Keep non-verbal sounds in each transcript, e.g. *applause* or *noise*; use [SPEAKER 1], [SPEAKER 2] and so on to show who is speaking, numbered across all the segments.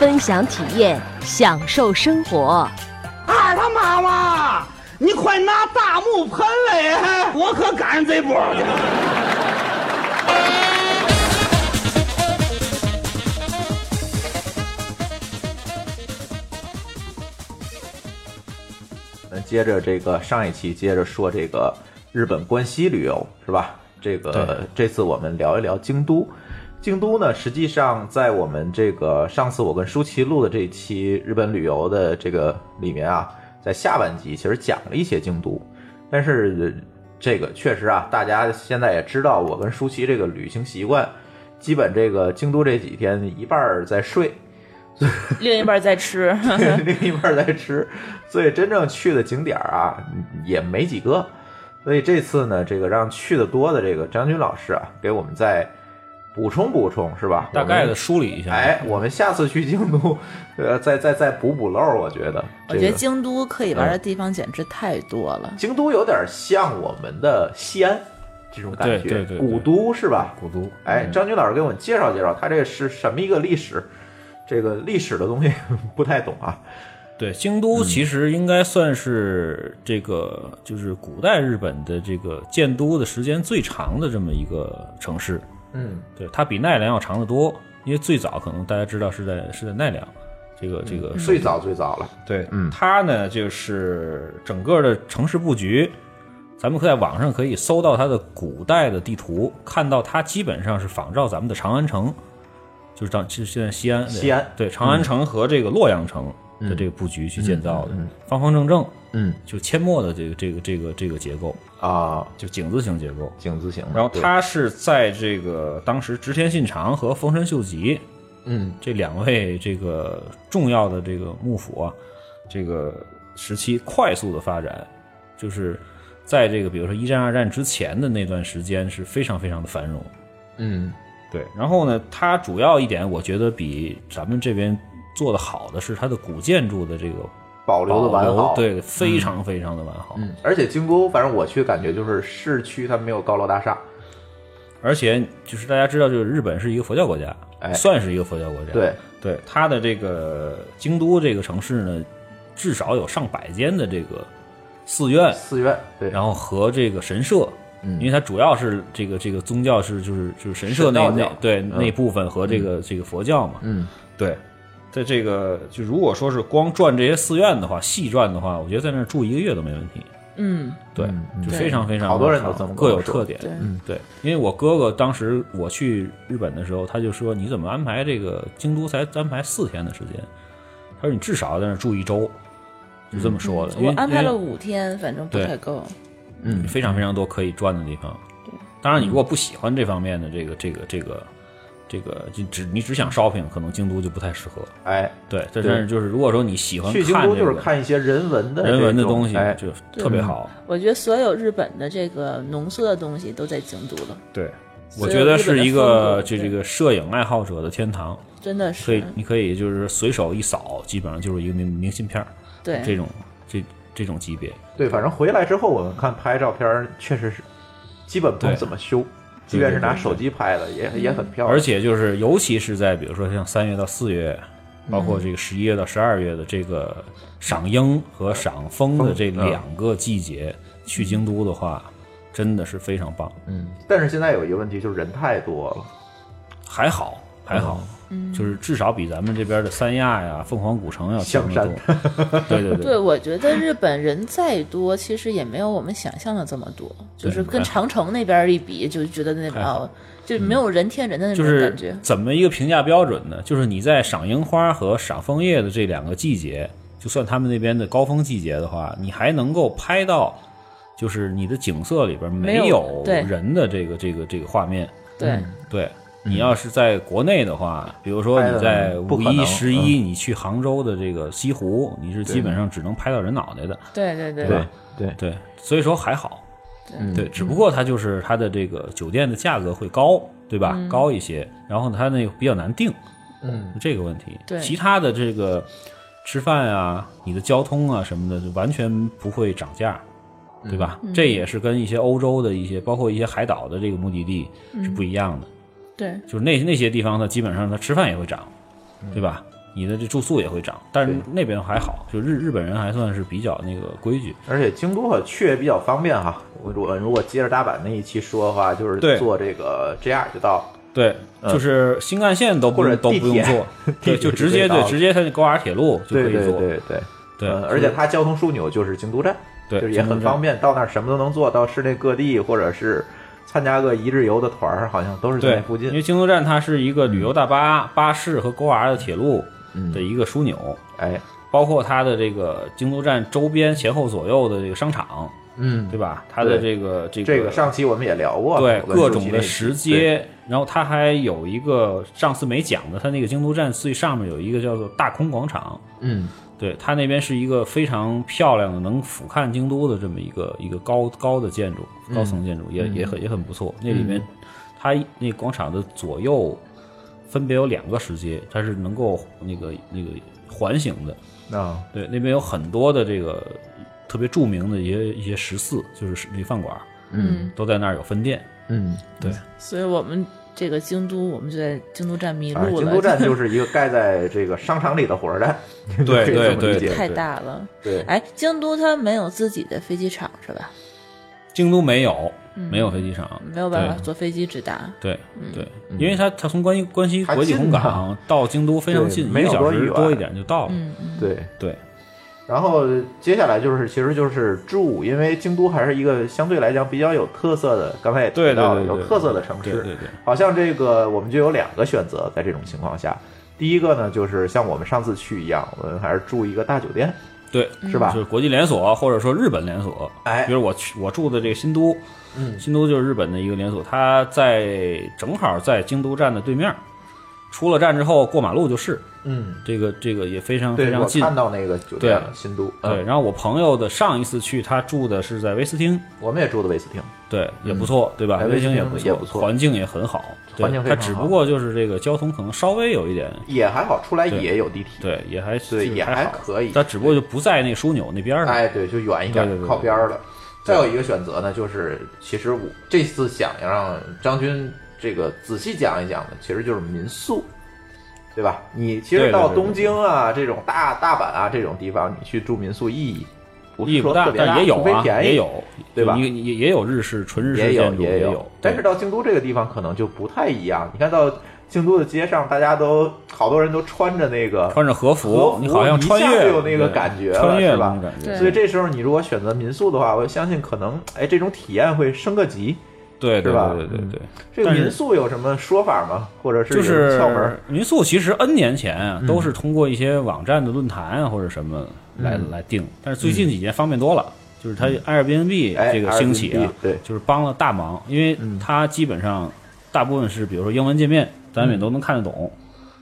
[SPEAKER 1] 分享体验，享受生活。
[SPEAKER 2] 二他妈妈，你快拿大木盆来，我可赶上这波了。
[SPEAKER 3] 咱接着这个上一期接着说这个日本关西旅游是吧？这个这次我们聊一聊京都。京都呢，实际上在我们这个上次我跟舒淇录的这一期日本旅游的这个里面啊，在下半集其实讲了一些京都，但是呃这个确实啊，大家现在也知道我跟舒淇这个旅行习惯，基本这个京都这几天一半儿在睡，
[SPEAKER 4] 另一半在吃，
[SPEAKER 3] *laughs* 另一半儿在吃，所以真正去的景点儿啊嗯也没几个。所以这次呢，这个让去的多的这个张军老师啊，给我们再补充补充，是吧？
[SPEAKER 5] 大概的啊
[SPEAKER 3] 我们。
[SPEAKER 5] 梳理一下。
[SPEAKER 3] 哎，我们下次去京都，呃，再再再补补漏儿，我觉得。
[SPEAKER 4] 我觉
[SPEAKER 3] 这
[SPEAKER 4] 得
[SPEAKER 3] 个
[SPEAKER 4] 京都可以玩的地方简直太多了。
[SPEAKER 3] 京都有点像我们的西安这种感觉，
[SPEAKER 5] 对对嗯对对
[SPEAKER 3] 古都是吧？
[SPEAKER 5] 古都，
[SPEAKER 3] 哎，张军老师给我们介绍介绍，他这个是什么一个历史？这个历史的东西 *laughs* 不太懂啊。
[SPEAKER 5] 对，京都其实应该算是这个就是古代日本的这个建都的时间最长的这么一个城市。
[SPEAKER 3] 嗯，
[SPEAKER 5] 对，它比奈良要长得多，因为最早可能大家知道是在是在奈良，这个这个
[SPEAKER 3] 嗯最早最早了，
[SPEAKER 5] 对，
[SPEAKER 3] 嗯
[SPEAKER 5] 它呢就是整个的城市布局，咱们可以在网上可以搜到它的古代的地图，看到它基本上是仿照咱们的长安城，就是长就是现在西安
[SPEAKER 3] 西安
[SPEAKER 5] 对长安城和这个洛阳城的这个布局去建造的，方方正正，
[SPEAKER 3] 嗯
[SPEAKER 5] 就阡陌的这个这个这个这个结构，
[SPEAKER 3] 啊，
[SPEAKER 5] 就井字形结构。
[SPEAKER 3] 井字形的。
[SPEAKER 5] 然后
[SPEAKER 3] 对，
[SPEAKER 5] 它是在这个当时织田信长和丰臣秀吉
[SPEAKER 3] 嗯
[SPEAKER 5] 这两位这个重要的这个幕府啊，这个时期快速的发展，就是在这个比如说一战、二战之前的那段时间是非常非常的繁荣。
[SPEAKER 3] 嗯
[SPEAKER 5] 对，然后呢，它主要一点我觉得比咱们这边做的好的是它的古建筑的这个
[SPEAKER 3] 保留的完
[SPEAKER 5] 保留
[SPEAKER 3] 好。，
[SPEAKER 5] 对，非常非常的完好。
[SPEAKER 3] 嗯，而且京都，反正我去感觉就是市区它没有高楼大厦，
[SPEAKER 5] 而且就是大家知道，就是日本是一个佛教国家，
[SPEAKER 3] 哎
[SPEAKER 5] 算是一个佛教国家。
[SPEAKER 3] 对，
[SPEAKER 5] 对，它的这个京都这个城市呢，至少有上百间的这个寺院，
[SPEAKER 3] 寺院，对，
[SPEAKER 5] 然后和这个神社，
[SPEAKER 3] 嗯
[SPEAKER 5] 因为它主要是这个这个宗教是就是就是神社那
[SPEAKER 3] 神道
[SPEAKER 5] 那
[SPEAKER 3] 教
[SPEAKER 5] 对、
[SPEAKER 3] 嗯
[SPEAKER 5] 那部分和这个、这个佛教嘛，
[SPEAKER 3] 嗯
[SPEAKER 5] 对，在这个就如果说是光转这些寺院的话，细转的话，我觉得在那儿住一个月都没问题。
[SPEAKER 4] 嗯，
[SPEAKER 5] 对，就非常非常
[SPEAKER 3] 好多人都这么跟我
[SPEAKER 5] 各有
[SPEAKER 3] 说
[SPEAKER 5] 特点。
[SPEAKER 4] 对
[SPEAKER 5] 嗯，对，因为我哥哥当时我去日本的时候，他就说你怎么安排这个京都才安排四天的时间？他说你至少在那儿住一周，就这么说的。
[SPEAKER 4] 嗯
[SPEAKER 5] 因
[SPEAKER 4] 我
[SPEAKER 5] 为
[SPEAKER 4] 安排了
[SPEAKER 5] 因为
[SPEAKER 4] 五天，反正不
[SPEAKER 5] 对
[SPEAKER 4] 太够。
[SPEAKER 3] 嗯
[SPEAKER 5] 非常非常多可以转的地方。当然你如果不喜欢这方面的这个这个这个这个，就只你只想 shopping，可能京都就不太适合。
[SPEAKER 3] 哎，
[SPEAKER 5] 对，这
[SPEAKER 3] 对
[SPEAKER 5] 但是就是如果说你喜欢
[SPEAKER 3] 去京
[SPEAKER 5] 看
[SPEAKER 3] 都
[SPEAKER 5] 这
[SPEAKER 3] 就是
[SPEAKER 5] 个
[SPEAKER 3] 看一些人文的
[SPEAKER 5] 人文的
[SPEAKER 3] 这种
[SPEAKER 5] 东西
[SPEAKER 3] 哎，，
[SPEAKER 5] 就特别好。
[SPEAKER 4] 我觉得所有日本的这个浓缩的东西都在京都了，
[SPEAKER 5] 对，我
[SPEAKER 4] 所有
[SPEAKER 5] 觉得是一个
[SPEAKER 4] 日本的风格
[SPEAKER 5] 就
[SPEAKER 4] 对
[SPEAKER 5] 这个摄影爱好者的天堂，
[SPEAKER 4] 真的
[SPEAKER 5] 所以
[SPEAKER 4] 是。
[SPEAKER 5] 你可以就是随手一扫，基本上就是一个明明信片儿
[SPEAKER 4] 对，
[SPEAKER 5] 这种这这种级别。
[SPEAKER 3] 对，反正回来之后我们看拍照片儿，确实是基本不用
[SPEAKER 5] 对
[SPEAKER 3] 怎么修，即便是拿手机拍的，也也很漂亮。
[SPEAKER 5] 而且就是尤其是在比如说像三月到四月，包
[SPEAKER 4] 嗯
[SPEAKER 5] 括这个十一月到十二月的这个赏樱和赏枫的这
[SPEAKER 3] 嗯
[SPEAKER 5] 两个季节，去京都的话，
[SPEAKER 4] 嗯
[SPEAKER 5] 真的是非常棒。
[SPEAKER 3] 嗯，但是现在有一个问题就是人太多了，嗯
[SPEAKER 5] 还好，还好，
[SPEAKER 4] 嗯
[SPEAKER 5] 就是至少比咱们这边的三亚呀、凤凰古城要强得多。对对
[SPEAKER 4] 对，，我觉得日本人再多，其实也没有我们想象的这么多。就是跟长城那边一比，就觉得那边
[SPEAKER 5] 还好
[SPEAKER 4] 哦，就没有人贴人的那
[SPEAKER 5] 嗯就
[SPEAKER 4] 种
[SPEAKER 5] 是
[SPEAKER 4] 感觉。
[SPEAKER 5] 怎么一个评价标准呢？就是你在赏樱花和赏枫叶的这两个季节，就算他们那边的高峰季节的话，你还能够拍到，就是你的景色里边没
[SPEAKER 4] 没有对
[SPEAKER 5] 人的这个这个这个画面。
[SPEAKER 4] 对，
[SPEAKER 5] 对，你要是在国内的话，比如说你在
[SPEAKER 3] 嗯不
[SPEAKER 5] 五
[SPEAKER 3] 可能嗯
[SPEAKER 5] 一、十一，你去杭州的这个西湖，你是基本上只能拍到人脑袋的。
[SPEAKER 4] 对对对
[SPEAKER 3] 对对
[SPEAKER 5] 对，嗯所以说还好。对，只不过它就是它的这个酒店的价格会高，对吧？
[SPEAKER 4] 嗯
[SPEAKER 5] 高一些，然后它那个比较难定，嗯，这个问题。
[SPEAKER 4] 对
[SPEAKER 5] 其他的这个吃饭啊、你的交通啊什么的，就完全不会涨价，对吧？
[SPEAKER 4] 嗯
[SPEAKER 5] 这也是跟一些欧洲的一些，包括一些海岛的这个目的地是不一样的。
[SPEAKER 4] 嗯对，
[SPEAKER 5] 就是那那些地方呢，基本上它吃饭也会涨，对吧？你的这住宿也会涨，但是那边还好，就日日本人还算是比较那个规矩。
[SPEAKER 3] 而且京都啊去也比较方便哈。我我如果接着大阪那一期说的话，就是
[SPEAKER 5] 对
[SPEAKER 3] 坐这个 JR 就到。
[SPEAKER 5] 对，就是新干线都
[SPEAKER 3] 嗯
[SPEAKER 5] 不
[SPEAKER 3] 或者
[SPEAKER 5] 都不
[SPEAKER 3] 地铁
[SPEAKER 5] 用坐，对，
[SPEAKER 3] 地铁
[SPEAKER 5] 就
[SPEAKER 3] 就
[SPEAKER 5] 直
[SPEAKER 3] 可以
[SPEAKER 5] 接
[SPEAKER 3] 到
[SPEAKER 5] 对
[SPEAKER 3] 了
[SPEAKER 5] 直接它就高架铁路就可
[SPEAKER 3] 对
[SPEAKER 5] 以
[SPEAKER 3] 对
[SPEAKER 5] 坐，
[SPEAKER 3] 对对
[SPEAKER 5] 对
[SPEAKER 3] 嗯而且它交通枢纽就是京都站，
[SPEAKER 5] 对
[SPEAKER 3] 就是也
[SPEAKER 5] 京
[SPEAKER 3] 很
[SPEAKER 5] 都站
[SPEAKER 3] 方便，到那儿什么都能做到，市内各地或者是参加个一日游的团儿，好像都是在
[SPEAKER 5] 对
[SPEAKER 3] 那附
[SPEAKER 5] 因为
[SPEAKER 3] 近。
[SPEAKER 5] 京都站它是一个旅游大巴、巴士和高架的铁路
[SPEAKER 3] 嗯
[SPEAKER 5] 的一个枢纽，
[SPEAKER 3] 哎，
[SPEAKER 5] 包括它的这个京都站周边前后左右的这个商场，
[SPEAKER 3] 嗯，
[SPEAKER 5] 对吧？它的
[SPEAKER 3] 对
[SPEAKER 5] 这个这个
[SPEAKER 3] 这个上期我们也聊过，
[SPEAKER 5] 对
[SPEAKER 3] 我跟
[SPEAKER 5] 各
[SPEAKER 3] 舒淇
[SPEAKER 5] 种
[SPEAKER 3] 那
[SPEAKER 5] 的
[SPEAKER 3] 期
[SPEAKER 5] 石
[SPEAKER 3] 对
[SPEAKER 5] 阶，然后它还有一个上次没讲的，它那个京都站最上面有一个叫做大空广场，
[SPEAKER 3] 嗯，
[SPEAKER 5] 对，它那边是一个非常漂亮的，能俯瞰京都的这么一个一个高高的建筑，高
[SPEAKER 3] 嗯
[SPEAKER 5] 层建筑也、也很也很不错。那里面，它那广场的左右分别有两个石阶，它是能够那个那个环形的。
[SPEAKER 3] 啊，
[SPEAKER 5] 对，那边有很多的这个特别著名的一些一些食肆，就是食那饭馆，
[SPEAKER 4] 嗯，
[SPEAKER 5] 都在那儿有分店。
[SPEAKER 3] 嗯，
[SPEAKER 5] 对，
[SPEAKER 4] 所以我们这个京都，我们就在京都站迷
[SPEAKER 3] 啊，
[SPEAKER 4] 路
[SPEAKER 3] 京
[SPEAKER 4] 了，
[SPEAKER 3] 都
[SPEAKER 4] *laughs*
[SPEAKER 3] 站就是一个盖在这个商场里的火车站， *laughs*
[SPEAKER 5] 对
[SPEAKER 3] 可以这么
[SPEAKER 5] 对
[SPEAKER 3] 理解
[SPEAKER 4] *laughs*
[SPEAKER 5] 对
[SPEAKER 4] 太大了。
[SPEAKER 3] 对，
[SPEAKER 4] 哎，京都它没有自己的飞机场是吧？
[SPEAKER 5] 京都没有，
[SPEAKER 3] 嗯
[SPEAKER 5] 没有飞机场，
[SPEAKER 4] 没有办法
[SPEAKER 5] 对
[SPEAKER 4] 坐飞机直达。
[SPEAKER 5] 对对，因为它它从关西关西
[SPEAKER 3] 嗯还
[SPEAKER 5] 国际
[SPEAKER 3] 近
[SPEAKER 5] 空
[SPEAKER 3] 呢
[SPEAKER 5] 港到京都非常
[SPEAKER 3] 对
[SPEAKER 5] 近，一
[SPEAKER 3] 没
[SPEAKER 5] 个
[SPEAKER 3] 有
[SPEAKER 5] 小
[SPEAKER 3] 多
[SPEAKER 5] 时
[SPEAKER 3] 远
[SPEAKER 5] 多一点就到了。
[SPEAKER 4] 嗯嗯，
[SPEAKER 3] 对。
[SPEAKER 5] 对
[SPEAKER 3] 然后接下来就是，其实就是住，因为京都还是一个相对来讲比较有特色的，刚才也
[SPEAKER 5] 对
[SPEAKER 3] 提
[SPEAKER 5] 对
[SPEAKER 3] 到了
[SPEAKER 5] 对，
[SPEAKER 3] 有
[SPEAKER 5] 对
[SPEAKER 3] 特色的城市。
[SPEAKER 5] 对对对，
[SPEAKER 3] 好像这个我们就有两个选择，在这种情况下，第一个呢就是像我们上次去一样，我们还是住一个大酒店，
[SPEAKER 5] 对，
[SPEAKER 3] 是吧？
[SPEAKER 5] 就是国际连锁或者说日本连锁。
[SPEAKER 3] 哎
[SPEAKER 5] 比如我去我住的这个新都，
[SPEAKER 3] 嗯
[SPEAKER 5] 新都就是日本的一个连锁，它在正好在京都站的对面，出了站之后过马路就是，
[SPEAKER 3] 嗯，
[SPEAKER 5] 这个这个也非常非
[SPEAKER 3] 对，
[SPEAKER 5] 常
[SPEAKER 3] 我
[SPEAKER 5] 近。
[SPEAKER 3] 看到那个酒店了
[SPEAKER 5] 对
[SPEAKER 3] 新都，
[SPEAKER 5] 对，
[SPEAKER 3] 嗯，
[SPEAKER 5] 然后我朋友的上一次去，他住的是在威斯汀，
[SPEAKER 3] 我们也住的威斯汀，
[SPEAKER 5] 对，也不错，对吧？
[SPEAKER 3] 哎
[SPEAKER 5] 威斯汀也
[SPEAKER 3] 威斯汀
[SPEAKER 5] 错，
[SPEAKER 3] 也不错
[SPEAKER 5] 环境也很好。对
[SPEAKER 3] 环境非
[SPEAKER 5] 它
[SPEAKER 3] 常
[SPEAKER 5] 只
[SPEAKER 3] 好
[SPEAKER 5] 不过就是这个交通可能稍微有一点，
[SPEAKER 3] 也还好，出来
[SPEAKER 5] 对
[SPEAKER 3] 也有地铁，
[SPEAKER 5] 对，也
[SPEAKER 3] 对
[SPEAKER 5] 还就是
[SPEAKER 3] 也
[SPEAKER 5] 还
[SPEAKER 3] 还
[SPEAKER 5] 好
[SPEAKER 3] 可以
[SPEAKER 5] 它只不过就不在那个枢纽那边儿了。
[SPEAKER 3] 哎，对，就远一点，
[SPEAKER 5] 对对对
[SPEAKER 3] 靠边儿了。再有一个选择呢，就是其实我这次想要让张军这个仔细讲一讲的，其实就是民宿，对吧？你其
[SPEAKER 5] 对对
[SPEAKER 3] 实到
[SPEAKER 5] 对对
[SPEAKER 3] 东京啊这种大大阪啊这种地方，你去住民宿意义不
[SPEAKER 5] 意义
[SPEAKER 3] 是
[SPEAKER 5] 不
[SPEAKER 3] 说
[SPEAKER 5] 大
[SPEAKER 3] 特，别
[SPEAKER 5] 但也有
[SPEAKER 3] 除非
[SPEAKER 5] 啊，
[SPEAKER 3] 便宜
[SPEAKER 5] 也有，
[SPEAKER 3] 对吧
[SPEAKER 5] 就你也也有日式纯日式
[SPEAKER 3] 也有
[SPEAKER 5] 建筑，
[SPEAKER 3] 也
[SPEAKER 5] 有，
[SPEAKER 3] 但是
[SPEAKER 5] 对
[SPEAKER 3] 到京都这个地方可能就不太一样。你看到京都的街上，大家都好多人都穿着那个
[SPEAKER 5] 穿着和
[SPEAKER 3] 和
[SPEAKER 5] 服
[SPEAKER 3] 服，
[SPEAKER 5] 你好像穿
[SPEAKER 3] 一下
[SPEAKER 5] 越
[SPEAKER 3] 就有那个
[SPEAKER 5] 对
[SPEAKER 3] 感觉了
[SPEAKER 5] 穿越
[SPEAKER 3] 是
[SPEAKER 5] 了
[SPEAKER 3] 吧
[SPEAKER 5] 那种感觉。
[SPEAKER 4] 对
[SPEAKER 3] 所以这时候你如果选择民宿的话，我相信可能哎这种体验会升个级。
[SPEAKER 5] 对对
[SPEAKER 3] 是吧
[SPEAKER 5] 对对对
[SPEAKER 3] 这个
[SPEAKER 5] 但是
[SPEAKER 3] 民宿有什么说法吗？或者是
[SPEAKER 5] 对，就
[SPEAKER 3] 有什么窍门儿嗯
[SPEAKER 5] 是？民宿其实 N 年前啊都是通过一些网站的论坛啊或者什么来
[SPEAKER 3] 嗯
[SPEAKER 5] 来定，但是最近几年方便多了。就是它 Airbnb
[SPEAKER 3] 哎
[SPEAKER 5] 这个兴起啊
[SPEAKER 3] Airbnb，，对嗯
[SPEAKER 5] 就是帮了大忙，因为它基本上大部分是比如说英文界面，咱们也都能看得懂，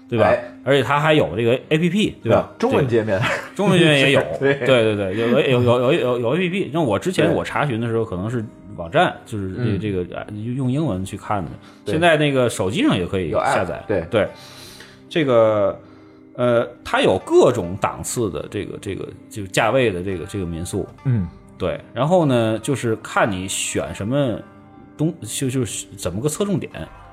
[SPEAKER 5] 对吧
[SPEAKER 3] 嗯哎？
[SPEAKER 5] 而且它还有这个 APP，对吧？
[SPEAKER 3] 中
[SPEAKER 5] 这
[SPEAKER 3] 文
[SPEAKER 5] 个
[SPEAKER 3] 界 *laughs* 面，，
[SPEAKER 5] 中文界面也有
[SPEAKER 3] 对
[SPEAKER 5] 对对对，有有有有有有 A P P。那我之前
[SPEAKER 3] 对
[SPEAKER 5] 我查询的时候，可能是网站，就是这个
[SPEAKER 3] 嗯
[SPEAKER 5] 这个啊用英文去看的。
[SPEAKER 3] 对
[SPEAKER 5] 现在那个手机上也可以
[SPEAKER 3] 有 app，
[SPEAKER 5] 下载，
[SPEAKER 3] 对
[SPEAKER 5] 对。这个呃，它有各种档次的这个这个就价位的这个这个民宿，
[SPEAKER 3] 嗯，
[SPEAKER 5] 对。然后呢，就是看你选什么东，就就是怎么个侧重点。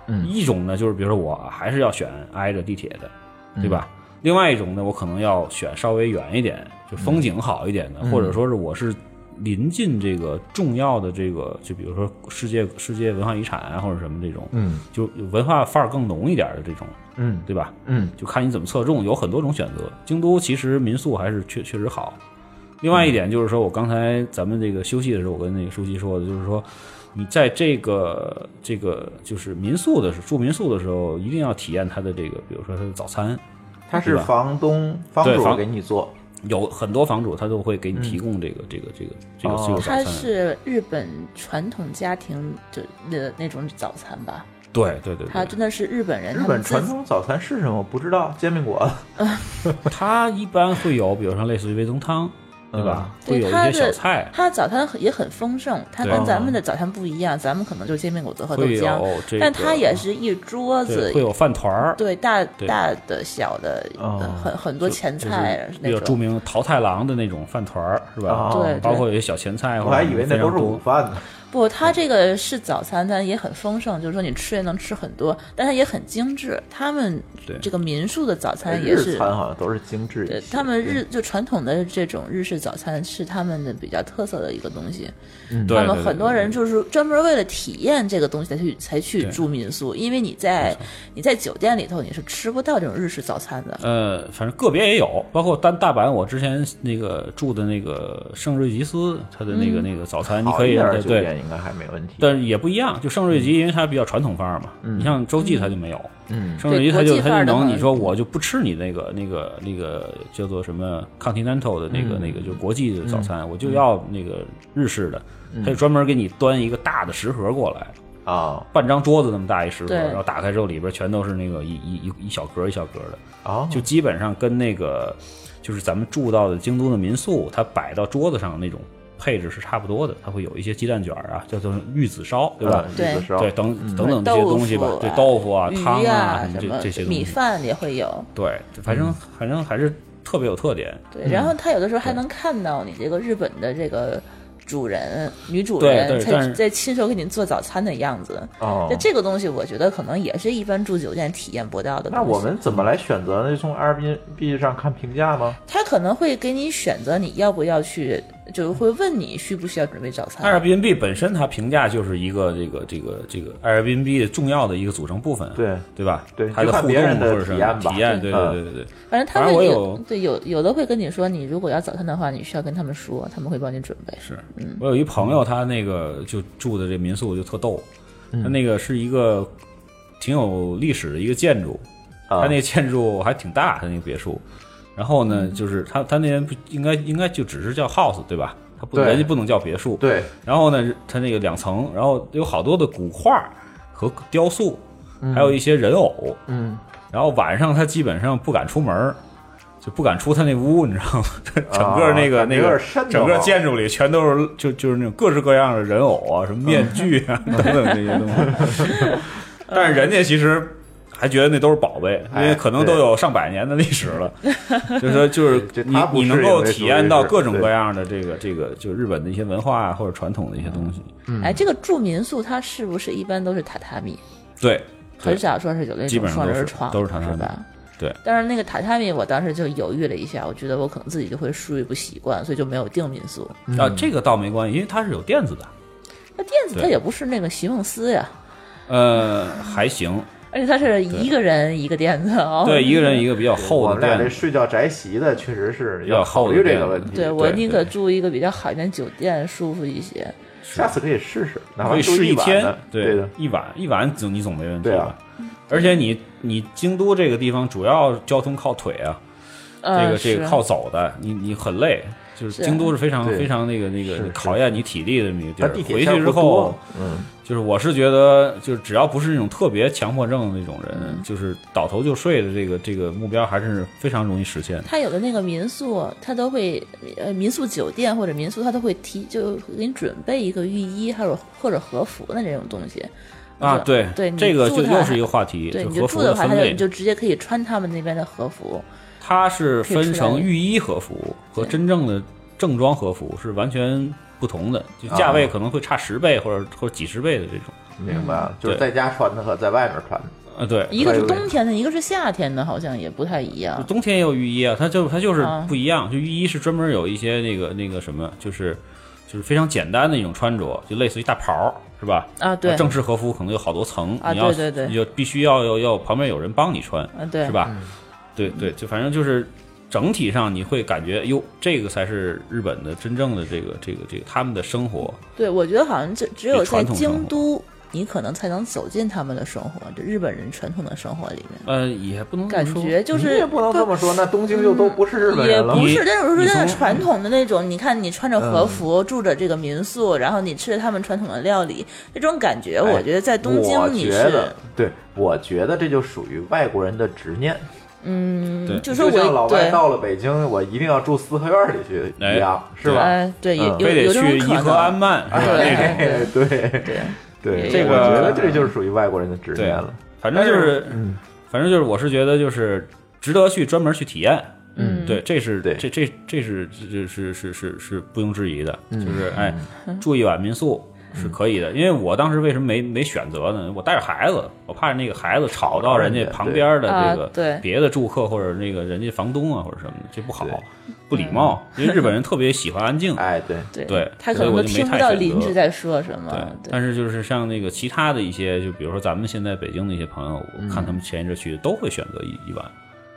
[SPEAKER 3] 嗯
[SPEAKER 5] 一种呢就是比如说我还是要选挨着地铁的，
[SPEAKER 3] 嗯
[SPEAKER 5] 对吧？另外一种呢，我可能要选稍微远一点，就风景好一点
[SPEAKER 3] 嗯
[SPEAKER 5] 的，或者说是我是临近这个重要的这个，就比如说世界世界文化遗产啊，或者什么这种，
[SPEAKER 3] 嗯，
[SPEAKER 5] 就文化范儿更浓一点的这种，
[SPEAKER 3] 嗯
[SPEAKER 5] 对吧？
[SPEAKER 3] 嗯，
[SPEAKER 5] 就看你怎么侧重，有很多种选择。京都其实民宿还是确确实好。另外一点就是说，我刚才咱们这个休息的时候，我跟那个舒淇说的，就是说，你在这个这个就是民宿的时候住民宿的时候，一定要体验它的这个，比如说它的早餐，
[SPEAKER 3] 他
[SPEAKER 5] 对
[SPEAKER 3] 是
[SPEAKER 5] 吧
[SPEAKER 3] 房东房
[SPEAKER 5] 对
[SPEAKER 3] 主
[SPEAKER 5] 房
[SPEAKER 3] 给你做，
[SPEAKER 5] 有很多房主他都会给你提供这个、这个这个这个
[SPEAKER 3] 哦
[SPEAKER 5] 这个早
[SPEAKER 4] 它
[SPEAKER 5] 餐。
[SPEAKER 4] 是日本传统家庭的那那种早餐吧？
[SPEAKER 5] 对对对，对
[SPEAKER 4] 它真的是日本人，
[SPEAKER 3] 日
[SPEAKER 4] 他
[SPEAKER 3] 本
[SPEAKER 4] 们自
[SPEAKER 3] 传统早餐是什么？我不知道，煎饼果子。
[SPEAKER 5] 它一般会有，比如说类似于味增汤， *laughs* 对吧？会
[SPEAKER 4] 对
[SPEAKER 5] 有一
[SPEAKER 4] 它
[SPEAKER 5] 些
[SPEAKER 4] 的
[SPEAKER 5] 小菜，
[SPEAKER 4] 它的早餐很也很丰盛，它
[SPEAKER 5] 对啊
[SPEAKER 4] 跟咱们的早餐不一样，咱们可能就是煎饼果子和豆
[SPEAKER 5] 会
[SPEAKER 4] 浆
[SPEAKER 5] 有，这
[SPEAKER 4] 但
[SPEAKER 5] 个
[SPEAKER 4] 它也是一桌子
[SPEAKER 5] 对，会有饭团儿，
[SPEAKER 4] 对大
[SPEAKER 5] 对
[SPEAKER 4] 大的小的，
[SPEAKER 3] 哦
[SPEAKER 4] 呃很很多前
[SPEAKER 5] 就是
[SPEAKER 4] 菜啊
[SPEAKER 5] 比较
[SPEAKER 4] 那
[SPEAKER 5] 著
[SPEAKER 4] 种。
[SPEAKER 5] 名的桃太郎的那种饭团儿，是吧？
[SPEAKER 3] 哦
[SPEAKER 4] 对
[SPEAKER 5] 包括有些小前
[SPEAKER 3] *laughs*
[SPEAKER 5] 菜，
[SPEAKER 3] 我还以为那都是午
[SPEAKER 5] 午
[SPEAKER 3] 饭呢。
[SPEAKER 4] 不，
[SPEAKER 5] 嗯
[SPEAKER 4] 它这个是早餐，但也很丰盛，就是说你吃也能吃很多，但它也很精致。他们
[SPEAKER 5] 对
[SPEAKER 4] 这个民宿的早餐哎也
[SPEAKER 3] 日
[SPEAKER 4] 是，
[SPEAKER 3] 餐好像都是精致一
[SPEAKER 4] 对
[SPEAKER 3] 些。
[SPEAKER 4] 他们
[SPEAKER 5] 嗯
[SPEAKER 4] 日就传统的这种日式早餐是他们的比较特色的一个东西。
[SPEAKER 5] 对，
[SPEAKER 4] 他
[SPEAKER 5] 对
[SPEAKER 4] 们很多人就是专门为了体验这个东西才去才去
[SPEAKER 5] 对
[SPEAKER 4] 住民宿，因为你在你在酒店里头你是吃不到这种日式早餐的。
[SPEAKER 5] 呃，反正个别也有，包括单大阪，我之前那个住的那个圣瑞吉斯，它的那
[SPEAKER 4] 嗯
[SPEAKER 5] 个、那个早餐，你
[SPEAKER 3] 好
[SPEAKER 5] 可
[SPEAKER 3] 一
[SPEAKER 5] 以
[SPEAKER 3] 点的
[SPEAKER 5] 对
[SPEAKER 3] 酒
[SPEAKER 5] 对，
[SPEAKER 3] 店应该还没问题。
[SPEAKER 5] 但是也不一样，就圣瑞吉，因为它比较传统范儿嘛。你像洲际它就没有，
[SPEAKER 3] 嗯
[SPEAKER 5] 圣瑞吉它
[SPEAKER 4] 对国
[SPEAKER 5] 就
[SPEAKER 4] 际
[SPEAKER 5] 它
[SPEAKER 4] 范儿的
[SPEAKER 5] 就能，
[SPEAKER 4] 话
[SPEAKER 5] 你说我就不吃你那个那个那个叫做什么 continental 的那
[SPEAKER 4] 嗯
[SPEAKER 5] 个、那个就国际的早餐，我就要那个日式的，
[SPEAKER 4] 嗯
[SPEAKER 5] 它就专门给你端一个大的食盒过来。
[SPEAKER 3] 啊
[SPEAKER 5] 半张桌子那么大一食盒，
[SPEAKER 4] 对
[SPEAKER 5] 然后打开之后里边全都是那个一一一一小格一小格的，
[SPEAKER 4] 哦
[SPEAKER 3] 啊，
[SPEAKER 5] 就基本上跟那个就是咱们住到的京都的民宿，它摆到桌子上那种配置是差不多的，它会有一些鸡蛋卷儿啊，叫做玉子烧，对吧？
[SPEAKER 3] 嗯
[SPEAKER 4] 对
[SPEAKER 3] 意思是
[SPEAKER 5] 对，等等等这些东西吧，对豆腐啊、
[SPEAKER 4] 鱼
[SPEAKER 5] 汤
[SPEAKER 4] 啊
[SPEAKER 5] 什
[SPEAKER 4] 什
[SPEAKER 5] 么
[SPEAKER 4] 么
[SPEAKER 5] 这这些东西，
[SPEAKER 4] 米饭也会有。
[SPEAKER 5] 对，反
[SPEAKER 3] 嗯
[SPEAKER 5] 正反正还是特别有特点。
[SPEAKER 4] 对，然后
[SPEAKER 5] 嗯
[SPEAKER 4] 他有的时候还能看到你这个日本的这个主人、女主
[SPEAKER 5] 对
[SPEAKER 4] 人
[SPEAKER 5] 对
[SPEAKER 4] 在
[SPEAKER 5] 但是
[SPEAKER 4] 在亲手给你做早餐的样子。
[SPEAKER 3] 哦
[SPEAKER 4] 那。这个东西，我觉得可能也是一般住酒店体验不到的东西。
[SPEAKER 3] 那我们怎么来选择呢？就从 Airbnb 上看评价吗？
[SPEAKER 4] 他可能会给你选择，你要不要去，就会问你需不需要准备早
[SPEAKER 3] 嗯
[SPEAKER 4] 餐。
[SPEAKER 5] Airbnb 本身它评价就是一个这个这个这个 Airbnb 的重要的一个组成部分，
[SPEAKER 3] 对
[SPEAKER 5] 对吧？
[SPEAKER 3] 对
[SPEAKER 5] 它的
[SPEAKER 3] 就看
[SPEAKER 5] 互
[SPEAKER 3] 别
[SPEAKER 5] 动
[SPEAKER 3] 人的
[SPEAKER 5] 或者是
[SPEAKER 3] 体验吧
[SPEAKER 5] 体验，对对
[SPEAKER 3] 嗯
[SPEAKER 5] 对对对。
[SPEAKER 4] 反正他
[SPEAKER 5] 反
[SPEAKER 4] 们
[SPEAKER 5] 正我
[SPEAKER 4] 有
[SPEAKER 5] 有
[SPEAKER 4] 对有有的会跟你说，你如果要早餐的话，你需要跟他们说，他们会帮你准备。
[SPEAKER 5] 是我有一朋友，他那个就住的这民宿就特逗，他那个是一个挺有历史的一个建筑，
[SPEAKER 3] 啊，
[SPEAKER 5] 他那建筑还挺大，他那个别墅。然后呢，就是他他那边不应该应该就只是叫 house 对吧？他不
[SPEAKER 3] 对
[SPEAKER 5] 人家不能叫别墅。。
[SPEAKER 3] 对
[SPEAKER 5] 然后呢，他那个两层，然后有好多的古画和雕塑，还有一些人偶。
[SPEAKER 3] 嗯。
[SPEAKER 5] 然后晚上他基本上不敢出门儿。就不敢出他那屋，你知道吗？ *laughs* 整个那个、
[SPEAKER 3] 啊
[SPEAKER 5] 那
[SPEAKER 3] 有
[SPEAKER 5] 个
[SPEAKER 3] 点瘆得慌
[SPEAKER 5] 整个建筑里全都是就就是那种各式各样的人偶啊，什么面具
[SPEAKER 3] *laughs*
[SPEAKER 5] 啊、等等这些东西。但是人家其实还觉得那都是宝贝，因
[SPEAKER 3] 哎
[SPEAKER 5] 为可能都有上百年的历史了。
[SPEAKER 3] *laughs*
[SPEAKER 5] 就是说，就是
[SPEAKER 3] 这
[SPEAKER 5] 你
[SPEAKER 3] 他不
[SPEAKER 5] 你
[SPEAKER 3] 是
[SPEAKER 5] 能
[SPEAKER 3] 有
[SPEAKER 5] 够
[SPEAKER 3] 那
[SPEAKER 5] 体
[SPEAKER 3] 属于
[SPEAKER 5] 验到
[SPEAKER 3] 是
[SPEAKER 5] 各种各
[SPEAKER 3] 对
[SPEAKER 5] 样的这个这个，就日本的一些文化啊或者传统的一些东西。
[SPEAKER 3] 嗯
[SPEAKER 4] 哎，这个住民宿它是不是一般都是榻榻米？
[SPEAKER 5] 对，
[SPEAKER 4] 很
[SPEAKER 5] 对
[SPEAKER 4] 少说是有那
[SPEAKER 5] 基
[SPEAKER 4] 种
[SPEAKER 5] 本上
[SPEAKER 4] 双
[SPEAKER 5] 都是
[SPEAKER 4] 人床，
[SPEAKER 5] 都是榻榻米
[SPEAKER 4] 吧？
[SPEAKER 5] 对。
[SPEAKER 4] 但是那个榻榻米，我当时就犹豫了一下，我觉得我可能自己就会睡不习惯，所以就没有订民宿。
[SPEAKER 3] 嗯
[SPEAKER 5] 啊，这个倒没关系，因为它是有垫子的。
[SPEAKER 4] 那垫子它
[SPEAKER 5] 对
[SPEAKER 4] 也不是那个席梦思呀，
[SPEAKER 5] 呃，还行，
[SPEAKER 4] 而且它是一个人一个垫子哦。
[SPEAKER 5] 对，一个人一个比较厚
[SPEAKER 3] 我们
[SPEAKER 5] 的
[SPEAKER 3] 俩这
[SPEAKER 5] 垫子。
[SPEAKER 3] 睡觉宅席的，确实是
[SPEAKER 5] 要
[SPEAKER 3] 要
[SPEAKER 5] 厚
[SPEAKER 3] 考
[SPEAKER 5] 的
[SPEAKER 3] 虑这
[SPEAKER 5] 垫
[SPEAKER 3] 个
[SPEAKER 5] 子
[SPEAKER 3] 问题。
[SPEAKER 4] 对我
[SPEAKER 5] 对
[SPEAKER 4] 宁可
[SPEAKER 5] 对
[SPEAKER 4] 住一个比较好一点酒店，舒服一些。
[SPEAKER 3] 下次可以试试，哪
[SPEAKER 5] 可
[SPEAKER 3] 怕
[SPEAKER 5] 以
[SPEAKER 3] 住
[SPEAKER 5] 试
[SPEAKER 3] 一晚
[SPEAKER 5] 天
[SPEAKER 3] 的，对
[SPEAKER 5] 对
[SPEAKER 3] 的，
[SPEAKER 5] 一晚一晚总你总没问题
[SPEAKER 3] 对
[SPEAKER 5] 吧
[SPEAKER 3] 啊？
[SPEAKER 5] 而且你你京都这个地方主要交通靠腿啊，这
[SPEAKER 4] 呃，
[SPEAKER 5] 个这个
[SPEAKER 4] 是
[SPEAKER 5] 靠走的，你你很累，就是
[SPEAKER 4] 是
[SPEAKER 5] 京都是非常
[SPEAKER 3] 对
[SPEAKER 5] 非常那个那
[SPEAKER 3] 是
[SPEAKER 5] 个
[SPEAKER 3] 是
[SPEAKER 5] 考验你体力的那个地
[SPEAKER 3] 它
[SPEAKER 5] 儿
[SPEAKER 3] 地。铁
[SPEAKER 5] 回
[SPEAKER 3] 线
[SPEAKER 5] 去之
[SPEAKER 3] 不
[SPEAKER 5] 后
[SPEAKER 3] 多，，嗯，
[SPEAKER 5] 就是我是觉得，就是只要不是那种特别强迫症的那种
[SPEAKER 4] 嗯
[SPEAKER 5] 人，就是倒头就睡的这个这个目标还是非常容易实现的。
[SPEAKER 4] 它有的那个民宿，它都会呃民宿酒店或者民宿，它都会提就给你准备一个浴衣，还有或者和服的这种东西。
[SPEAKER 5] 啊，
[SPEAKER 4] 是
[SPEAKER 5] 对，
[SPEAKER 4] 对你
[SPEAKER 5] 这个
[SPEAKER 4] 住
[SPEAKER 5] 就
[SPEAKER 4] 它
[SPEAKER 5] 又是一个话题，
[SPEAKER 4] 对，
[SPEAKER 5] 就
[SPEAKER 4] 你
[SPEAKER 5] 和
[SPEAKER 4] 就
[SPEAKER 5] 服
[SPEAKER 4] 住的话，
[SPEAKER 5] 分
[SPEAKER 4] 它就
[SPEAKER 5] 类
[SPEAKER 4] 你，就直接可以穿他们那边的和服。
[SPEAKER 5] 它是
[SPEAKER 4] 可以
[SPEAKER 5] 分
[SPEAKER 4] 出来
[SPEAKER 5] 成
[SPEAKER 4] 的
[SPEAKER 5] 浴衣和服和
[SPEAKER 4] 对
[SPEAKER 5] 真正的正装和服是完全不同的，就价位可能会差十倍或者或者几十倍的这种。
[SPEAKER 3] 明白了，就是
[SPEAKER 5] 对
[SPEAKER 3] 在家穿的和在外面穿的。
[SPEAKER 5] 啊，对，
[SPEAKER 4] 一个是
[SPEAKER 3] 对对
[SPEAKER 4] 冬天的，一个是夏天的，好像也不太一样。
[SPEAKER 5] 冬天也有浴衣啊，它就它就是
[SPEAKER 4] 啊
[SPEAKER 5] 不一样，就浴衣是专门有一些那个那个什么，就是就是非常简单的一种穿着，就类似于大袍儿是吧？
[SPEAKER 4] 啊对
[SPEAKER 5] 正式和服可能有好多层，
[SPEAKER 4] 啊
[SPEAKER 5] 你要
[SPEAKER 4] 对对对
[SPEAKER 5] 你就必须要要要旁边有人帮你穿，
[SPEAKER 4] 啊对
[SPEAKER 5] 是吧？对对，就反正就是整体上你会感觉哟，这个才是日本的真正的这个这个这个他们的生活，
[SPEAKER 4] 对，我觉得好像只只有
[SPEAKER 5] 比传
[SPEAKER 4] 在
[SPEAKER 5] 统生活
[SPEAKER 4] 京都你可能才能走进他们的生活，就日本人传统的生活里面，
[SPEAKER 5] 呃，也不能这
[SPEAKER 4] 感
[SPEAKER 5] 么说
[SPEAKER 4] 觉就是
[SPEAKER 3] 你也不能这么说，那东京就都不是日本
[SPEAKER 4] 也
[SPEAKER 3] 人了。
[SPEAKER 4] 不是，
[SPEAKER 5] 你
[SPEAKER 4] 但是我说
[SPEAKER 5] 你
[SPEAKER 4] 真的
[SPEAKER 5] 从嗯
[SPEAKER 4] 传统的那种，你看你穿着和服，住着这个民宿，然后你吃着他们传统的料理，这种感觉，
[SPEAKER 3] 哎
[SPEAKER 4] 我觉得在东
[SPEAKER 3] 我
[SPEAKER 4] 京你
[SPEAKER 3] 觉
[SPEAKER 4] 是
[SPEAKER 5] 嗯
[SPEAKER 3] 得，对，我觉得这就属于外国人的执念，
[SPEAKER 5] 对，
[SPEAKER 4] 就是
[SPEAKER 3] 就像老
[SPEAKER 4] 我
[SPEAKER 3] 外
[SPEAKER 4] 对。
[SPEAKER 3] 到了北京，我一定要住四合院里去一样，是吧？
[SPEAKER 4] 哎，对，有
[SPEAKER 3] 嗯
[SPEAKER 4] 有
[SPEAKER 5] 非
[SPEAKER 4] 有这
[SPEAKER 5] 得去
[SPEAKER 4] 种
[SPEAKER 5] 颐
[SPEAKER 4] 可
[SPEAKER 5] 和安
[SPEAKER 4] 能，
[SPEAKER 5] 曼是吧？那种
[SPEAKER 3] 哎， *laughs* 对对对，
[SPEAKER 5] 这个
[SPEAKER 3] 我觉得这就是属于外国人的执
[SPEAKER 5] 对
[SPEAKER 3] 念了。，
[SPEAKER 5] 反正就是，反正就是，我是觉得就是值得去专门去体验。
[SPEAKER 3] 嗯
[SPEAKER 5] 对，这是
[SPEAKER 3] 对
[SPEAKER 5] 这这这是这是是是是不庸置疑的，就是哎，住一晚民宿是可以的。因为我当时为什么没没选择呢？我带着孩子，我怕那个孩子吵到人家旁边的这
[SPEAKER 4] 啊对
[SPEAKER 5] 个别的住客或者那个人家房东啊或者什么的，这不好
[SPEAKER 3] 对，
[SPEAKER 5] 不礼貌。因为日本人特别喜欢安
[SPEAKER 3] *laughs*
[SPEAKER 5] 静，
[SPEAKER 3] 哎，对，
[SPEAKER 4] 对
[SPEAKER 5] 对
[SPEAKER 4] 他可
[SPEAKER 5] 所以
[SPEAKER 4] 能
[SPEAKER 5] 我
[SPEAKER 4] 都
[SPEAKER 5] 就没
[SPEAKER 4] 听不
[SPEAKER 5] 太
[SPEAKER 4] 到
[SPEAKER 5] 选
[SPEAKER 4] 邻
[SPEAKER 5] 择
[SPEAKER 4] 居在说什
[SPEAKER 5] 对
[SPEAKER 4] 么，，对
[SPEAKER 5] 但是就是像那个其他的一些，就比如说咱们现在北京的一些朋友，我看他们前一阵去都会选择一一晚。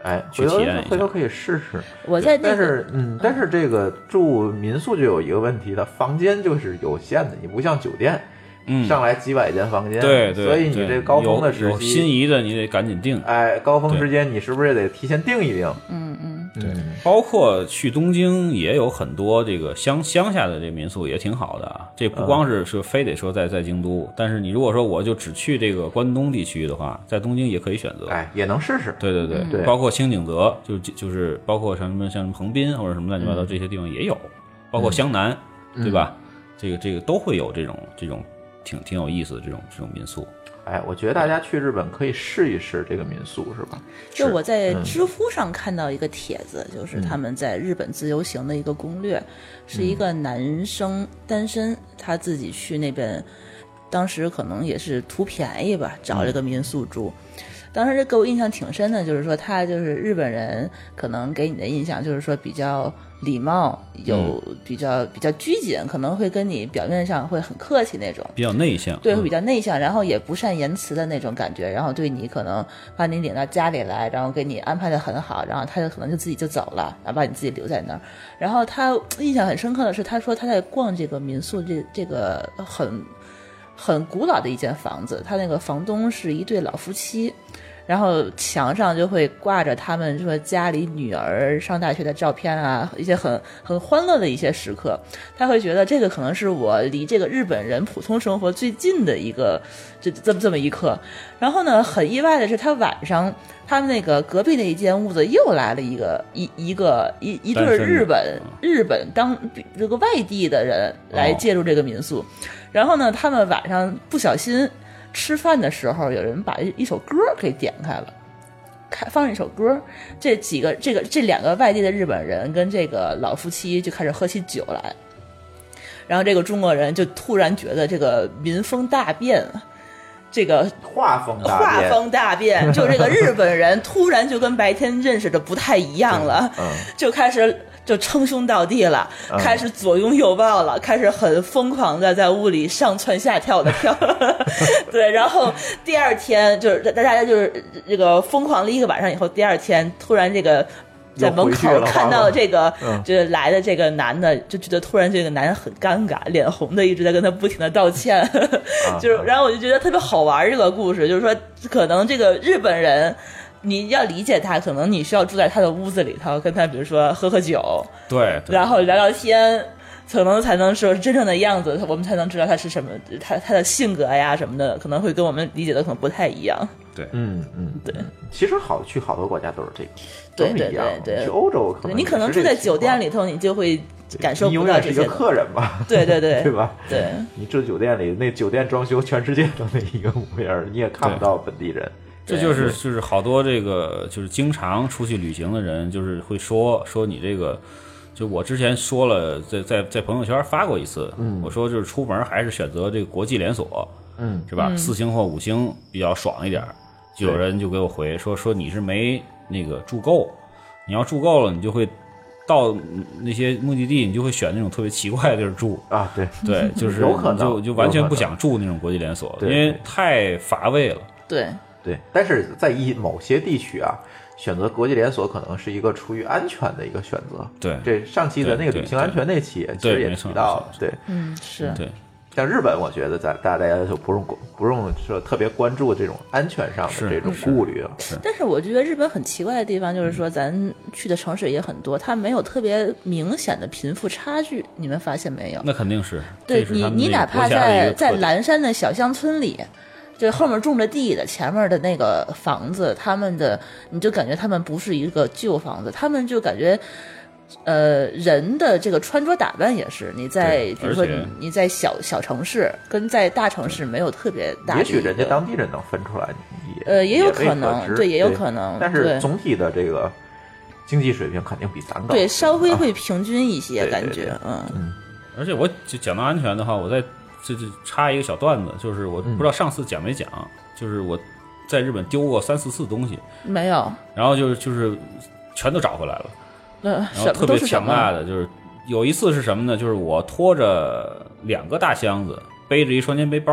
[SPEAKER 3] 哎，
[SPEAKER 5] 去
[SPEAKER 3] 回头
[SPEAKER 5] 体验一下
[SPEAKER 3] 回头可以试试。
[SPEAKER 4] 我在那
[SPEAKER 3] 但
[SPEAKER 4] 个
[SPEAKER 3] 是，嗯，但是这个住民宿就有一个问题，它房间就是有限的，你不像酒店，
[SPEAKER 5] 嗯
[SPEAKER 3] 上来几百间房间，
[SPEAKER 5] 对对，
[SPEAKER 3] 所以你
[SPEAKER 5] 对
[SPEAKER 3] 这高峰的
[SPEAKER 5] 有
[SPEAKER 3] 时
[SPEAKER 5] 有心
[SPEAKER 3] 期，
[SPEAKER 5] 仪的你得赶紧定。
[SPEAKER 3] 哎，高峰时间你是不是也得提前定一定？
[SPEAKER 4] 嗯
[SPEAKER 5] 包括去东京也有很多这个乡乡下的这民宿也挺好的啊，这
[SPEAKER 3] 嗯
[SPEAKER 5] 不光是说非得说在在京都，但是你如果说我就只去这个关东地区的话，在东京也可以选择。
[SPEAKER 3] 哎，也能试试。
[SPEAKER 5] 对对
[SPEAKER 4] 嗯
[SPEAKER 5] 对，
[SPEAKER 3] 对
[SPEAKER 5] 包括清景泽，就就是包括什么像横滨或者什么乱七八糟
[SPEAKER 3] 嗯
[SPEAKER 5] 这些地方也有，包括湘南，对吧？这个这个都会有这种这种挺挺有意思的这种这种民宿。
[SPEAKER 3] 哎，我觉得大家去日本可以试一试这个民宿，是吧？
[SPEAKER 4] 就我在知乎上看到一个帖子，就是他们在日本自由行的一个攻略，是一个男生单身，他自己去那边，当时可能也是图便宜吧，找了个民宿住。当时这给我印象挺深的，就是说他就是日本人，可能给你的印象就是说比较礼貌，有比较比较拘谨，可能会跟你表面上会很客气那种。
[SPEAKER 5] 比较内向，
[SPEAKER 4] 对，会
[SPEAKER 5] 嗯
[SPEAKER 4] 比较内向，然后也不善言辞的那种感觉，然后对你可能把你领到家里来，然后给你安排的很好，然后他就可能就自己就走了，然后把你自己留在那儿。然后他印象很深刻的是，他说他在逛这个民宿这这个很很古老的一间房子，他那个房东是一对老夫妻。然后墙上就会挂着他们说家里女儿上大学的照片啊，一些很很欢乐的一些时刻。他会觉得这个可能是我离这个日本人普通生活最近的一个这这么这么一刻。然后呢，很意外的是，他晚上他们那个隔壁那一间屋子又来了一个一一个一一对
[SPEAKER 5] 单身的嗯
[SPEAKER 4] 日本日本当这个外地的人
[SPEAKER 5] 哦
[SPEAKER 4] 来借助这个民宿。然后呢，他们晚上不小心吃饭的时候，有人把一一首歌给点开了。开放了一首歌，这几个这个这两个外地的日本人跟这个老夫妻就开始喝起酒来，然后这个中国人就突然觉得这个民风大变，这个
[SPEAKER 3] 画风大
[SPEAKER 4] 画
[SPEAKER 3] 变，
[SPEAKER 4] 风大变，就这个日
[SPEAKER 3] *laughs*
[SPEAKER 4] 本人突然就跟白天认识的不太一样了，
[SPEAKER 3] 嗯
[SPEAKER 4] 就开始。就称兄道弟了，开始左拥右抱了，开始很疯狂的在屋里上蹿下跳的跳， *laughs* 对，然后第二天就是大大家就是这个疯狂了一个晚上以后，第二天突然这个在门口
[SPEAKER 3] 又回去了
[SPEAKER 4] 看
[SPEAKER 3] 花
[SPEAKER 4] 到
[SPEAKER 3] 花
[SPEAKER 4] 这个
[SPEAKER 3] 嗯
[SPEAKER 4] 就是来的这个男的，就觉得突然这个男人很尴尬，脸红的一直在跟他不停的道歉，
[SPEAKER 3] 啊
[SPEAKER 4] 就是，然后我就觉得特别好玩儿这个故事，就是说，可能这个日本人，你要理解他，可能你需要住在他的屋子里头，跟他比如说喝喝酒，
[SPEAKER 5] 对，对
[SPEAKER 4] 然后聊聊天，可能才能说真正的样子，我们才能知道他是什么，他他的性格呀什么的，可能会跟我们理解的可能不太一样。
[SPEAKER 3] 嗯嗯，对。其实好去好多国家都是这个，
[SPEAKER 4] 对
[SPEAKER 3] 都是一样的
[SPEAKER 4] 对对对
[SPEAKER 3] 去欧洲可
[SPEAKER 4] 对
[SPEAKER 3] 能
[SPEAKER 4] 你可能
[SPEAKER 3] 也是
[SPEAKER 4] 住
[SPEAKER 3] 这
[SPEAKER 4] 在
[SPEAKER 3] 个
[SPEAKER 4] 酒店
[SPEAKER 3] 情
[SPEAKER 4] 里头，你就会感受
[SPEAKER 3] 况，你
[SPEAKER 4] 不
[SPEAKER 3] 永
[SPEAKER 4] 到
[SPEAKER 3] 远是
[SPEAKER 4] 这
[SPEAKER 3] 一
[SPEAKER 4] 些
[SPEAKER 3] 个
[SPEAKER 4] 东西。
[SPEAKER 3] 客人吧？
[SPEAKER 4] 对对对
[SPEAKER 3] *laughs* 对吧？
[SPEAKER 4] 对
[SPEAKER 3] 你住酒店里，那酒店装修全世界都那一个模样儿，你也看不
[SPEAKER 5] 对
[SPEAKER 3] 到本地人。
[SPEAKER 5] 这就是就是好多这个就是经常出去旅行的人，就是会说说你这个，就我之前说了，在在在朋友圈发过一次，我说就是出门还是选择这个国际连锁，
[SPEAKER 3] 嗯，
[SPEAKER 5] 是吧？四星或五星比较爽一点儿。就有人就给我回说说你是没那个住够，你要住够了，你就会到那些目的地，你就会选那种特别奇怪的地儿
[SPEAKER 3] *laughs*
[SPEAKER 5] 住。
[SPEAKER 3] 啊，对，
[SPEAKER 5] 对，就是
[SPEAKER 3] 有可能
[SPEAKER 5] 就就完全
[SPEAKER 3] 有可能
[SPEAKER 5] 不想住那种国际连锁，因
[SPEAKER 3] 对
[SPEAKER 5] 为太乏味了。
[SPEAKER 4] 对
[SPEAKER 3] 对，但是在一某些地区啊，选择国际连锁可能是一个出于安全的一个选择。
[SPEAKER 5] 对
[SPEAKER 3] 这上期的那个
[SPEAKER 5] 对
[SPEAKER 3] 旅行安全那期也其实
[SPEAKER 5] 对
[SPEAKER 3] 也
[SPEAKER 5] 没错
[SPEAKER 3] 提到
[SPEAKER 5] 没
[SPEAKER 3] 了，对
[SPEAKER 4] 嗯，是
[SPEAKER 5] 对，
[SPEAKER 3] 像日本，我觉得咱大家就不用不用说特别关注这种安全上的
[SPEAKER 5] 是
[SPEAKER 3] 这种
[SPEAKER 5] 是
[SPEAKER 3] 顾虑了。啊
[SPEAKER 4] 但是我觉得日本很奇怪的地方就是说，咱去的城市也很多，它没有特别明显的贫富差距，你们发现没有？
[SPEAKER 5] 那肯定是。
[SPEAKER 4] 对
[SPEAKER 5] 这是
[SPEAKER 4] 你
[SPEAKER 5] 他，们
[SPEAKER 4] 你
[SPEAKER 5] 这个
[SPEAKER 4] 哪
[SPEAKER 5] 国
[SPEAKER 4] 怕
[SPEAKER 5] 家的一
[SPEAKER 4] 在
[SPEAKER 5] 个
[SPEAKER 4] 在
[SPEAKER 5] 特点
[SPEAKER 4] 蓝山的小乡村里，就是后面种着地的，前面的那个房子，他们的你就感觉他们不是一个旧房子，他们就感觉。呃，人的这个穿着打扮也是，你在
[SPEAKER 5] 对
[SPEAKER 4] 比如说
[SPEAKER 5] 而且
[SPEAKER 4] 你你在小小城市跟在大城市没有特别大的
[SPEAKER 3] 也
[SPEAKER 4] 一个，
[SPEAKER 3] 许人家当地人能分出来，也
[SPEAKER 4] 呃也有可
[SPEAKER 3] 未
[SPEAKER 4] 能
[SPEAKER 3] 知
[SPEAKER 4] 对也有可能
[SPEAKER 3] 但
[SPEAKER 4] 对
[SPEAKER 3] 是总体的这个经济水平肯定比咱高。
[SPEAKER 4] 对稍微会
[SPEAKER 3] 啊
[SPEAKER 4] 平均一些
[SPEAKER 3] 对
[SPEAKER 4] 感
[SPEAKER 3] 对
[SPEAKER 4] 觉，
[SPEAKER 3] 对
[SPEAKER 4] 嗯，
[SPEAKER 5] 而且我就讲到安全的话，我再这这插一个小段子，就是我不知道上次讲没
[SPEAKER 4] 嗯
[SPEAKER 5] 讲，就是我在日本丢过三四次东西，
[SPEAKER 4] 没有，
[SPEAKER 5] 然后就是就是全都找回来了，
[SPEAKER 4] 呃，
[SPEAKER 5] 然后
[SPEAKER 4] 什
[SPEAKER 5] 特
[SPEAKER 4] 么都
[SPEAKER 5] 别
[SPEAKER 4] 是什
[SPEAKER 5] 强大
[SPEAKER 4] 么？
[SPEAKER 5] 的就是有一次是什么呢？就是我拖着两个大箱子，背着一双肩背包。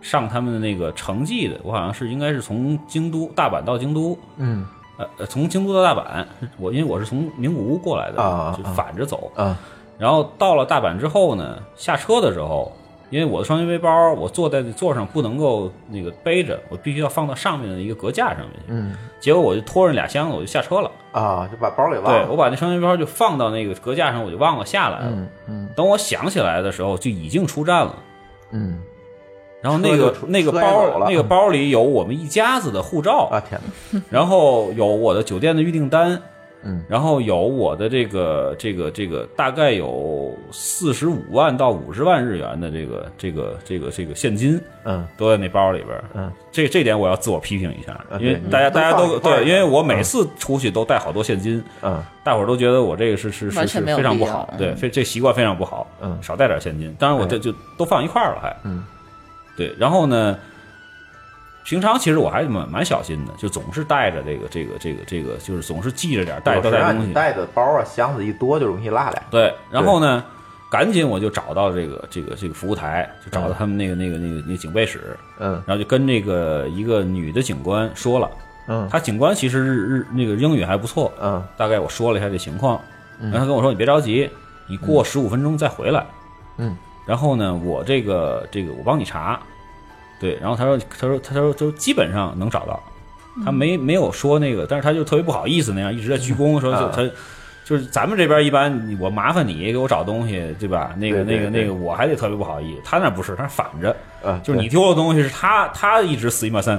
[SPEAKER 5] 上他们的那个城际的，我好像是应该是从京都大阪到京都，
[SPEAKER 3] 嗯
[SPEAKER 5] 呃呃，从京都到大阪，我因为我是从名古屋过来的，
[SPEAKER 3] 啊
[SPEAKER 5] 就
[SPEAKER 3] 啊
[SPEAKER 5] 反着走，
[SPEAKER 3] 啊
[SPEAKER 5] 然后到了大阪之后呢，下车的时候，因为我的双肩背包，我坐在座上不能够那个背着，我必须要放到上面的一个隔架上面去。
[SPEAKER 3] 嗯
[SPEAKER 5] 结果我就拖着俩箱子，我就下车了。
[SPEAKER 3] 啊，就把包给忘
[SPEAKER 5] 对我
[SPEAKER 3] 了。
[SPEAKER 5] 把那双肩背包就放到那个隔架上，我就忘了下来了。
[SPEAKER 3] 嗯嗯
[SPEAKER 5] 等我想起来的时候，就已经出站了。
[SPEAKER 3] 嗯
[SPEAKER 5] 然后那
[SPEAKER 3] 车就
[SPEAKER 5] 个
[SPEAKER 3] 出
[SPEAKER 5] 那个
[SPEAKER 3] 车也走
[SPEAKER 5] 包
[SPEAKER 3] 了
[SPEAKER 5] 那个包里有我们一家子的护照，
[SPEAKER 3] 啊天哪！
[SPEAKER 5] 然后有我的酒店的预订单，
[SPEAKER 3] 嗯
[SPEAKER 5] 然后有我的这个这个这个大概有四十五万到五十万日元的这个这个这个这个现金
[SPEAKER 3] 嗯
[SPEAKER 5] 都在那包里边儿。
[SPEAKER 3] 嗯
[SPEAKER 5] 这这点我要自我批评一下，
[SPEAKER 3] 啊
[SPEAKER 5] 因为
[SPEAKER 3] 对
[SPEAKER 5] 大家
[SPEAKER 3] 嗯
[SPEAKER 5] 大家
[SPEAKER 3] 都放一
[SPEAKER 5] 都
[SPEAKER 3] 块儿
[SPEAKER 5] 对，因为我每
[SPEAKER 3] 嗯
[SPEAKER 5] 次出去都带好多现金，
[SPEAKER 3] 嗯
[SPEAKER 5] 大伙儿都觉得我这个是是是
[SPEAKER 4] 完
[SPEAKER 5] 是
[SPEAKER 4] 全没有
[SPEAKER 5] 非常不
[SPEAKER 4] 必要
[SPEAKER 5] 好，
[SPEAKER 4] 嗯
[SPEAKER 5] 对，非这习惯非常不好，
[SPEAKER 3] 嗯
[SPEAKER 5] 少带点现金。当然我
[SPEAKER 3] 嗯
[SPEAKER 5] 这就都放一块儿了，还
[SPEAKER 3] 嗯
[SPEAKER 5] 对，然后呢，平常其实我还蛮蛮小心的，就总是带着这个这个这个这个，就是总是记着点儿带
[SPEAKER 3] 有
[SPEAKER 5] 多
[SPEAKER 3] 时啊
[SPEAKER 5] 带东
[SPEAKER 3] 你
[SPEAKER 5] 西。
[SPEAKER 3] 带的包啊箱子一多就容易落俩。
[SPEAKER 5] 对，然后呢，赶紧我就找到这个这个这个服务台，就找到他们那个那个那个那个警备室，
[SPEAKER 3] 嗯
[SPEAKER 5] 然后就跟那个一个女的警官说了，
[SPEAKER 3] 嗯
[SPEAKER 5] 她警官其实日日那个英语还不错，
[SPEAKER 3] 嗯
[SPEAKER 5] 大概我说了一下这情况，然后他跟我说你别着急，你过十五分钟再回来。
[SPEAKER 3] 嗯，
[SPEAKER 5] 然后呢，我这个这个我帮你查，对，然后他说他说他说就基本上能找到，他没没有说那个，但是他就特别不好意思那样一直在鞠躬说就
[SPEAKER 3] 啊
[SPEAKER 5] 他。就是咱们这边一般，你我麻烦你给我找东西，对吧？那
[SPEAKER 3] 对
[SPEAKER 5] 个、那个、
[SPEAKER 3] 对对
[SPEAKER 5] 那个，我还得特别不好意思。他那不是，他是反着，
[SPEAKER 3] 啊，
[SPEAKER 5] 就是你丢的东西是他，他一直死一马三。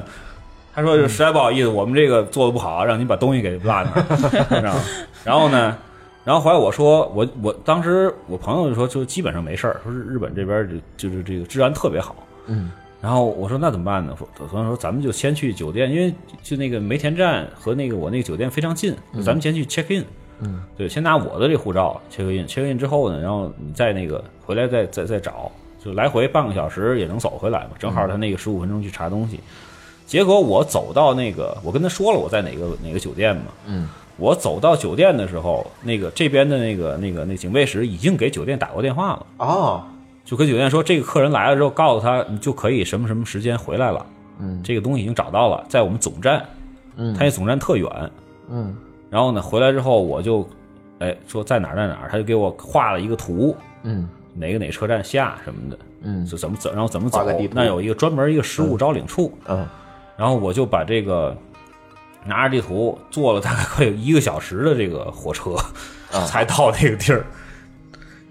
[SPEAKER 5] 他说：“实在不好意思，我们这个做的不好，啊让你把东西给落那儿，你知道吗？”然后呢，然后后来我说，我我当时我朋友就说，就基本上没事儿，说是日本这边儿就就是这个治安特别好。
[SPEAKER 3] 嗯
[SPEAKER 5] 然后我说那怎么办呢？我朋友说咱们就先去酒店，因为就那个梅田站和那个我那个酒店非常近，咱们先去 check in。
[SPEAKER 3] 嗯，
[SPEAKER 5] 对，先拿我的这护照 check in，check in 之后呢，然后你再那个回来再再再找，就来回半个小时也能走回来嘛，正好他那个十五分钟去查东西。结果我走到那个，我跟他说了我在哪个哪个酒店嘛，
[SPEAKER 3] 嗯，
[SPEAKER 5] 我走到酒店的时候，那个这边的那个那个那警卫室已经给酒店打过电话了。
[SPEAKER 3] 哦
[SPEAKER 5] 就跟酒店说，这个客人来了之后，告诉他你就可以什么什么时间回来了，
[SPEAKER 3] 嗯
[SPEAKER 5] 这个东西已经找到了，在我们总站，
[SPEAKER 3] 嗯
[SPEAKER 5] 他那总站特远。
[SPEAKER 3] 嗯
[SPEAKER 5] 然后呢，回来之后我就，哎，说在哪儿在哪儿，他就给我画了一个图，
[SPEAKER 3] 嗯
[SPEAKER 5] 哪个哪车站下什么的，
[SPEAKER 3] 嗯
[SPEAKER 5] 就怎么走，然后怎么
[SPEAKER 3] 画
[SPEAKER 5] 走
[SPEAKER 3] 个地。图
[SPEAKER 5] 那有一个专门一个失物招领处，
[SPEAKER 3] 嗯
[SPEAKER 5] 然后我就把这个拿着地图坐了大概快有一个小时的这个火车， *laughs* 才到那个地儿。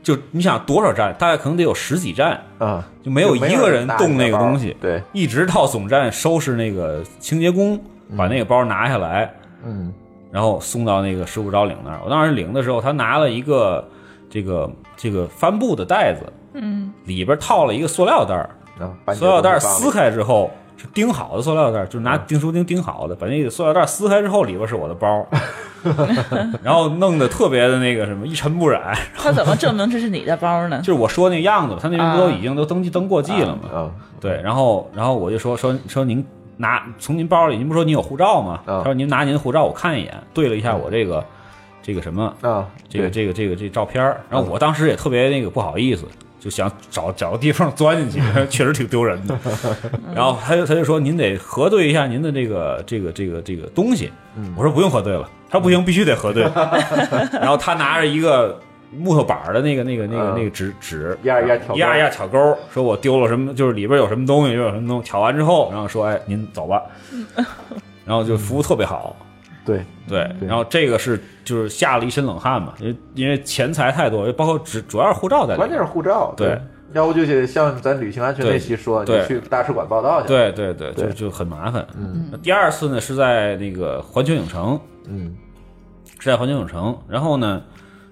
[SPEAKER 5] 就你想多少站？大概可能得有十几站，
[SPEAKER 3] 嗯，
[SPEAKER 5] 就没有一个人动那个东
[SPEAKER 3] 就没有人拿你的
[SPEAKER 5] 西
[SPEAKER 3] 包，对，
[SPEAKER 5] 一直到总站收拾那个清洁工把那个包拿下来，
[SPEAKER 3] 嗯
[SPEAKER 5] 然后送到那个十五招领那儿。我当时领的时候，他拿了一个这个这个帆布的袋子，嗯，里边套了一个塑料袋儿，
[SPEAKER 3] 啊，把你
[SPEAKER 5] 塑
[SPEAKER 3] 的
[SPEAKER 5] 料袋
[SPEAKER 3] 东
[SPEAKER 5] 儿
[SPEAKER 3] 西放
[SPEAKER 5] 撕
[SPEAKER 3] 里
[SPEAKER 5] 开之后是钉好的塑料袋儿，就是拿钉书钉钉好的，把那个塑料袋儿撕开之后，里边是我的包，然后弄得特别的那个什么一尘不染， *laughs*
[SPEAKER 4] 他怎么证明这是你的包呢？
[SPEAKER 5] 就是我说那个样子，他那边不都已经都登记登过季了吗？
[SPEAKER 3] 嗯
[SPEAKER 5] 对，然后然后我就说说说您拿从您包里，您不说您有护照吗？
[SPEAKER 3] 嗯
[SPEAKER 5] 他说您拿您的护照，我看一眼，对了一下我这个这个什么
[SPEAKER 3] 啊，
[SPEAKER 5] 这
[SPEAKER 3] 对
[SPEAKER 5] 个这个这个这照片儿，嗯然后我当时也特别那个不好意思，就想找找个地方钻进 *laughs* 去，确实挺丢人的。然后他就他就说您得核对一下您的这个这个这个这个嗯 *laughs* 东西，我说不用核对了，他说不行，必须得核对。然后他拿着一个。木头板儿的那个那个那个
[SPEAKER 3] 嗯
[SPEAKER 5] 那个纸纸
[SPEAKER 3] 压一压挑钩
[SPEAKER 5] 一压一压挑钩儿，说我丢了什么，就是里边有什么东西，有什么东西，挑完之后，然后说哎您走 *laughs* 吧，然后就服务特别好，
[SPEAKER 3] 对，
[SPEAKER 5] 对，
[SPEAKER 3] 嗯对
[SPEAKER 5] 然后这个是就是吓了一身冷汗嘛，因为因为钱财太多，包括只主要是护照在里面，
[SPEAKER 3] 关键是护照，
[SPEAKER 5] 对
[SPEAKER 3] 要不就得像咱旅行安全那期说，
[SPEAKER 5] 对
[SPEAKER 3] 你去大使馆报道去，，
[SPEAKER 5] 对对对，
[SPEAKER 3] 对
[SPEAKER 5] 就就很麻烦。嗯，第二次呢是在那个环球影城，
[SPEAKER 3] 嗯，
[SPEAKER 5] 是在环球影城。然后呢，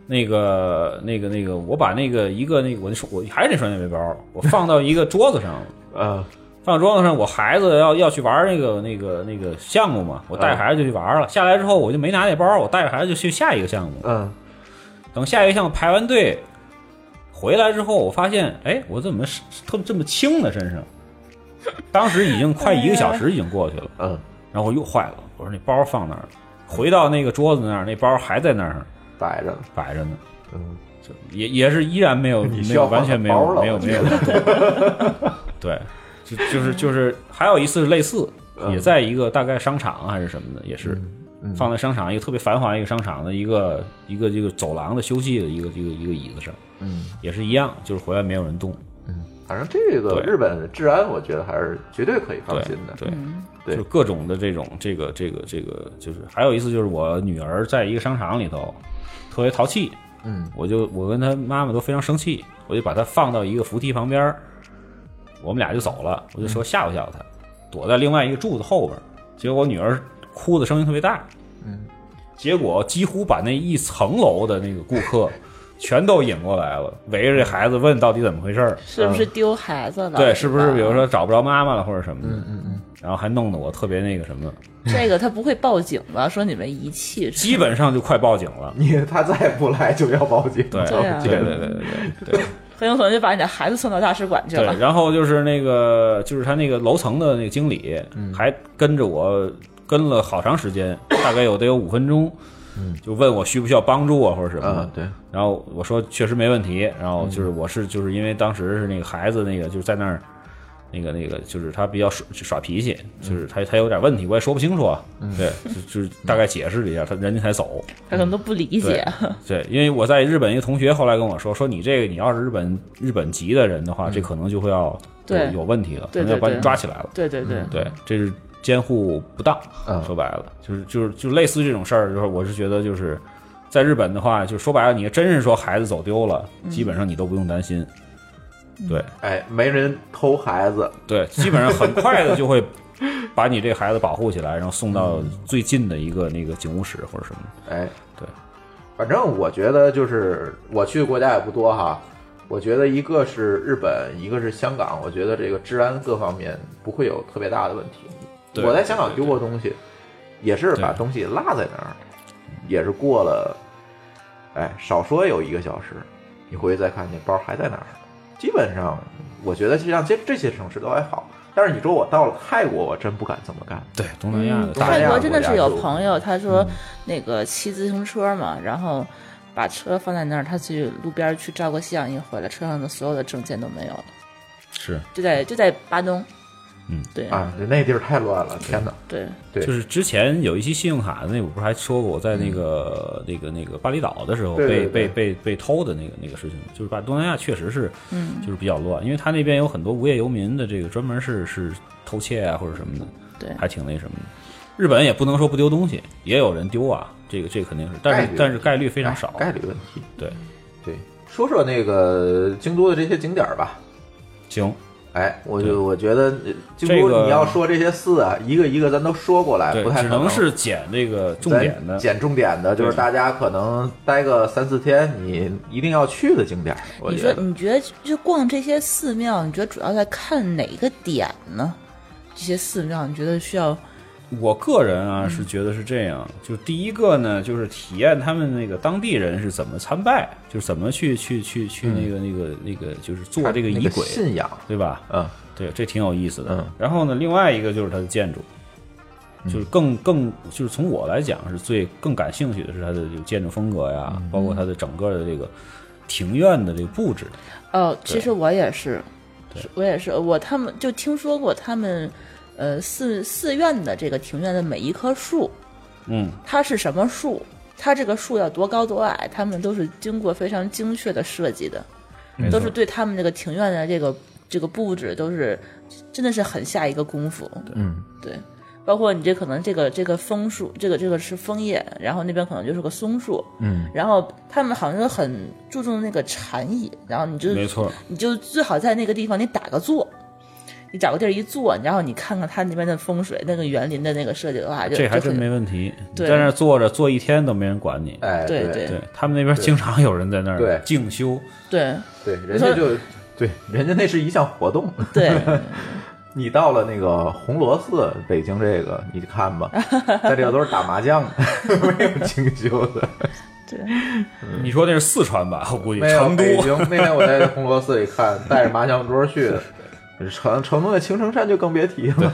[SPEAKER 5] 那个那个那个，我把那个一个那个我那双我还是那双肩背包，我放到一个桌子上 *laughs* 了。
[SPEAKER 3] 呃，
[SPEAKER 5] 放桌子上，我孩子要要去玩那个那个那个项目嘛，我带着孩子就去玩了。下来之后，我就没拿那包，我带着孩子就去下一个项目。
[SPEAKER 3] 嗯，
[SPEAKER 5] 等下一个项目排完队回来之后，我发现，哎，我怎么是特这么轻呢？身上，当时已经快一个小时已经过去了，
[SPEAKER 3] 嗯，
[SPEAKER 5] 然后我又坏了，我说那包放哪儿了？回到那个桌子那儿，那包还在那儿
[SPEAKER 3] 摆着呢，
[SPEAKER 5] 摆着呢，
[SPEAKER 3] 嗯，
[SPEAKER 5] 就也也是依然没有，
[SPEAKER 3] *laughs* 你
[SPEAKER 5] 没
[SPEAKER 3] 需
[SPEAKER 5] 有
[SPEAKER 3] 要
[SPEAKER 5] 完全没有
[SPEAKER 3] 换个包了
[SPEAKER 5] 没有
[SPEAKER 3] 我
[SPEAKER 5] 没有， *laughs* 对，就就是就是还有一次是类似，
[SPEAKER 3] 嗯
[SPEAKER 5] 也在一个大概商场还是什么的，也是。放在商场一个特别繁华一个商场的一个一个这个走廊的休息的一个一个一个椅子上，
[SPEAKER 3] 嗯，
[SPEAKER 5] 也是一样，就是回来没有人动，
[SPEAKER 3] 反正嗯这个
[SPEAKER 5] 对
[SPEAKER 3] 日本的治安，我觉得还是绝对可以放心的，
[SPEAKER 5] 对，
[SPEAKER 4] 嗯
[SPEAKER 3] 对
[SPEAKER 5] 就是各种的这种这个这个这个，就是还有一次就是我女儿在一个商场里头特别淘气，
[SPEAKER 3] 嗯，
[SPEAKER 5] 我就我跟她妈妈都非常生气，我就把她放到一个扶梯旁边儿，我们俩就走了，我就
[SPEAKER 3] 嗯
[SPEAKER 5] 说吓唬吓唬她，躲在另外一个柱子后边儿，结果我女儿哭的声音特别大，
[SPEAKER 3] 嗯，
[SPEAKER 5] 结果几乎把那一层楼的那个顾客全都引过来了，围着这孩子问到底怎么回事儿。
[SPEAKER 4] *laughs* 是不是丢孩子了？
[SPEAKER 5] 对，是不是
[SPEAKER 4] 吧
[SPEAKER 5] 比如说找不着妈妈了或者什么的，
[SPEAKER 3] 嗯嗯，
[SPEAKER 5] 然后还弄得我特别那个什么，
[SPEAKER 4] 这个他不会报警吧？说你们遗弃是吧，
[SPEAKER 5] 基本上就快报警了。
[SPEAKER 3] 你他再不来就要报警，
[SPEAKER 5] 对
[SPEAKER 4] 对啊
[SPEAKER 5] 对对对对对
[SPEAKER 4] 很有可能就把你的孩子送到大使馆去
[SPEAKER 5] 对
[SPEAKER 4] 了。
[SPEAKER 5] 然后就是那个，就是他那个楼层的那个经理，还跟着我跟了好长时间，大概有得有五分钟，就问我需不需要帮助啊或者什么的
[SPEAKER 3] 嗯，。对，
[SPEAKER 5] 然后我说确实没问题，然后就是
[SPEAKER 4] 嗯
[SPEAKER 5] 我是就是因为当时是那个孩子那个就是在那儿，那个那个就是他比较耍耍脾气，
[SPEAKER 4] 嗯
[SPEAKER 5] 就是他他有点问题，我也说不清楚啊，对，就就是大概解释了一下，他人家才走，
[SPEAKER 4] 他可能都不理解，
[SPEAKER 5] 对，嗯因为我在日本一个同学后来跟我说，说你这个你要是日本日本籍的人的话，这可能就会要
[SPEAKER 4] 嗯对
[SPEAKER 5] 有有问题了，
[SPEAKER 4] 对
[SPEAKER 5] 可能
[SPEAKER 4] 对
[SPEAKER 5] 要把你
[SPEAKER 4] 对
[SPEAKER 5] 抓起来了。
[SPEAKER 4] 对对对，
[SPEAKER 5] 对，这是监护不当，
[SPEAKER 3] 嗯
[SPEAKER 5] 说白了就是就是就类似这种事儿，就是我是觉得就是在日本的话，就说白了，你真是说孩子走丢了，
[SPEAKER 4] 嗯
[SPEAKER 5] 基本上你都不用担心，对
[SPEAKER 3] 哎，没人偷孩子，
[SPEAKER 5] 对，基本上很快的就会把你这孩子保护起来，然后送到
[SPEAKER 3] 嗯
[SPEAKER 5] 最近的一个那个警务室或者什么的，
[SPEAKER 3] 哎，
[SPEAKER 5] 对，
[SPEAKER 3] 反正我觉得就是我去的国家也不多哈，我觉得一个是日本，一个是香港，我觉得这个治安各方面不会有特别大的问题。
[SPEAKER 5] 对
[SPEAKER 3] 我在香港丢过东西，也是把
[SPEAKER 5] 对
[SPEAKER 3] 东西落在那儿，也是过了，哎，少说有一个小时，你回去再看那包还在那儿。基本上，我觉得像这这些城市都还好，但是你说我到了泰国，我真不敢这么干。
[SPEAKER 5] 对，东南亚的
[SPEAKER 3] 东
[SPEAKER 5] 大
[SPEAKER 3] 南
[SPEAKER 4] 泰
[SPEAKER 3] 亚
[SPEAKER 4] 嗯国真的是有
[SPEAKER 3] 国家就
[SPEAKER 4] 朋友，他说
[SPEAKER 5] 嗯
[SPEAKER 4] 那个骑自行车嘛，然后把车放在那儿，他去路边去照个相，一回来车上的所有的证件都没有了，
[SPEAKER 5] 是。
[SPEAKER 4] 就在就在巴东，
[SPEAKER 5] 嗯，
[SPEAKER 4] 对
[SPEAKER 3] 啊，那地儿太乱了，天哪！
[SPEAKER 4] 对，
[SPEAKER 3] 对
[SPEAKER 5] 就是之前有一期信用卡的那，我不是还说过我在那个、那个那个巴厘岛的时候被
[SPEAKER 3] 嗯对对对
[SPEAKER 5] 被被被偷的那个那个事情，就是把东南亚确实是，
[SPEAKER 4] 嗯
[SPEAKER 5] 就是比较乱，因为他那边有很多无业游民的这个专门是是偷窃啊或者什么的，
[SPEAKER 4] 对
[SPEAKER 5] 还挺那什么的。日本也不能说不丢东西，也有人丢啊，这个这个肯定是，但
[SPEAKER 3] 概
[SPEAKER 5] 是
[SPEAKER 3] 率哎
[SPEAKER 5] 但是概率非常少，
[SPEAKER 3] 概率问题。
[SPEAKER 5] 对，
[SPEAKER 3] 对，说说那个京都的这些景点儿吧。
[SPEAKER 5] 行，
[SPEAKER 3] 哎，我
[SPEAKER 5] 对
[SPEAKER 3] 就我觉得呃京
[SPEAKER 5] 这
[SPEAKER 3] 都
[SPEAKER 5] 个
[SPEAKER 3] 你要说这些寺啊，一个一个咱都说过来，
[SPEAKER 5] 对
[SPEAKER 3] 不，太可
[SPEAKER 5] 只
[SPEAKER 3] 能
[SPEAKER 5] 能是捡这个重
[SPEAKER 3] 咱
[SPEAKER 5] 点的，
[SPEAKER 3] 捡重点的，就是
[SPEAKER 5] 对
[SPEAKER 3] 大家可能待个三四天，你一定要去的景点儿。我
[SPEAKER 4] 你
[SPEAKER 3] 觉
[SPEAKER 4] 说
[SPEAKER 3] 得
[SPEAKER 4] 你觉得就逛这些寺庙，你觉得主要在看哪个点呢？这些寺庙你觉得需要
[SPEAKER 5] 我个人啊是觉得是这样，就第一个呢，就是体验他们那个当地人是怎么参拜，就是怎么去去去去那个、那个那个，就是做这个
[SPEAKER 3] 那
[SPEAKER 5] 仪轨，
[SPEAKER 3] 信仰，
[SPEAKER 5] 对吧？
[SPEAKER 3] 嗯，
[SPEAKER 5] 对，这挺有意思的。
[SPEAKER 3] 嗯
[SPEAKER 5] 然后呢，另外一个就是它的建筑，就是更更就是从我来讲是最更感兴趣的是它的这个建筑风格呀，包括它的整个的这个庭院的这个布置。
[SPEAKER 4] 哦，其
[SPEAKER 5] 对
[SPEAKER 4] 实我也是，是我也是，我他们就听说过他们，呃，寺寺院的这个庭院的每一棵树，
[SPEAKER 5] 嗯，
[SPEAKER 4] 它是什么树，它这个树要多高多矮，他们都是经过非常精确的设计的，
[SPEAKER 5] 没
[SPEAKER 4] 都
[SPEAKER 5] 错
[SPEAKER 4] 是对他们这个庭院的这个这个布置都是真的是很下一个功夫。
[SPEAKER 3] 嗯，
[SPEAKER 4] 对，包括你这可能这个这个枫树，这个这个是枫叶，然后那边可能就是个松树，
[SPEAKER 3] 嗯，
[SPEAKER 4] 然后他们好像是很注重那个禅意，然后你就
[SPEAKER 5] 没错，
[SPEAKER 4] 你就最好在那个地方你打个坐。你找个地儿一坐，然后你看看它那边的风水，那个园林的那个设计的话，就
[SPEAKER 5] 这还
[SPEAKER 4] 就
[SPEAKER 5] 真
[SPEAKER 4] 很
[SPEAKER 5] 没问题。你
[SPEAKER 4] 对
[SPEAKER 5] 在那儿坐着坐一天都没人管你。
[SPEAKER 3] 哎，
[SPEAKER 4] 对
[SPEAKER 3] 对
[SPEAKER 5] 对他们那边经常有人在那
[SPEAKER 3] 对
[SPEAKER 5] 儿静修，
[SPEAKER 4] 对
[SPEAKER 3] 对，人家就对，人家那是一项活动。 *laughs*
[SPEAKER 4] 对
[SPEAKER 3] 你到了那个红螺寺，北京这个你看吧，在这个都是打麻将的， *laughs* 没有清修的。
[SPEAKER 4] 对，
[SPEAKER 5] 你说那是四川吧？我估计
[SPEAKER 3] 没有
[SPEAKER 5] 成都
[SPEAKER 3] 北
[SPEAKER 5] *laughs*
[SPEAKER 3] 京那天我在红螺寺里看，带着麻将桌去的。成成都的青城山就更别提了，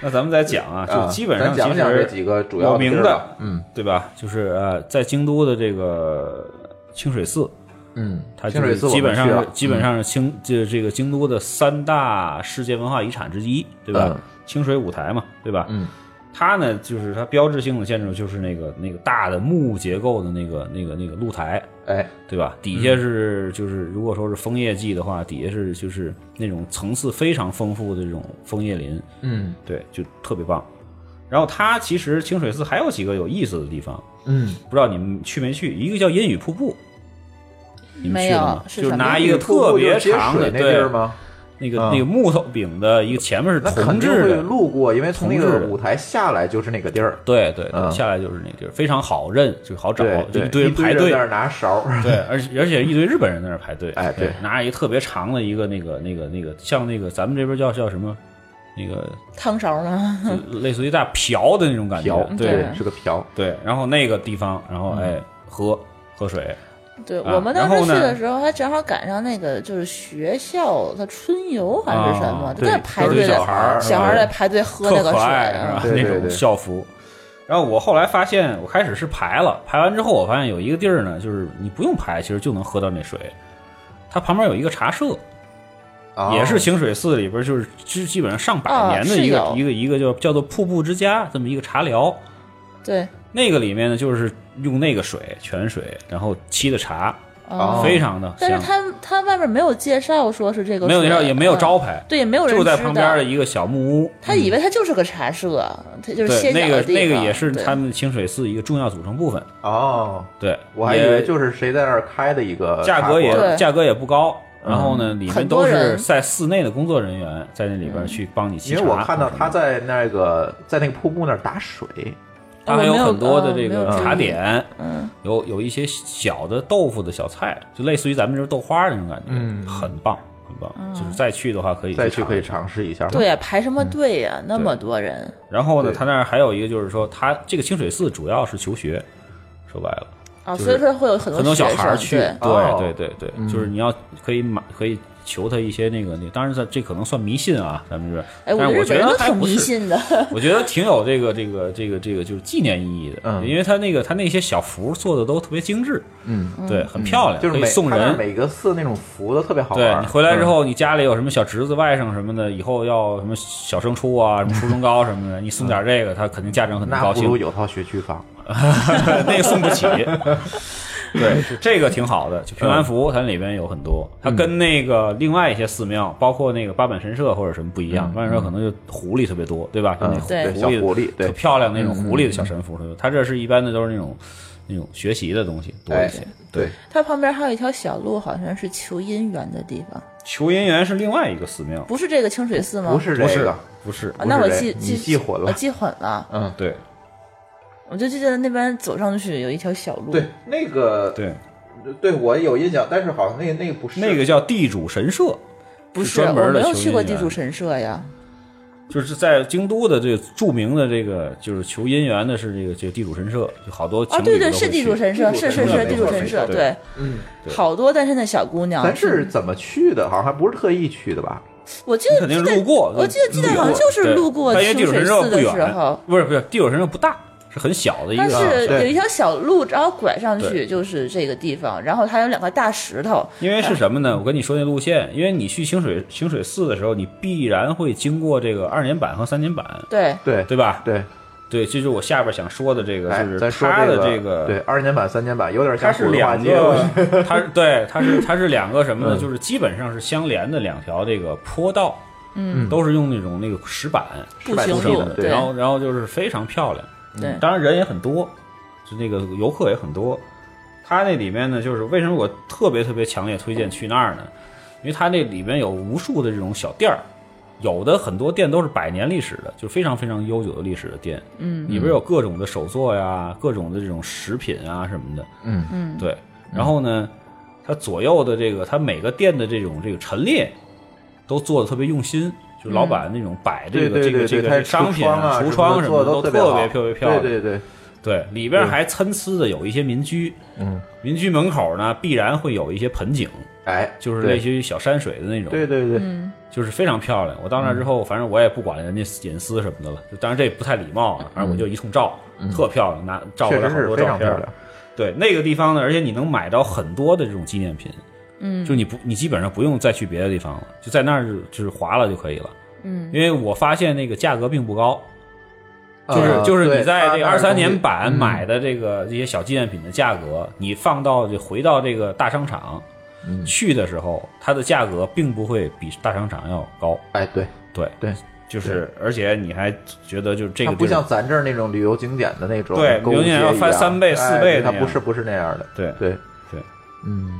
[SPEAKER 5] 那咱们再讲啊，
[SPEAKER 3] 啊
[SPEAKER 5] 就基本上
[SPEAKER 3] 咱讲
[SPEAKER 5] 其实
[SPEAKER 3] 讲这几个主要
[SPEAKER 5] 有名
[SPEAKER 3] 地儿吧嗯，
[SPEAKER 5] 对吧？就是呃，在京都的这个清水寺，
[SPEAKER 3] 嗯，
[SPEAKER 5] 它就
[SPEAKER 3] 清水
[SPEAKER 5] 是
[SPEAKER 3] 寺我
[SPEAKER 5] 基本
[SPEAKER 3] 们
[SPEAKER 5] 上
[SPEAKER 3] 去
[SPEAKER 5] 是
[SPEAKER 3] 了，嗯
[SPEAKER 5] 基本上是清这这个京都的三大世界文化遗产之一，对吧
[SPEAKER 3] 嗯？
[SPEAKER 5] 清水舞台嘛，对吧？
[SPEAKER 3] 嗯，
[SPEAKER 5] 它呢就是它标志性的建筑就是那个那个大的木结构的那个那个那个露台，
[SPEAKER 3] 哎，
[SPEAKER 5] 对吧？底下
[SPEAKER 3] 嗯
[SPEAKER 5] 是就是，如果说是枫叶季的话，底下是就是那种层次非常丰富的这种枫叶林，
[SPEAKER 3] 嗯
[SPEAKER 5] 对，就特别棒。然后它其实清水寺还有几个有意思的地方，
[SPEAKER 3] 嗯，
[SPEAKER 5] 不知道你们去没去？一个叫阴雨瀑布，你们
[SPEAKER 4] 没
[SPEAKER 5] 去了吗
[SPEAKER 4] 有？是
[SPEAKER 5] 就
[SPEAKER 4] 什么
[SPEAKER 5] 拿
[SPEAKER 4] 它
[SPEAKER 5] 一个特别
[SPEAKER 3] 接
[SPEAKER 5] 长
[SPEAKER 3] 水
[SPEAKER 5] 的
[SPEAKER 3] 那地儿
[SPEAKER 5] 对
[SPEAKER 3] 吗？
[SPEAKER 5] 那个
[SPEAKER 3] 啊
[SPEAKER 5] 那个木头柄的一个前面是
[SPEAKER 3] 那肯
[SPEAKER 5] 铜
[SPEAKER 3] 定
[SPEAKER 5] 制
[SPEAKER 3] 会
[SPEAKER 5] 的，
[SPEAKER 3] 路过，因为从那
[SPEAKER 5] 铜制
[SPEAKER 3] 个
[SPEAKER 5] 的
[SPEAKER 3] 舞台下来就是那个地儿，
[SPEAKER 5] 对对，
[SPEAKER 3] 嗯
[SPEAKER 5] 对，下来就是那地儿，非常好认，就好找，就
[SPEAKER 3] 对，
[SPEAKER 5] 堆
[SPEAKER 3] 一
[SPEAKER 5] 人排
[SPEAKER 3] 人
[SPEAKER 5] 队
[SPEAKER 3] 在那儿拿勺儿，
[SPEAKER 5] 对，而且而且一堆日本人在那儿排队，
[SPEAKER 3] 哎对
[SPEAKER 5] 对，拿着一个特别长的一个那个那个那个，像那个咱们这边叫叫什么，那个
[SPEAKER 4] 汤勺呢？
[SPEAKER 5] 就类似于大瓢的那种感
[SPEAKER 3] *laughs*
[SPEAKER 5] 觉
[SPEAKER 3] 瓢，，嗯
[SPEAKER 5] 对
[SPEAKER 3] 是个瓢，
[SPEAKER 5] 对，然后那个地方，然后哎喝喝水，
[SPEAKER 4] *laughs* 对、
[SPEAKER 5] 啊
[SPEAKER 4] 我们当
[SPEAKER 5] 然
[SPEAKER 4] 时
[SPEAKER 5] 后
[SPEAKER 4] 去
[SPEAKER 5] 呢
[SPEAKER 4] 的时候，还正好赶上那个就是学校的春游还是什么，
[SPEAKER 5] 啊
[SPEAKER 4] 都在
[SPEAKER 3] 对
[SPEAKER 4] 排
[SPEAKER 3] 都
[SPEAKER 5] 是
[SPEAKER 4] 队的
[SPEAKER 5] 小孩儿
[SPEAKER 4] 小孩儿在排队喝那
[SPEAKER 5] 特
[SPEAKER 4] 个
[SPEAKER 5] 可
[SPEAKER 4] 水
[SPEAKER 5] 爱是
[SPEAKER 4] 啊
[SPEAKER 5] 吧？
[SPEAKER 3] 对对
[SPEAKER 5] 那
[SPEAKER 3] 对
[SPEAKER 5] 种校服。然后我后来发现，我开始是排了，排完之后我发现有一个地儿呢，就是你不用排，其实就能喝到那水。它旁边有一个茶社，
[SPEAKER 3] 啊
[SPEAKER 5] 也是清水寺里边就是基基本上上百
[SPEAKER 4] 哦
[SPEAKER 5] 年的
[SPEAKER 4] 是
[SPEAKER 5] 一个、
[SPEAKER 4] 有
[SPEAKER 5] 一个一个叫叫做瀑布之家这么一个茶寮。
[SPEAKER 4] 对，
[SPEAKER 5] 那个里面呢，就是用那个水泉水，然后沏的茶，
[SPEAKER 4] 啊
[SPEAKER 3] 哦
[SPEAKER 5] 非常的
[SPEAKER 4] 但
[SPEAKER 5] 香
[SPEAKER 4] 是。他他外面没有介绍说是这个水，
[SPEAKER 5] 没有介绍，也没有
[SPEAKER 4] 啊
[SPEAKER 5] 招牌，
[SPEAKER 4] 对，也没有人
[SPEAKER 5] 就在
[SPEAKER 4] 知
[SPEAKER 5] 旁边
[SPEAKER 4] 道
[SPEAKER 5] 的一个小木屋。嗯
[SPEAKER 4] 他以为他就是个茶社，他就是歇
[SPEAKER 5] 对，
[SPEAKER 4] 脚
[SPEAKER 5] 那
[SPEAKER 4] 的
[SPEAKER 5] 个
[SPEAKER 4] 地方。
[SPEAKER 5] 那个也是
[SPEAKER 4] 对
[SPEAKER 5] 他们清水寺一个重要组成部分。
[SPEAKER 3] 哦，
[SPEAKER 5] 对，
[SPEAKER 3] 我还以
[SPEAKER 5] 也
[SPEAKER 3] 为就是谁在那儿开的一个
[SPEAKER 5] 价格
[SPEAKER 3] 茶馆
[SPEAKER 5] 也
[SPEAKER 4] 对嗯
[SPEAKER 5] 价格也不高。然后呢，里面
[SPEAKER 4] 很
[SPEAKER 5] 都
[SPEAKER 4] 多
[SPEAKER 5] 是
[SPEAKER 4] 人
[SPEAKER 5] 在室内的工作人员在那里边去帮你
[SPEAKER 3] 嗯
[SPEAKER 5] 沏
[SPEAKER 3] 因
[SPEAKER 5] 茶。
[SPEAKER 3] 为我看到他在那个在那个瀑布那儿打水，
[SPEAKER 5] 它还有很多的这个
[SPEAKER 4] 我没有
[SPEAKER 5] 茶点，
[SPEAKER 4] 嗯，
[SPEAKER 5] 有有一些小的豆腐的小菜，就类似于咱们这儿豆花那种感觉，
[SPEAKER 3] 嗯
[SPEAKER 5] 很棒，很棒。
[SPEAKER 4] 嗯
[SPEAKER 5] 就是再去的话可以
[SPEAKER 3] 再去可以
[SPEAKER 5] 尝。
[SPEAKER 3] 尝试一下。
[SPEAKER 4] 对，啊呀，排什么队呀？那么多人，
[SPEAKER 5] 然后呢，
[SPEAKER 3] 对
[SPEAKER 5] 他那儿还有一个就是说，他这个清水寺主要是求学，说白了，
[SPEAKER 4] 啊，
[SPEAKER 5] 就
[SPEAKER 4] 所以
[SPEAKER 5] 是
[SPEAKER 4] 说会有很多
[SPEAKER 5] 很多小
[SPEAKER 4] 学
[SPEAKER 5] 孩儿
[SPEAKER 4] 生
[SPEAKER 5] 去，
[SPEAKER 4] 对
[SPEAKER 5] 对
[SPEAKER 3] 哦
[SPEAKER 5] 对对对，就是你要可以买可以。求他一些那个那，当然这这可能算迷信啊，咱们这，
[SPEAKER 4] 哎，
[SPEAKER 5] 但
[SPEAKER 4] 我觉得日
[SPEAKER 5] 是我觉
[SPEAKER 4] 本人
[SPEAKER 5] 得
[SPEAKER 4] 都
[SPEAKER 5] 还
[SPEAKER 4] 挺
[SPEAKER 5] 不
[SPEAKER 4] 迷
[SPEAKER 5] 是，
[SPEAKER 4] 信的。
[SPEAKER 5] 我觉得挺有这个这个这个这个就是纪念意义的，
[SPEAKER 3] 嗯
[SPEAKER 5] 因为他那个他那些小服做的都特别精致，
[SPEAKER 3] 嗯，
[SPEAKER 5] 对，很漂亮，
[SPEAKER 3] 就是
[SPEAKER 5] 可以
[SPEAKER 3] 每
[SPEAKER 5] 送
[SPEAKER 3] 他那儿
[SPEAKER 5] 人。
[SPEAKER 3] 每个寺那种服的特别好玩
[SPEAKER 5] 对
[SPEAKER 3] 儿。嗯
[SPEAKER 5] 你回来之后，你家里有什么小侄子、外甥什么的，以后要什么小升初啊、什么初中高什么的，你送点这个，他肯定家长
[SPEAKER 3] 嗯，
[SPEAKER 5] 肯定
[SPEAKER 3] *laughs* 那
[SPEAKER 5] 高
[SPEAKER 3] 不
[SPEAKER 5] 兴。
[SPEAKER 3] 如有套学区房。
[SPEAKER 5] *laughs* 那个送不
[SPEAKER 4] *laughs*
[SPEAKER 5] 起。对，这个挺好的，就平安符，
[SPEAKER 4] 嗯
[SPEAKER 5] 它里边有很多，它跟那个另外一些寺庙，包括那个八坂神社或者什么不一样。八坂神社可能就狐狸特别多，对吧？就
[SPEAKER 3] 嗯
[SPEAKER 5] 那
[SPEAKER 4] 嗯
[SPEAKER 5] 狐
[SPEAKER 4] 对嗯
[SPEAKER 5] 狸
[SPEAKER 3] 小狐狸对
[SPEAKER 5] 特漂亮那种狐狸的小神符，它这是一般的都是那种那种学习的东西多一
[SPEAKER 3] 哎
[SPEAKER 5] 些。，
[SPEAKER 3] 对，
[SPEAKER 4] 它旁边还有一条小路，好像是求姻缘的地方，
[SPEAKER 5] 求姻缘是另外一个寺庙，
[SPEAKER 4] 不是这个清水寺吗？
[SPEAKER 3] 不是
[SPEAKER 5] 不
[SPEAKER 3] 这
[SPEAKER 5] 是
[SPEAKER 3] 个，
[SPEAKER 5] 不是，
[SPEAKER 4] 啊，那我
[SPEAKER 3] 不是这
[SPEAKER 4] 记
[SPEAKER 3] 个
[SPEAKER 4] 记
[SPEAKER 3] 你记混了
[SPEAKER 4] 我记混了。
[SPEAKER 3] 嗯，
[SPEAKER 5] 对
[SPEAKER 4] 我就记得那边走上去有一条小路，
[SPEAKER 3] 对，那个
[SPEAKER 5] 对，
[SPEAKER 3] 对我有印象，但是好像那那个不是
[SPEAKER 5] 那个叫地主神社，
[SPEAKER 4] 不
[SPEAKER 5] 是
[SPEAKER 4] 是，
[SPEAKER 5] 专门
[SPEAKER 4] 我
[SPEAKER 5] 的
[SPEAKER 4] 没有
[SPEAKER 5] 求姻
[SPEAKER 4] 去过
[SPEAKER 5] 缘
[SPEAKER 4] 地主神社呀。
[SPEAKER 5] 就是在京都的这个著名的这个就是求姻缘的是这个这个地主神社，就好多情
[SPEAKER 4] 哦，
[SPEAKER 5] 侣
[SPEAKER 4] 对对，
[SPEAKER 5] 都会
[SPEAKER 4] 是地
[SPEAKER 5] 去
[SPEAKER 4] 主神社，
[SPEAKER 3] 地主
[SPEAKER 4] 是
[SPEAKER 3] 神
[SPEAKER 4] 是
[SPEAKER 3] 社
[SPEAKER 4] 是
[SPEAKER 3] 没
[SPEAKER 4] 地主
[SPEAKER 3] 错
[SPEAKER 4] 神
[SPEAKER 3] 没
[SPEAKER 4] 社，
[SPEAKER 5] 错
[SPEAKER 4] 对，
[SPEAKER 3] 嗯，
[SPEAKER 4] 好多单身的小姑娘。
[SPEAKER 3] 咱是怎么去的？好像还不是特意去的吧？
[SPEAKER 4] 我记得
[SPEAKER 5] 你肯定
[SPEAKER 4] 记
[SPEAKER 5] 是
[SPEAKER 4] 得
[SPEAKER 5] 路过，
[SPEAKER 4] 我记得记得好像就是路过
[SPEAKER 5] 对它因为地
[SPEAKER 4] 清
[SPEAKER 5] 主神
[SPEAKER 4] 水
[SPEAKER 5] 社
[SPEAKER 4] 寺
[SPEAKER 5] 不
[SPEAKER 4] 的时
[SPEAKER 5] 远啊
[SPEAKER 4] 候，，
[SPEAKER 5] 不是不是，地主神社不大，是很小的一
[SPEAKER 4] 它
[SPEAKER 5] 个。
[SPEAKER 4] 是
[SPEAKER 3] 对
[SPEAKER 4] 有一条小路，然后拐上
[SPEAKER 5] 对
[SPEAKER 4] 去就是这个地方，然后它有两块大石头，
[SPEAKER 5] 因为是什么呢？我跟你说那路线，因为你去清水清水寺的时候，你必然会经过这个二年坂和三年坂，
[SPEAKER 4] 对
[SPEAKER 3] 对
[SPEAKER 5] 对吧？
[SPEAKER 3] 对，
[SPEAKER 5] 对，这就是我下边想说的这个，
[SPEAKER 3] 哎
[SPEAKER 5] 就，
[SPEAKER 3] 咱
[SPEAKER 5] 是
[SPEAKER 3] 说
[SPEAKER 5] 他的
[SPEAKER 3] 这
[SPEAKER 5] 个
[SPEAKER 3] 对二年版、三年版有点
[SPEAKER 5] 它
[SPEAKER 3] 像
[SPEAKER 5] 是
[SPEAKER 3] 古画
[SPEAKER 5] 两
[SPEAKER 3] 街我觉
[SPEAKER 5] 个， *laughs* 它是对，它是它是两个什么呢？
[SPEAKER 3] 嗯
[SPEAKER 5] 就是基本上是相连的两条这个坡道，
[SPEAKER 4] 嗯
[SPEAKER 5] 都是用那种那个石板
[SPEAKER 4] 步
[SPEAKER 3] 百
[SPEAKER 4] 行
[SPEAKER 3] 步
[SPEAKER 5] 铺
[SPEAKER 3] 行
[SPEAKER 4] 路
[SPEAKER 5] 的，
[SPEAKER 3] 对
[SPEAKER 5] 然后然后就是非常漂亮，
[SPEAKER 4] 对
[SPEAKER 5] 嗯当然人也很多，就那个游客也很多。它那里面呢，就是为什么我特别特别强烈推荐去那儿呢？因为它那里面有无数的这种小店儿，有的很多店都是百年历史的，就非常非常悠久的历史的店。嗯，里边有各种的手作呀，各种的这种食品啊什么的。
[SPEAKER 3] 嗯
[SPEAKER 5] 嗯，对。然后呢，它左右的这个，它每个店的这种这个陈列都做的特别用心。就是老板那种摆这个、
[SPEAKER 3] 对对对
[SPEAKER 5] 这
[SPEAKER 3] 对，
[SPEAKER 5] 个这
[SPEAKER 3] 它
[SPEAKER 5] 个商品
[SPEAKER 3] 啊、
[SPEAKER 5] 橱
[SPEAKER 3] 橱
[SPEAKER 5] 窗什
[SPEAKER 3] 做
[SPEAKER 5] 么
[SPEAKER 3] 的
[SPEAKER 5] 的
[SPEAKER 3] 特
[SPEAKER 5] 特别
[SPEAKER 3] 好
[SPEAKER 5] 特别漂亮。嗯
[SPEAKER 3] 对对对，
[SPEAKER 5] 对，里边
[SPEAKER 3] 对
[SPEAKER 5] 还参差的有一些民居，
[SPEAKER 3] 嗯，
[SPEAKER 5] 民居门口呢必然会有一些盆景，
[SPEAKER 3] 哎，
[SPEAKER 5] 就是
[SPEAKER 3] 对
[SPEAKER 5] 类似于小山水的那种，
[SPEAKER 3] 对，对对，
[SPEAKER 5] 就是非常漂亮。我到那
[SPEAKER 3] 嗯
[SPEAKER 5] 之后，反正我也不管人家隐私什么的了，就当然这不太礼貌啊，反正我就一通照，特漂亮，拿照回
[SPEAKER 3] 嗯确
[SPEAKER 5] 来
[SPEAKER 3] 实
[SPEAKER 5] 好
[SPEAKER 3] 是
[SPEAKER 5] 多
[SPEAKER 3] 非
[SPEAKER 5] 照
[SPEAKER 3] 常
[SPEAKER 5] 片
[SPEAKER 3] 漂
[SPEAKER 5] 儿
[SPEAKER 3] 亮。。
[SPEAKER 5] 对，那个地方呢，而且你能买到很多的这种纪念品，嗯，就你不你基本上不用再去别的地方了，就在那儿就就是划了就可以了，嗯，因为我发现那个价格并不高，就是
[SPEAKER 3] 呃
[SPEAKER 5] 就是
[SPEAKER 3] 对
[SPEAKER 5] 你在
[SPEAKER 3] 它
[SPEAKER 5] 这个
[SPEAKER 3] 那儿
[SPEAKER 5] 二三
[SPEAKER 3] 东西
[SPEAKER 5] 年版
[SPEAKER 3] 嗯
[SPEAKER 5] 买的这个这些小纪念品的价格，你放到这回到这个大商场
[SPEAKER 3] 嗯
[SPEAKER 5] 去的时候，它的价格并不会比大商场要高。
[SPEAKER 3] 哎，对，
[SPEAKER 5] 对
[SPEAKER 3] 对，
[SPEAKER 5] 就是而且你还觉得就是这
[SPEAKER 3] 它
[SPEAKER 5] 个
[SPEAKER 3] 不
[SPEAKER 5] 地儿
[SPEAKER 3] 像咱这儿那种旅游景点的那种
[SPEAKER 5] 对
[SPEAKER 3] 购物
[SPEAKER 5] 旅游景点
[SPEAKER 3] 街
[SPEAKER 5] 要
[SPEAKER 3] 一
[SPEAKER 5] 翻
[SPEAKER 3] 样
[SPEAKER 5] 三倍四
[SPEAKER 3] 哎
[SPEAKER 5] 倍
[SPEAKER 3] 对它
[SPEAKER 5] 那
[SPEAKER 3] 不
[SPEAKER 5] 样
[SPEAKER 3] 是不是那样的。
[SPEAKER 5] 对
[SPEAKER 3] 对
[SPEAKER 5] 对，
[SPEAKER 3] 嗯，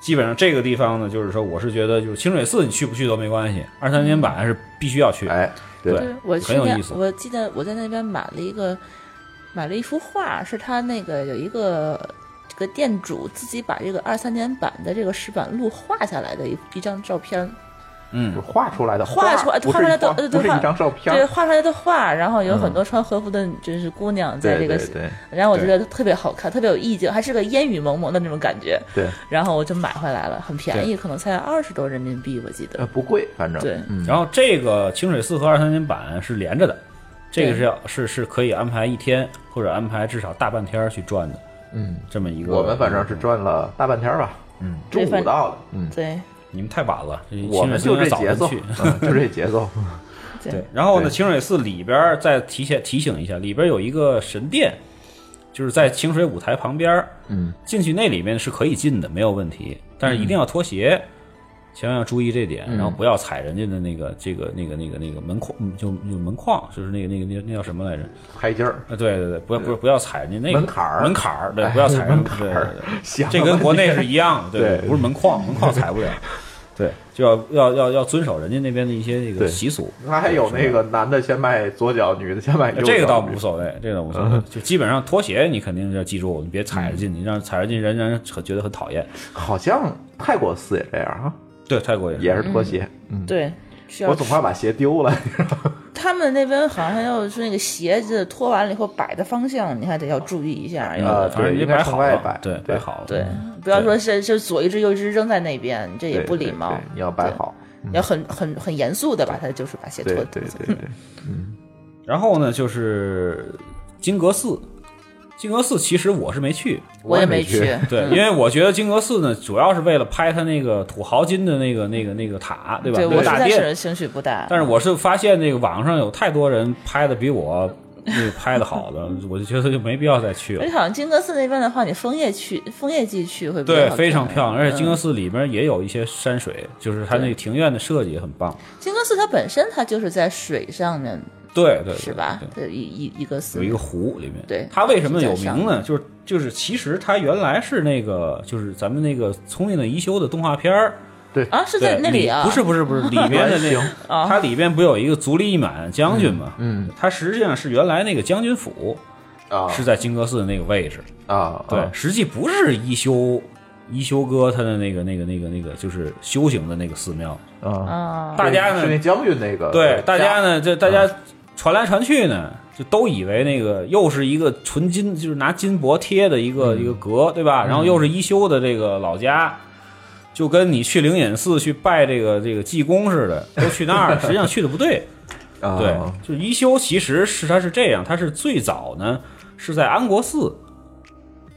[SPEAKER 5] 基本上这个地方呢，就是说我是觉得就是清水寺你去不去都没关系，二三年版是必须要去。
[SPEAKER 3] 哎，对
[SPEAKER 5] 对
[SPEAKER 4] 我去
[SPEAKER 5] 很有
[SPEAKER 4] 那
[SPEAKER 5] 意思，
[SPEAKER 4] 我记得我在那边买了一个，买了一幅画，是他那个有一个这个店主自己把这个二三年版的这个石板路画下来的一一张照片，
[SPEAKER 5] 嗯
[SPEAKER 3] 就，画出来的
[SPEAKER 4] 画出来
[SPEAKER 3] 不是
[SPEAKER 4] 画出来
[SPEAKER 3] 一张
[SPEAKER 4] 的呃
[SPEAKER 3] 不
[SPEAKER 4] 对
[SPEAKER 3] 是
[SPEAKER 4] 画
[SPEAKER 3] 一张照片
[SPEAKER 4] 对，
[SPEAKER 3] 儿，
[SPEAKER 4] 画出来的画，然后有很多穿和服的就是姑娘在这
[SPEAKER 3] 嗯对
[SPEAKER 4] 个，
[SPEAKER 3] 对对
[SPEAKER 4] 然后我觉得特别好看，特别有意境，还是个烟雨蒙蒙的那种感觉，
[SPEAKER 3] 对，
[SPEAKER 4] 然后我就买回来了，很便宜，可能才二十多人民币，我记
[SPEAKER 3] 呃
[SPEAKER 4] 得，
[SPEAKER 3] 不贵，反正
[SPEAKER 4] 对，
[SPEAKER 3] 嗯
[SPEAKER 5] 然后这个清水寺和二三年版是连着的，这个是要是是可以安排一天或者安排至少大半天儿去转的
[SPEAKER 3] 嗯，
[SPEAKER 5] 这么一个。
[SPEAKER 3] 我们反正是转了大半天儿吧，嗯，中
[SPEAKER 4] 对
[SPEAKER 3] 午
[SPEAKER 4] 反
[SPEAKER 3] 到的，嗯，
[SPEAKER 4] 对，
[SPEAKER 5] 你们太晚了，
[SPEAKER 3] 我们就
[SPEAKER 5] 清水
[SPEAKER 3] 这
[SPEAKER 5] 寺应该
[SPEAKER 3] 节
[SPEAKER 5] 早
[SPEAKER 3] 奏
[SPEAKER 5] 晨去。，
[SPEAKER 3] 嗯就这节奏，
[SPEAKER 5] 对，然后呢，
[SPEAKER 3] 对
[SPEAKER 5] 清水寺里边儿再提醒提醒一下，里边儿有一个神殿，就是在清水舞台旁边儿
[SPEAKER 3] 嗯，
[SPEAKER 5] 进去那里面是可以进的，没有问题，但是一定要脱鞋，千万要注意这点，
[SPEAKER 3] 嗯
[SPEAKER 5] 然后不要踩人家的那个这个那个那个那个门框，嗯就就门框，就是那个那个那那叫什么来着？
[SPEAKER 3] 拍劲儿，
[SPEAKER 5] 啊，对对对，不要不要不要踩人家那个
[SPEAKER 3] 门槛儿
[SPEAKER 5] 门槛儿，对，
[SPEAKER 3] 哎
[SPEAKER 5] 不要踩人
[SPEAKER 3] 门槛
[SPEAKER 5] 对
[SPEAKER 3] 儿
[SPEAKER 5] 对对
[SPEAKER 3] *laughs* 想
[SPEAKER 5] 这跟国内是一
[SPEAKER 3] *laughs*
[SPEAKER 5] 样的，
[SPEAKER 3] 对
[SPEAKER 5] 对，
[SPEAKER 3] 对
[SPEAKER 5] 不是门框，门框踩
[SPEAKER 3] *laughs*
[SPEAKER 5] 不了，对，就要要要要遵守人家那边的一些这
[SPEAKER 3] 对
[SPEAKER 5] 个习俗。
[SPEAKER 3] 他还有那个男的先迈左脚，女的先迈右脚，
[SPEAKER 5] 这个倒无所谓，这个倒无所谓，就基本上拖鞋你肯定要记住，你别踩着进去，让踩着进去人让人很觉得很讨厌。
[SPEAKER 3] 好像泰国寺也这样啊，
[SPEAKER 5] 对，泰国也
[SPEAKER 3] 也
[SPEAKER 5] 是，
[SPEAKER 3] 是脱鞋，嗯，
[SPEAKER 4] 对，需要
[SPEAKER 3] 我总怕把鞋丢了，
[SPEAKER 4] 他们那边好像还有是那个鞋子脱完了以后摆的方向，你还得要注意一下，要、
[SPEAKER 3] 啊
[SPEAKER 5] 反正
[SPEAKER 3] 对
[SPEAKER 5] 你
[SPEAKER 3] 应该
[SPEAKER 5] 摆
[SPEAKER 3] 从
[SPEAKER 5] 好
[SPEAKER 3] 外
[SPEAKER 5] 了，
[SPEAKER 3] 摆
[SPEAKER 5] 对，
[SPEAKER 3] 对
[SPEAKER 5] 摆好了，
[SPEAKER 4] 对，不要说是是左一只右一只扔在那边，这也
[SPEAKER 3] 对
[SPEAKER 4] 不
[SPEAKER 3] *laughs* 对
[SPEAKER 4] 礼
[SPEAKER 3] 对
[SPEAKER 4] 貌。
[SPEAKER 3] 你要摆好，
[SPEAKER 5] 嗯
[SPEAKER 4] 对，要很很很严肃的把它就是把鞋脱
[SPEAKER 3] 对
[SPEAKER 4] 脱
[SPEAKER 3] 对
[SPEAKER 4] 走
[SPEAKER 3] 对对，
[SPEAKER 5] 然后呢，就是金阁寺，金阁寺其实我是没去，
[SPEAKER 4] 我也没嗯
[SPEAKER 3] 去，
[SPEAKER 5] 对，因为我觉得金阁寺呢，主要是为了拍它那个土豪金的那个那个那个塔，对吧？
[SPEAKER 4] 对
[SPEAKER 5] 那
[SPEAKER 4] 我
[SPEAKER 5] 个
[SPEAKER 4] 实
[SPEAKER 5] 大
[SPEAKER 4] 在
[SPEAKER 5] 殿
[SPEAKER 4] 是。兴趣不大。
[SPEAKER 5] 但是我是发现那个网上有太多人拍的比我那个拍的好的，我就觉得就没必要再去了
[SPEAKER 4] 而且。好像金阁寺那边的话，你枫叶去枫叶季去会比较
[SPEAKER 5] 对，
[SPEAKER 4] 好
[SPEAKER 5] 非常
[SPEAKER 4] 看
[SPEAKER 5] 漂亮，而且金阁
[SPEAKER 4] 嗯
[SPEAKER 5] 寺里面也有一些山水，就是它那个庭院的设计也很棒。
[SPEAKER 4] 金阁寺它本身它就是在水上面，
[SPEAKER 5] 对对，对
[SPEAKER 4] 是吧
[SPEAKER 5] 对？
[SPEAKER 4] 对，一一一个寺
[SPEAKER 5] 有一个湖里面，
[SPEAKER 4] 对
[SPEAKER 5] 它为什么有
[SPEAKER 4] 是在
[SPEAKER 5] 名呢？就是就是，其实它原来是那个，就是咱们那个《聪明的一休》的动画片儿，
[SPEAKER 4] 啊，是在
[SPEAKER 5] 对
[SPEAKER 4] 那里啊？
[SPEAKER 5] 不是不
[SPEAKER 4] *laughs*
[SPEAKER 5] 是不是，里面的那个，
[SPEAKER 4] 啊
[SPEAKER 5] 它里边不有一个足利义满将军嘛？
[SPEAKER 3] 嗯嗯，
[SPEAKER 5] 它实际上是原来那个将军府
[SPEAKER 3] 啊
[SPEAKER 5] 是在金阁寺的那个位置，
[SPEAKER 3] 啊，
[SPEAKER 5] 对
[SPEAKER 3] 啊，
[SPEAKER 5] 实际不是一休一休哥他的那个那个那个那个就是修行的那个寺庙，
[SPEAKER 3] 啊，
[SPEAKER 4] 啊，
[SPEAKER 5] 大家呢
[SPEAKER 3] 是那将军那个，
[SPEAKER 5] 对，大家呢，这大家传来传去呢，就都以为那个又是一个纯金，就是拿金箔贴的一个、一个阁，对吧？然后又是一休的这个老家，就跟你去灵隐寺去拜这个这个济公似的，都去那儿，实际上去的不对。
[SPEAKER 3] 啊，
[SPEAKER 5] 对，就是一休其实是他是这样，他是最早呢是在安国寺，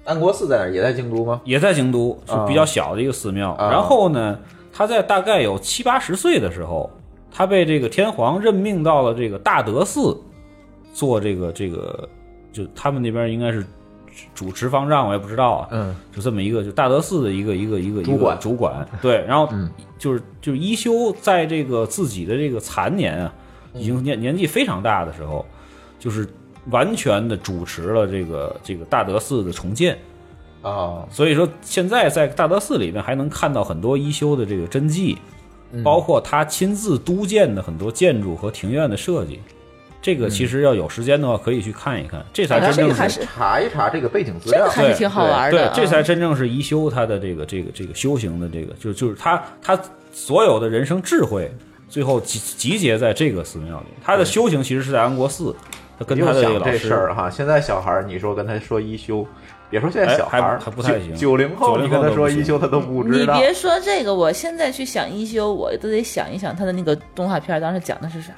[SPEAKER 3] 安国寺在哪儿？也在京都吗？
[SPEAKER 5] 也在京都，是
[SPEAKER 3] 啊
[SPEAKER 5] 比较小的一个寺庙。
[SPEAKER 3] 啊
[SPEAKER 5] 然后呢，他在大概有七八十岁的时候，他被这个天皇任命到了这个大德寺做这个这个，就他们那边应该是主持方丈，我也不知道啊，
[SPEAKER 3] 嗯，
[SPEAKER 5] 就这么一个就大德寺的一个一个一个
[SPEAKER 3] 主管
[SPEAKER 5] 一个主管，对，然后就是就是一休在这个自己的这个残年啊，已经年年纪非常大的时候，就是完全的主持了这个这个大德寺的重建，
[SPEAKER 3] 啊，
[SPEAKER 5] 所以说现在在大德寺里面还能看到很多一休的这个真迹，
[SPEAKER 4] 嗯
[SPEAKER 5] 包括他亲自督建的很多建筑和庭院的设计。这个其实要有时间的话，可以去看一看，这才真
[SPEAKER 4] 嗯这
[SPEAKER 5] 正
[SPEAKER 4] 个还
[SPEAKER 5] 是
[SPEAKER 4] 是
[SPEAKER 3] 查一查这个背景资
[SPEAKER 4] 这
[SPEAKER 3] 料
[SPEAKER 4] 个，还是挺好玩的
[SPEAKER 5] 对
[SPEAKER 4] 啊，，
[SPEAKER 5] 这才真正是一休他的这个这个这个修行的这个，就就是他他所有的人生智慧，最后集集结在这个寺庙里。他的修行其实是在安国寺，他跟他
[SPEAKER 3] 又想
[SPEAKER 5] 的这个老
[SPEAKER 3] 这
[SPEAKER 5] 师
[SPEAKER 3] 事
[SPEAKER 4] 啊
[SPEAKER 3] 儿哈，现在小孩儿，你说跟他说一休，别说现在
[SPEAKER 5] 哎
[SPEAKER 3] 小孩儿，
[SPEAKER 5] 还还不太行
[SPEAKER 3] 九零后，
[SPEAKER 5] 90
[SPEAKER 3] 你跟他
[SPEAKER 5] 后都
[SPEAKER 3] 说
[SPEAKER 5] 不
[SPEAKER 3] 一
[SPEAKER 5] 行
[SPEAKER 3] 休，他都不知
[SPEAKER 4] 你
[SPEAKER 3] 道。
[SPEAKER 4] 别说这个，我现在去想一休，我都得想一想他的那个动画片当时讲的是啥。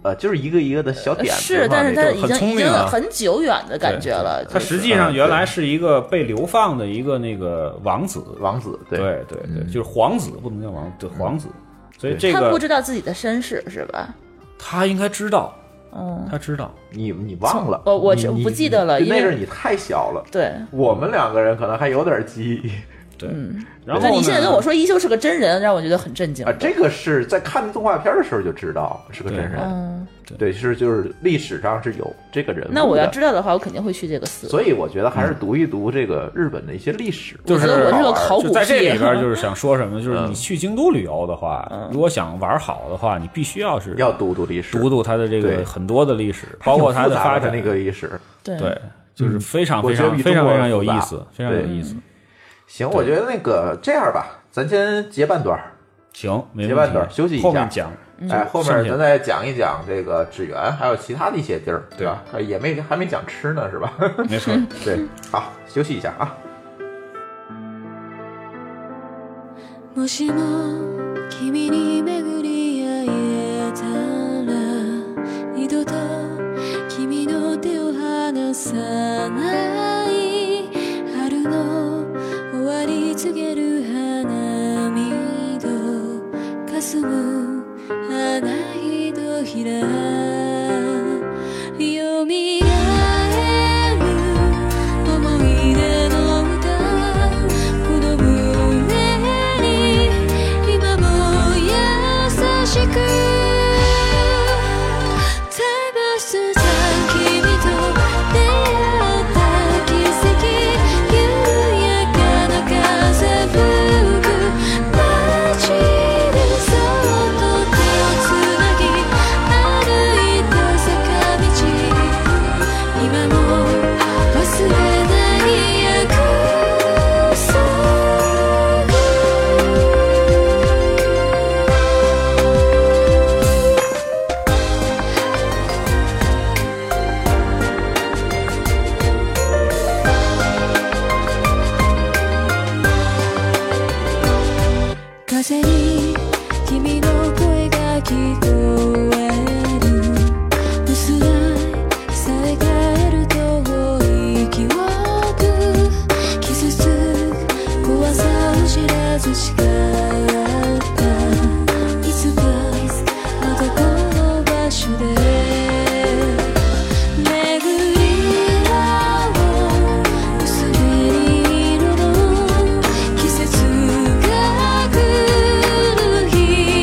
[SPEAKER 3] 呃，就是一个一个的小点子
[SPEAKER 4] 呃是，
[SPEAKER 3] 嘛
[SPEAKER 4] 但是
[SPEAKER 3] 这种
[SPEAKER 4] 他已
[SPEAKER 5] 很
[SPEAKER 4] 经
[SPEAKER 5] 聪
[SPEAKER 4] 已
[SPEAKER 5] 明
[SPEAKER 4] 经
[SPEAKER 5] 啊
[SPEAKER 4] 很久远的感觉了。
[SPEAKER 5] 他
[SPEAKER 4] 就是
[SPEAKER 5] 实际上原来是一个被流放的一个那个王子，
[SPEAKER 3] 王子，
[SPEAKER 5] 对
[SPEAKER 3] 对，
[SPEAKER 5] 对
[SPEAKER 3] 嗯
[SPEAKER 5] 对，就是皇子，不能叫王，对皇子。所以这
[SPEAKER 4] 他不
[SPEAKER 5] 个
[SPEAKER 4] 知道自己的身世是吧？
[SPEAKER 5] 他应该知道，
[SPEAKER 4] 嗯，
[SPEAKER 5] 他知道。
[SPEAKER 3] 你你忘了？
[SPEAKER 4] 我呃我
[SPEAKER 3] 你
[SPEAKER 4] 这
[SPEAKER 3] 你
[SPEAKER 4] 不记得了
[SPEAKER 3] 对
[SPEAKER 4] 因
[SPEAKER 3] 那
[SPEAKER 4] 为
[SPEAKER 3] 阵儿你太小了。
[SPEAKER 4] 对。
[SPEAKER 3] 我们两个人可能还有点记忆
[SPEAKER 5] 对，
[SPEAKER 3] 嗯
[SPEAKER 5] 然
[SPEAKER 4] 对
[SPEAKER 5] 后
[SPEAKER 4] 你现在
[SPEAKER 5] 呢
[SPEAKER 4] 跟我说一休是个真人，让我觉得很震惊
[SPEAKER 3] 啊，。这个是在看动画片的时候就知道是个真人，
[SPEAKER 4] 嗯，
[SPEAKER 3] 对，是就是历史上是有这个人物的。
[SPEAKER 4] 那我要知道的话，我肯定会去这个寺。
[SPEAKER 3] 所以我觉得还是读一读这个日本的一些历史，
[SPEAKER 5] 就是
[SPEAKER 4] 我觉得我是个
[SPEAKER 3] 好玩儿
[SPEAKER 4] 考
[SPEAKER 5] 就
[SPEAKER 4] 古
[SPEAKER 5] 在这
[SPEAKER 4] 屁
[SPEAKER 5] 里边，就是想说什么，就是
[SPEAKER 3] 嗯
[SPEAKER 5] 你去京都旅游的话，如果想玩好的话，你必须要是
[SPEAKER 3] 要读读历史，
[SPEAKER 5] 读读它的这
[SPEAKER 3] 对
[SPEAKER 5] 个很多的历史，包括它
[SPEAKER 3] 它挺复杂
[SPEAKER 5] 发
[SPEAKER 3] 的
[SPEAKER 5] 展
[SPEAKER 3] 那个历史。
[SPEAKER 4] 对
[SPEAKER 5] 对，就是非常
[SPEAKER 3] 我
[SPEAKER 5] 非
[SPEAKER 3] 觉得
[SPEAKER 5] 常
[SPEAKER 3] 比中
[SPEAKER 5] 非常
[SPEAKER 3] 国
[SPEAKER 5] 非常有
[SPEAKER 3] 复杂
[SPEAKER 5] 意思，非常有意思。
[SPEAKER 3] 行，我觉得那个这样吧，咱先结半段儿，
[SPEAKER 5] 行，没
[SPEAKER 3] 结半
[SPEAKER 5] 问
[SPEAKER 3] 段
[SPEAKER 5] 题，
[SPEAKER 3] 休息一下
[SPEAKER 5] 后面讲。
[SPEAKER 4] 嗯
[SPEAKER 3] 哎，后面
[SPEAKER 5] 剩下
[SPEAKER 3] 咱再讲一讲这个纸园，还有其他的一些地儿，对吧？呃也没还没讲吃呢，是吧？ *laughs*
[SPEAKER 5] 没错，
[SPEAKER 3] 对，好，休息一下啊。
[SPEAKER 6] もしも君に巡り会えたら二度と君の手を離さない春の終わり告げる花見と霞む花ひとひらよみがえる思い出の歌この胸に今も優しく Time is the time 君と出会った奇跡緩やかな風吹く街でそっと手をつなぎ歩いた坂道今も忘れない約束風に君の声が聞こえる薄らされ返る遠い記憶傷つく怖さを知らず誓ったいつかまたこの場所で巡り合う薄い色の季節が来る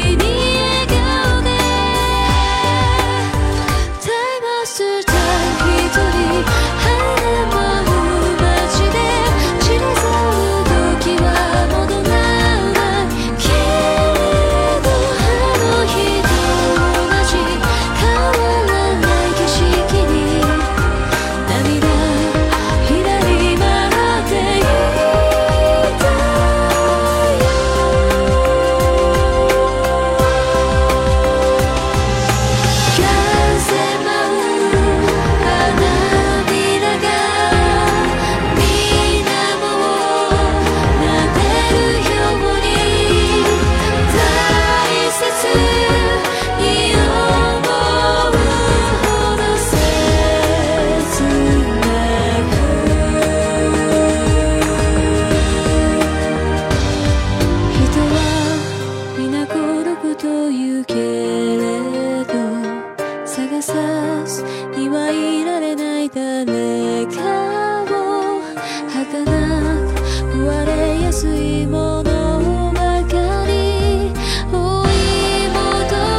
[SPEAKER 6] 安いものばかり追い求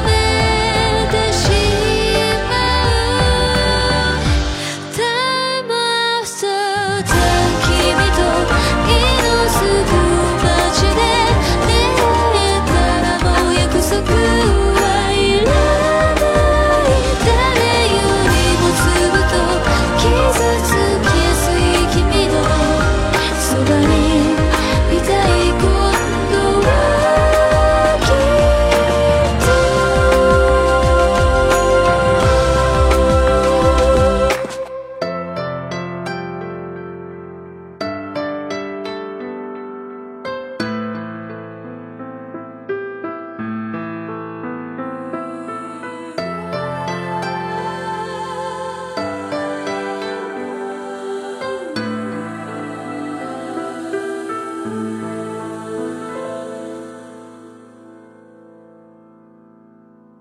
[SPEAKER 6] めてしまう Time after time 君と色づく街で出会えたらもう約束はいらない誰よりもずっと傷つきやすい君のそばにいたい今度はきっと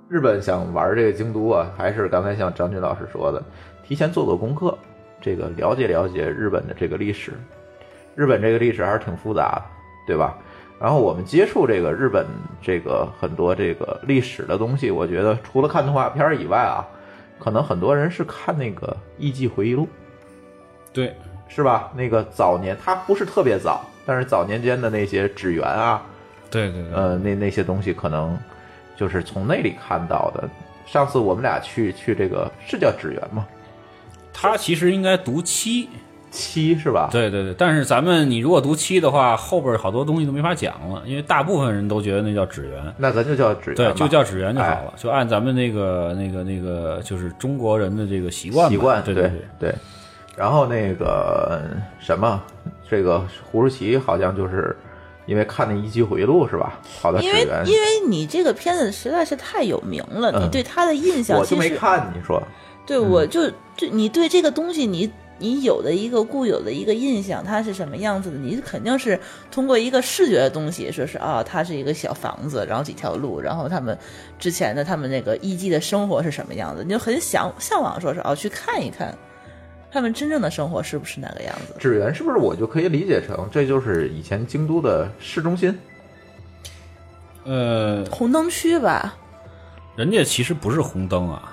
[SPEAKER 3] 日本想玩这个京都啊，还是刚才像张军老师说的，提前做做功课，这个了解了解日本的这个历史。日本这个历史还是挺复杂的，对吧？然后我们接触这个日本这个很多这个历史的东西，我觉得除了看动画片儿以外啊，可能很多人是看那个《艺伎回忆录》，
[SPEAKER 5] 对，
[SPEAKER 3] 是吧？那个早年它不是特别早，但是早年间的那些纸鸢啊，
[SPEAKER 5] 对对对，
[SPEAKER 3] 呃，那那些东西可能就是从那里看到的。上次我们俩去去这个是叫纸鸢吗？
[SPEAKER 5] 他其实应该读七，
[SPEAKER 3] 七是吧？
[SPEAKER 5] 对对对，但是咱们你如果读七的话，后边好多东西都没法讲了，因为大部分人都觉得那叫纸鸢，
[SPEAKER 3] 那咱就叫纸鸢
[SPEAKER 5] 对
[SPEAKER 3] 吧，，哎
[SPEAKER 5] 就叫纸鸢就好了，就按咱们那个那个那个，就是中国人的这个习惯吧
[SPEAKER 3] 习惯，
[SPEAKER 5] 对
[SPEAKER 3] 对
[SPEAKER 5] 对。
[SPEAKER 3] 然后那个什么，这个胡舒淇好像就是因为看那《一期回忆录》是吧？跑到纸
[SPEAKER 4] 因为
[SPEAKER 3] 鸢，
[SPEAKER 4] 因为你这个片子实在是太有名了，
[SPEAKER 3] 嗯
[SPEAKER 4] 你对他的印象
[SPEAKER 3] 我就
[SPEAKER 4] 其
[SPEAKER 3] 没
[SPEAKER 4] 实
[SPEAKER 3] 看，你说
[SPEAKER 4] 对我就就你对这个东西你。你有的一个固有的一个印象，它是什么样子的？你肯定是通过一个视觉的东西，说是啊，它是一个小房子，然后几条路，然后他们之前的他们那个艺妓的生活是什么样子，你就很想向往，说是啊，去看一看他们真正的生活是不是那个样子。
[SPEAKER 3] 纸鸢是不是我就可以理解成这就是以前京都的市中心？
[SPEAKER 5] 呃，
[SPEAKER 4] 红灯区吧，
[SPEAKER 5] 人家其实不是红灯啊，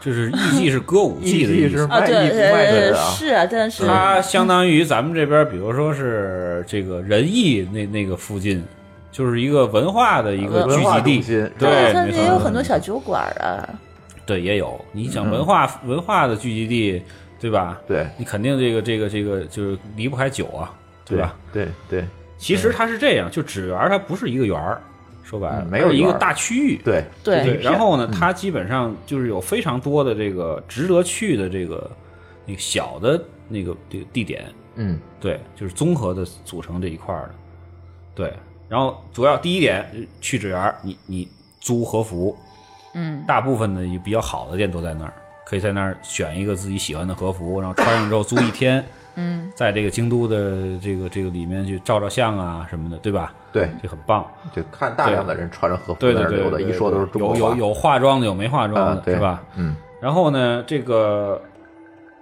[SPEAKER 5] 就是艺妓是歌舞
[SPEAKER 3] *laughs*
[SPEAKER 5] 伎的
[SPEAKER 3] 艺
[SPEAKER 5] 意
[SPEAKER 3] 是
[SPEAKER 5] 思。
[SPEAKER 4] 啊，
[SPEAKER 3] 卖
[SPEAKER 4] 对，
[SPEAKER 3] 艺不卖
[SPEAKER 4] 呃
[SPEAKER 3] 的啊，
[SPEAKER 4] 是啊，但是
[SPEAKER 5] 它相当于咱们这边，比如说是这个仁义那那个附近，就是一个文化的一个
[SPEAKER 4] 文
[SPEAKER 5] 聚
[SPEAKER 3] 化中
[SPEAKER 5] 集地
[SPEAKER 3] 心，
[SPEAKER 5] 对，
[SPEAKER 4] 但
[SPEAKER 5] 没
[SPEAKER 4] 是
[SPEAKER 5] 错
[SPEAKER 4] 也有很多小酒馆啊，
[SPEAKER 5] 对也有。你想
[SPEAKER 3] 嗯
[SPEAKER 5] 文化、文化的聚集地，对吧？
[SPEAKER 3] 对
[SPEAKER 5] 你肯定这个这个这个就是离不开酒啊，对吧？？
[SPEAKER 3] 对对
[SPEAKER 5] 其实它是这样，就纸园儿它不是一个园儿，说白了
[SPEAKER 3] 嗯没有
[SPEAKER 5] 它是一
[SPEAKER 3] 园
[SPEAKER 5] 个
[SPEAKER 3] 儿
[SPEAKER 5] 大区域，
[SPEAKER 3] 对啊嗯
[SPEAKER 4] 对
[SPEAKER 5] 对，然后呢，它基本上就是有非常多的这个值得去的这个那个小的那个这个地点，
[SPEAKER 3] 嗯，
[SPEAKER 5] 对，就是综合的组成这一块儿的，对。然后主要第一点，呃去纸园儿，你你租和服，
[SPEAKER 4] 嗯，
[SPEAKER 5] 大部分的也比较好的店都在那儿，可以在那儿选一个自己喜欢的和服，然后穿上之后租一天，嗯， *laughs* 在这个京都的这个这个里面去照照相啊什么的，对吧？
[SPEAKER 3] 对，
[SPEAKER 5] 这很棒。
[SPEAKER 3] 就看大量的人穿着和服在
[SPEAKER 5] 对
[SPEAKER 3] 那
[SPEAKER 5] 对
[SPEAKER 3] 儿
[SPEAKER 5] 对
[SPEAKER 3] 溜达，
[SPEAKER 5] 对
[SPEAKER 3] 一说都是中国
[SPEAKER 5] 有
[SPEAKER 3] 话，
[SPEAKER 5] 有有化妆的，有没化妆
[SPEAKER 3] 啊，
[SPEAKER 5] 的，
[SPEAKER 3] 对
[SPEAKER 5] 是吧？？
[SPEAKER 3] 嗯，
[SPEAKER 5] 然后呢，这个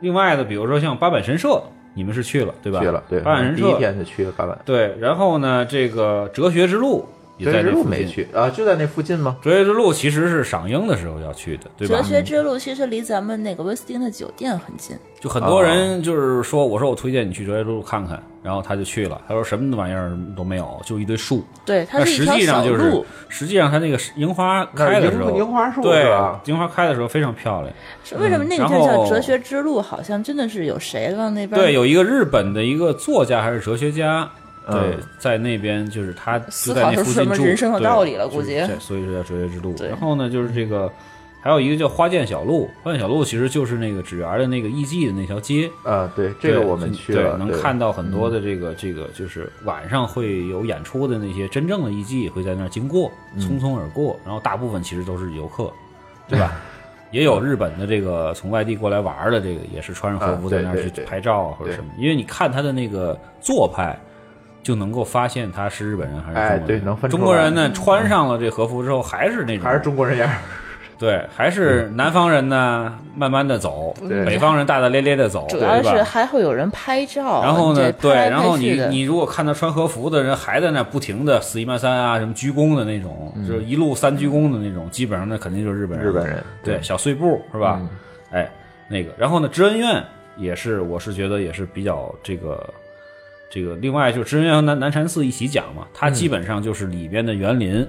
[SPEAKER 5] 另外的，比如说像八坂神社，你们是去了对吧？
[SPEAKER 3] 去了，对，
[SPEAKER 5] 八坂神
[SPEAKER 3] 第一
[SPEAKER 5] 社。
[SPEAKER 3] 天就去了八坂，
[SPEAKER 5] 对，然后呢，这个哲学之路也
[SPEAKER 3] 哲
[SPEAKER 5] 在
[SPEAKER 3] 学之
[SPEAKER 5] 这
[SPEAKER 3] 路
[SPEAKER 5] 附
[SPEAKER 3] 没
[SPEAKER 5] 近。
[SPEAKER 3] 去啊，就在那附近吗？
[SPEAKER 5] 哲学之路其实是赏樱的时候要去的，对吧？
[SPEAKER 4] 哲学之路其实离咱们那个威斯汀的酒店很近，
[SPEAKER 5] 就很多人就是说，我说我推荐你去哲学之路看看，然后他就去了，他说什么玩意儿都没有，就一堆树。
[SPEAKER 4] 对，它
[SPEAKER 5] 那
[SPEAKER 4] 是
[SPEAKER 5] 实
[SPEAKER 4] 一条
[SPEAKER 5] 际上
[SPEAKER 4] 小
[SPEAKER 5] 就是
[SPEAKER 4] 路，，
[SPEAKER 5] 实际上它那个樱花开的时
[SPEAKER 3] 那
[SPEAKER 5] 候，
[SPEAKER 3] 是樱樱花树
[SPEAKER 5] 对
[SPEAKER 3] 是吧，
[SPEAKER 5] 樱花开的时候非常漂亮。
[SPEAKER 4] 是为什么那个
[SPEAKER 5] 嗯然
[SPEAKER 4] 地儿叫
[SPEAKER 5] 后
[SPEAKER 4] 哲学之路？好像真的是有谁往那边
[SPEAKER 5] 对，有一个日本的一个作家还是哲学家，
[SPEAKER 3] 嗯
[SPEAKER 5] 对，在那边就是他就
[SPEAKER 4] 思
[SPEAKER 5] 在
[SPEAKER 4] 考
[SPEAKER 5] 那
[SPEAKER 4] 出
[SPEAKER 5] 附
[SPEAKER 4] 什
[SPEAKER 5] 近
[SPEAKER 4] 么
[SPEAKER 5] 住，
[SPEAKER 4] 人生的
[SPEAKER 5] 对
[SPEAKER 4] 道理了
[SPEAKER 5] 就
[SPEAKER 4] 估
[SPEAKER 5] 是
[SPEAKER 4] 计
[SPEAKER 5] 对所以说叫哲学之路。
[SPEAKER 4] 对
[SPEAKER 5] 然后呢，就是这个还有一个叫花见小路，花见小路其实就是那个纸园的那个艺妓的那条街。
[SPEAKER 3] 啊，对，这个
[SPEAKER 5] 对
[SPEAKER 3] 我们
[SPEAKER 5] 就
[SPEAKER 3] 去
[SPEAKER 5] 对
[SPEAKER 3] 了，
[SPEAKER 5] 能
[SPEAKER 3] 对嗯
[SPEAKER 5] 看到很多的这个、这个，就是晚上会有演出的那些真正的艺妓会在那儿经过，
[SPEAKER 3] 嗯
[SPEAKER 5] 匆匆而过，然后大部分其实都是游客，对
[SPEAKER 3] *laughs*
[SPEAKER 5] 吧？也
[SPEAKER 3] 嗯
[SPEAKER 5] 有日本的这个从外地过来玩儿的，这个也是穿上和服
[SPEAKER 3] 啊
[SPEAKER 5] 在
[SPEAKER 3] 对
[SPEAKER 5] 那儿
[SPEAKER 3] 对
[SPEAKER 5] 去
[SPEAKER 3] 对
[SPEAKER 5] 拍照啊或者
[SPEAKER 3] 对
[SPEAKER 5] 什么，因为你看他的那个做派。就能够发现他是日本人还是中国
[SPEAKER 3] 哎
[SPEAKER 5] 人。
[SPEAKER 3] 对能分出
[SPEAKER 5] 中国人
[SPEAKER 3] 来
[SPEAKER 5] 呢，穿上了这和服之后还是那种
[SPEAKER 3] 还是中国人样儿，
[SPEAKER 5] 对，还是南方人呢，慢慢的走；
[SPEAKER 3] 对
[SPEAKER 5] 北方人大大咧咧的走，
[SPEAKER 4] 主要
[SPEAKER 5] 对
[SPEAKER 4] 是
[SPEAKER 5] 吧？
[SPEAKER 4] 还会有人拍照，
[SPEAKER 5] 然后呢，
[SPEAKER 4] 这
[SPEAKER 5] 对，
[SPEAKER 4] 拍来
[SPEAKER 5] 然后
[SPEAKER 4] 拍去
[SPEAKER 5] 你
[SPEAKER 4] 的
[SPEAKER 5] 你如果看到穿和服的人还在那不停的死一慢三啊，什么鞠躬的那种，就是一路三鞠躬的那种，基本上那肯定就是日本人。
[SPEAKER 3] 日本人嗯
[SPEAKER 5] 对，小碎步是吧？哎，那个，然后呢，知恩院也是，我是觉得也是比较这个。这个另外就是知恩院和南南禅寺一起讲嘛，它基本上就是里边的园林，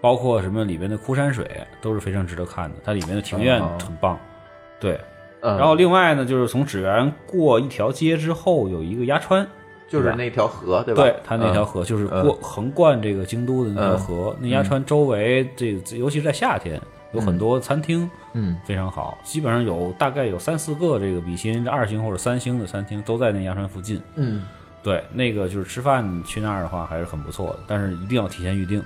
[SPEAKER 5] 包括什么里边的枯山水都是非常值得看的，它里面的庭院
[SPEAKER 3] 哦
[SPEAKER 5] 很棒，对。
[SPEAKER 3] 嗯，
[SPEAKER 5] 然后另外呢，就是从纸园过一条街之后，有一个鸭川，
[SPEAKER 3] 就是那条河，对吧？
[SPEAKER 5] 对，它那条河就是
[SPEAKER 3] 嗯
[SPEAKER 5] 过横贯这个京都的那条
[SPEAKER 3] 嗯
[SPEAKER 5] 河。那鸭川周围，这尤其是在夏天，有很多餐厅，
[SPEAKER 3] 嗯，
[SPEAKER 5] 非常好，基本上有大概有三四个这个比心二星或者三星的餐厅都在那鸭川附近。
[SPEAKER 3] 嗯，
[SPEAKER 5] 对，那个就是吃饭去那儿的话还是很不错的，但是一定要提前预定。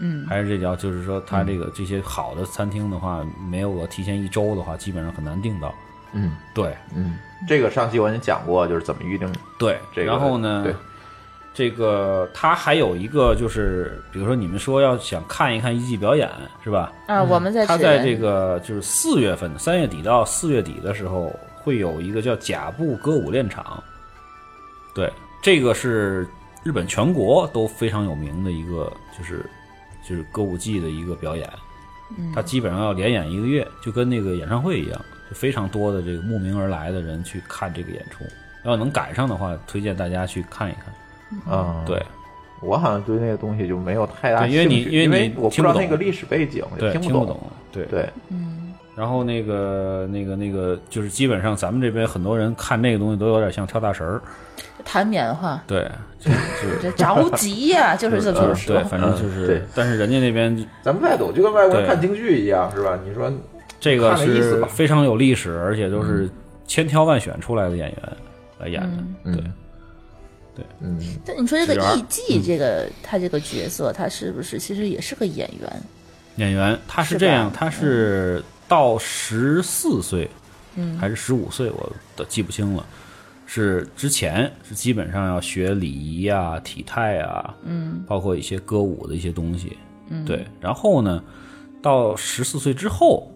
[SPEAKER 5] 嗯，还是这条，就是说它这个这些好的餐厅的话，没有个提前一周的话，基本上很难订到。
[SPEAKER 3] 嗯
[SPEAKER 5] 对，
[SPEAKER 3] 嗯，这个上期我已经讲过，就是怎么预定
[SPEAKER 5] 对，
[SPEAKER 3] 这个。
[SPEAKER 5] 然后呢
[SPEAKER 3] 对，，
[SPEAKER 5] 这个它还有一个就是，比如说你们说要想看一看艺伎表演是吧？
[SPEAKER 4] 啊，我们在
[SPEAKER 5] 它
[SPEAKER 4] 指
[SPEAKER 5] 在
[SPEAKER 4] 纹
[SPEAKER 5] 这个就是四月份，三月底到四月底的时候，会有一个叫甲部歌舞练场。对，这个是日本全国都非常有名的一个，就是就是歌舞伎的一个表演。它基本上要连演一个月，就跟那个演唱会一样，就非常多的这个慕名而来的人去看这个演出。要能赶上的话，推荐大家去看一看。
[SPEAKER 3] 嗯，
[SPEAKER 5] 对，
[SPEAKER 3] 我好像对那个东西就没有太大
[SPEAKER 5] 对
[SPEAKER 3] 兴
[SPEAKER 5] 因为你
[SPEAKER 3] 趣
[SPEAKER 5] 因为
[SPEAKER 3] 因
[SPEAKER 5] 你
[SPEAKER 3] 我不知
[SPEAKER 5] 听不
[SPEAKER 3] 道
[SPEAKER 5] 懂
[SPEAKER 3] 那个历史背景，也
[SPEAKER 5] 对，听
[SPEAKER 3] 不
[SPEAKER 5] 懂。，对。
[SPEAKER 3] 对，
[SPEAKER 5] 然后那个那个那个，就是基本上咱们这边很多人看那个东西都有点像跳大神儿，
[SPEAKER 4] 谈棉花，
[SPEAKER 5] 对， *laughs* 就
[SPEAKER 4] 这着急呀、就是这么
[SPEAKER 5] 是呃
[SPEAKER 4] 说
[SPEAKER 5] 对，。反正就
[SPEAKER 3] 嗯
[SPEAKER 5] 是，
[SPEAKER 3] 对
[SPEAKER 5] 但是人家那边
[SPEAKER 3] 咱们外头就跟外国人
[SPEAKER 5] 对
[SPEAKER 3] 看京剧一样，是吧？你说
[SPEAKER 5] 这个
[SPEAKER 3] 看个意思
[SPEAKER 5] 是
[SPEAKER 3] 吧
[SPEAKER 5] 非常有历史，而且都是千挑万选出来的演员来演的，对，
[SPEAKER 4] 但你说这个
[SPEAKER 5] 职员
[SPEAKER 4] 艺伎，这个他这个角色，他是不是其实也是个演员？
[SPEAKER 5] 演员他是嗯
[SPEAKER 4] 是
[SPEAKER 5] 这样，
[SPEAKER 4] 吧
[SPEAKER 5] 他是到十四岁，还是十五岁，我都记不清了。是之前是基本上要学礼仪啊、体态啊，嗯，包括一些歌舞的一些东西，嗯，对。然后呢，到十四岁之后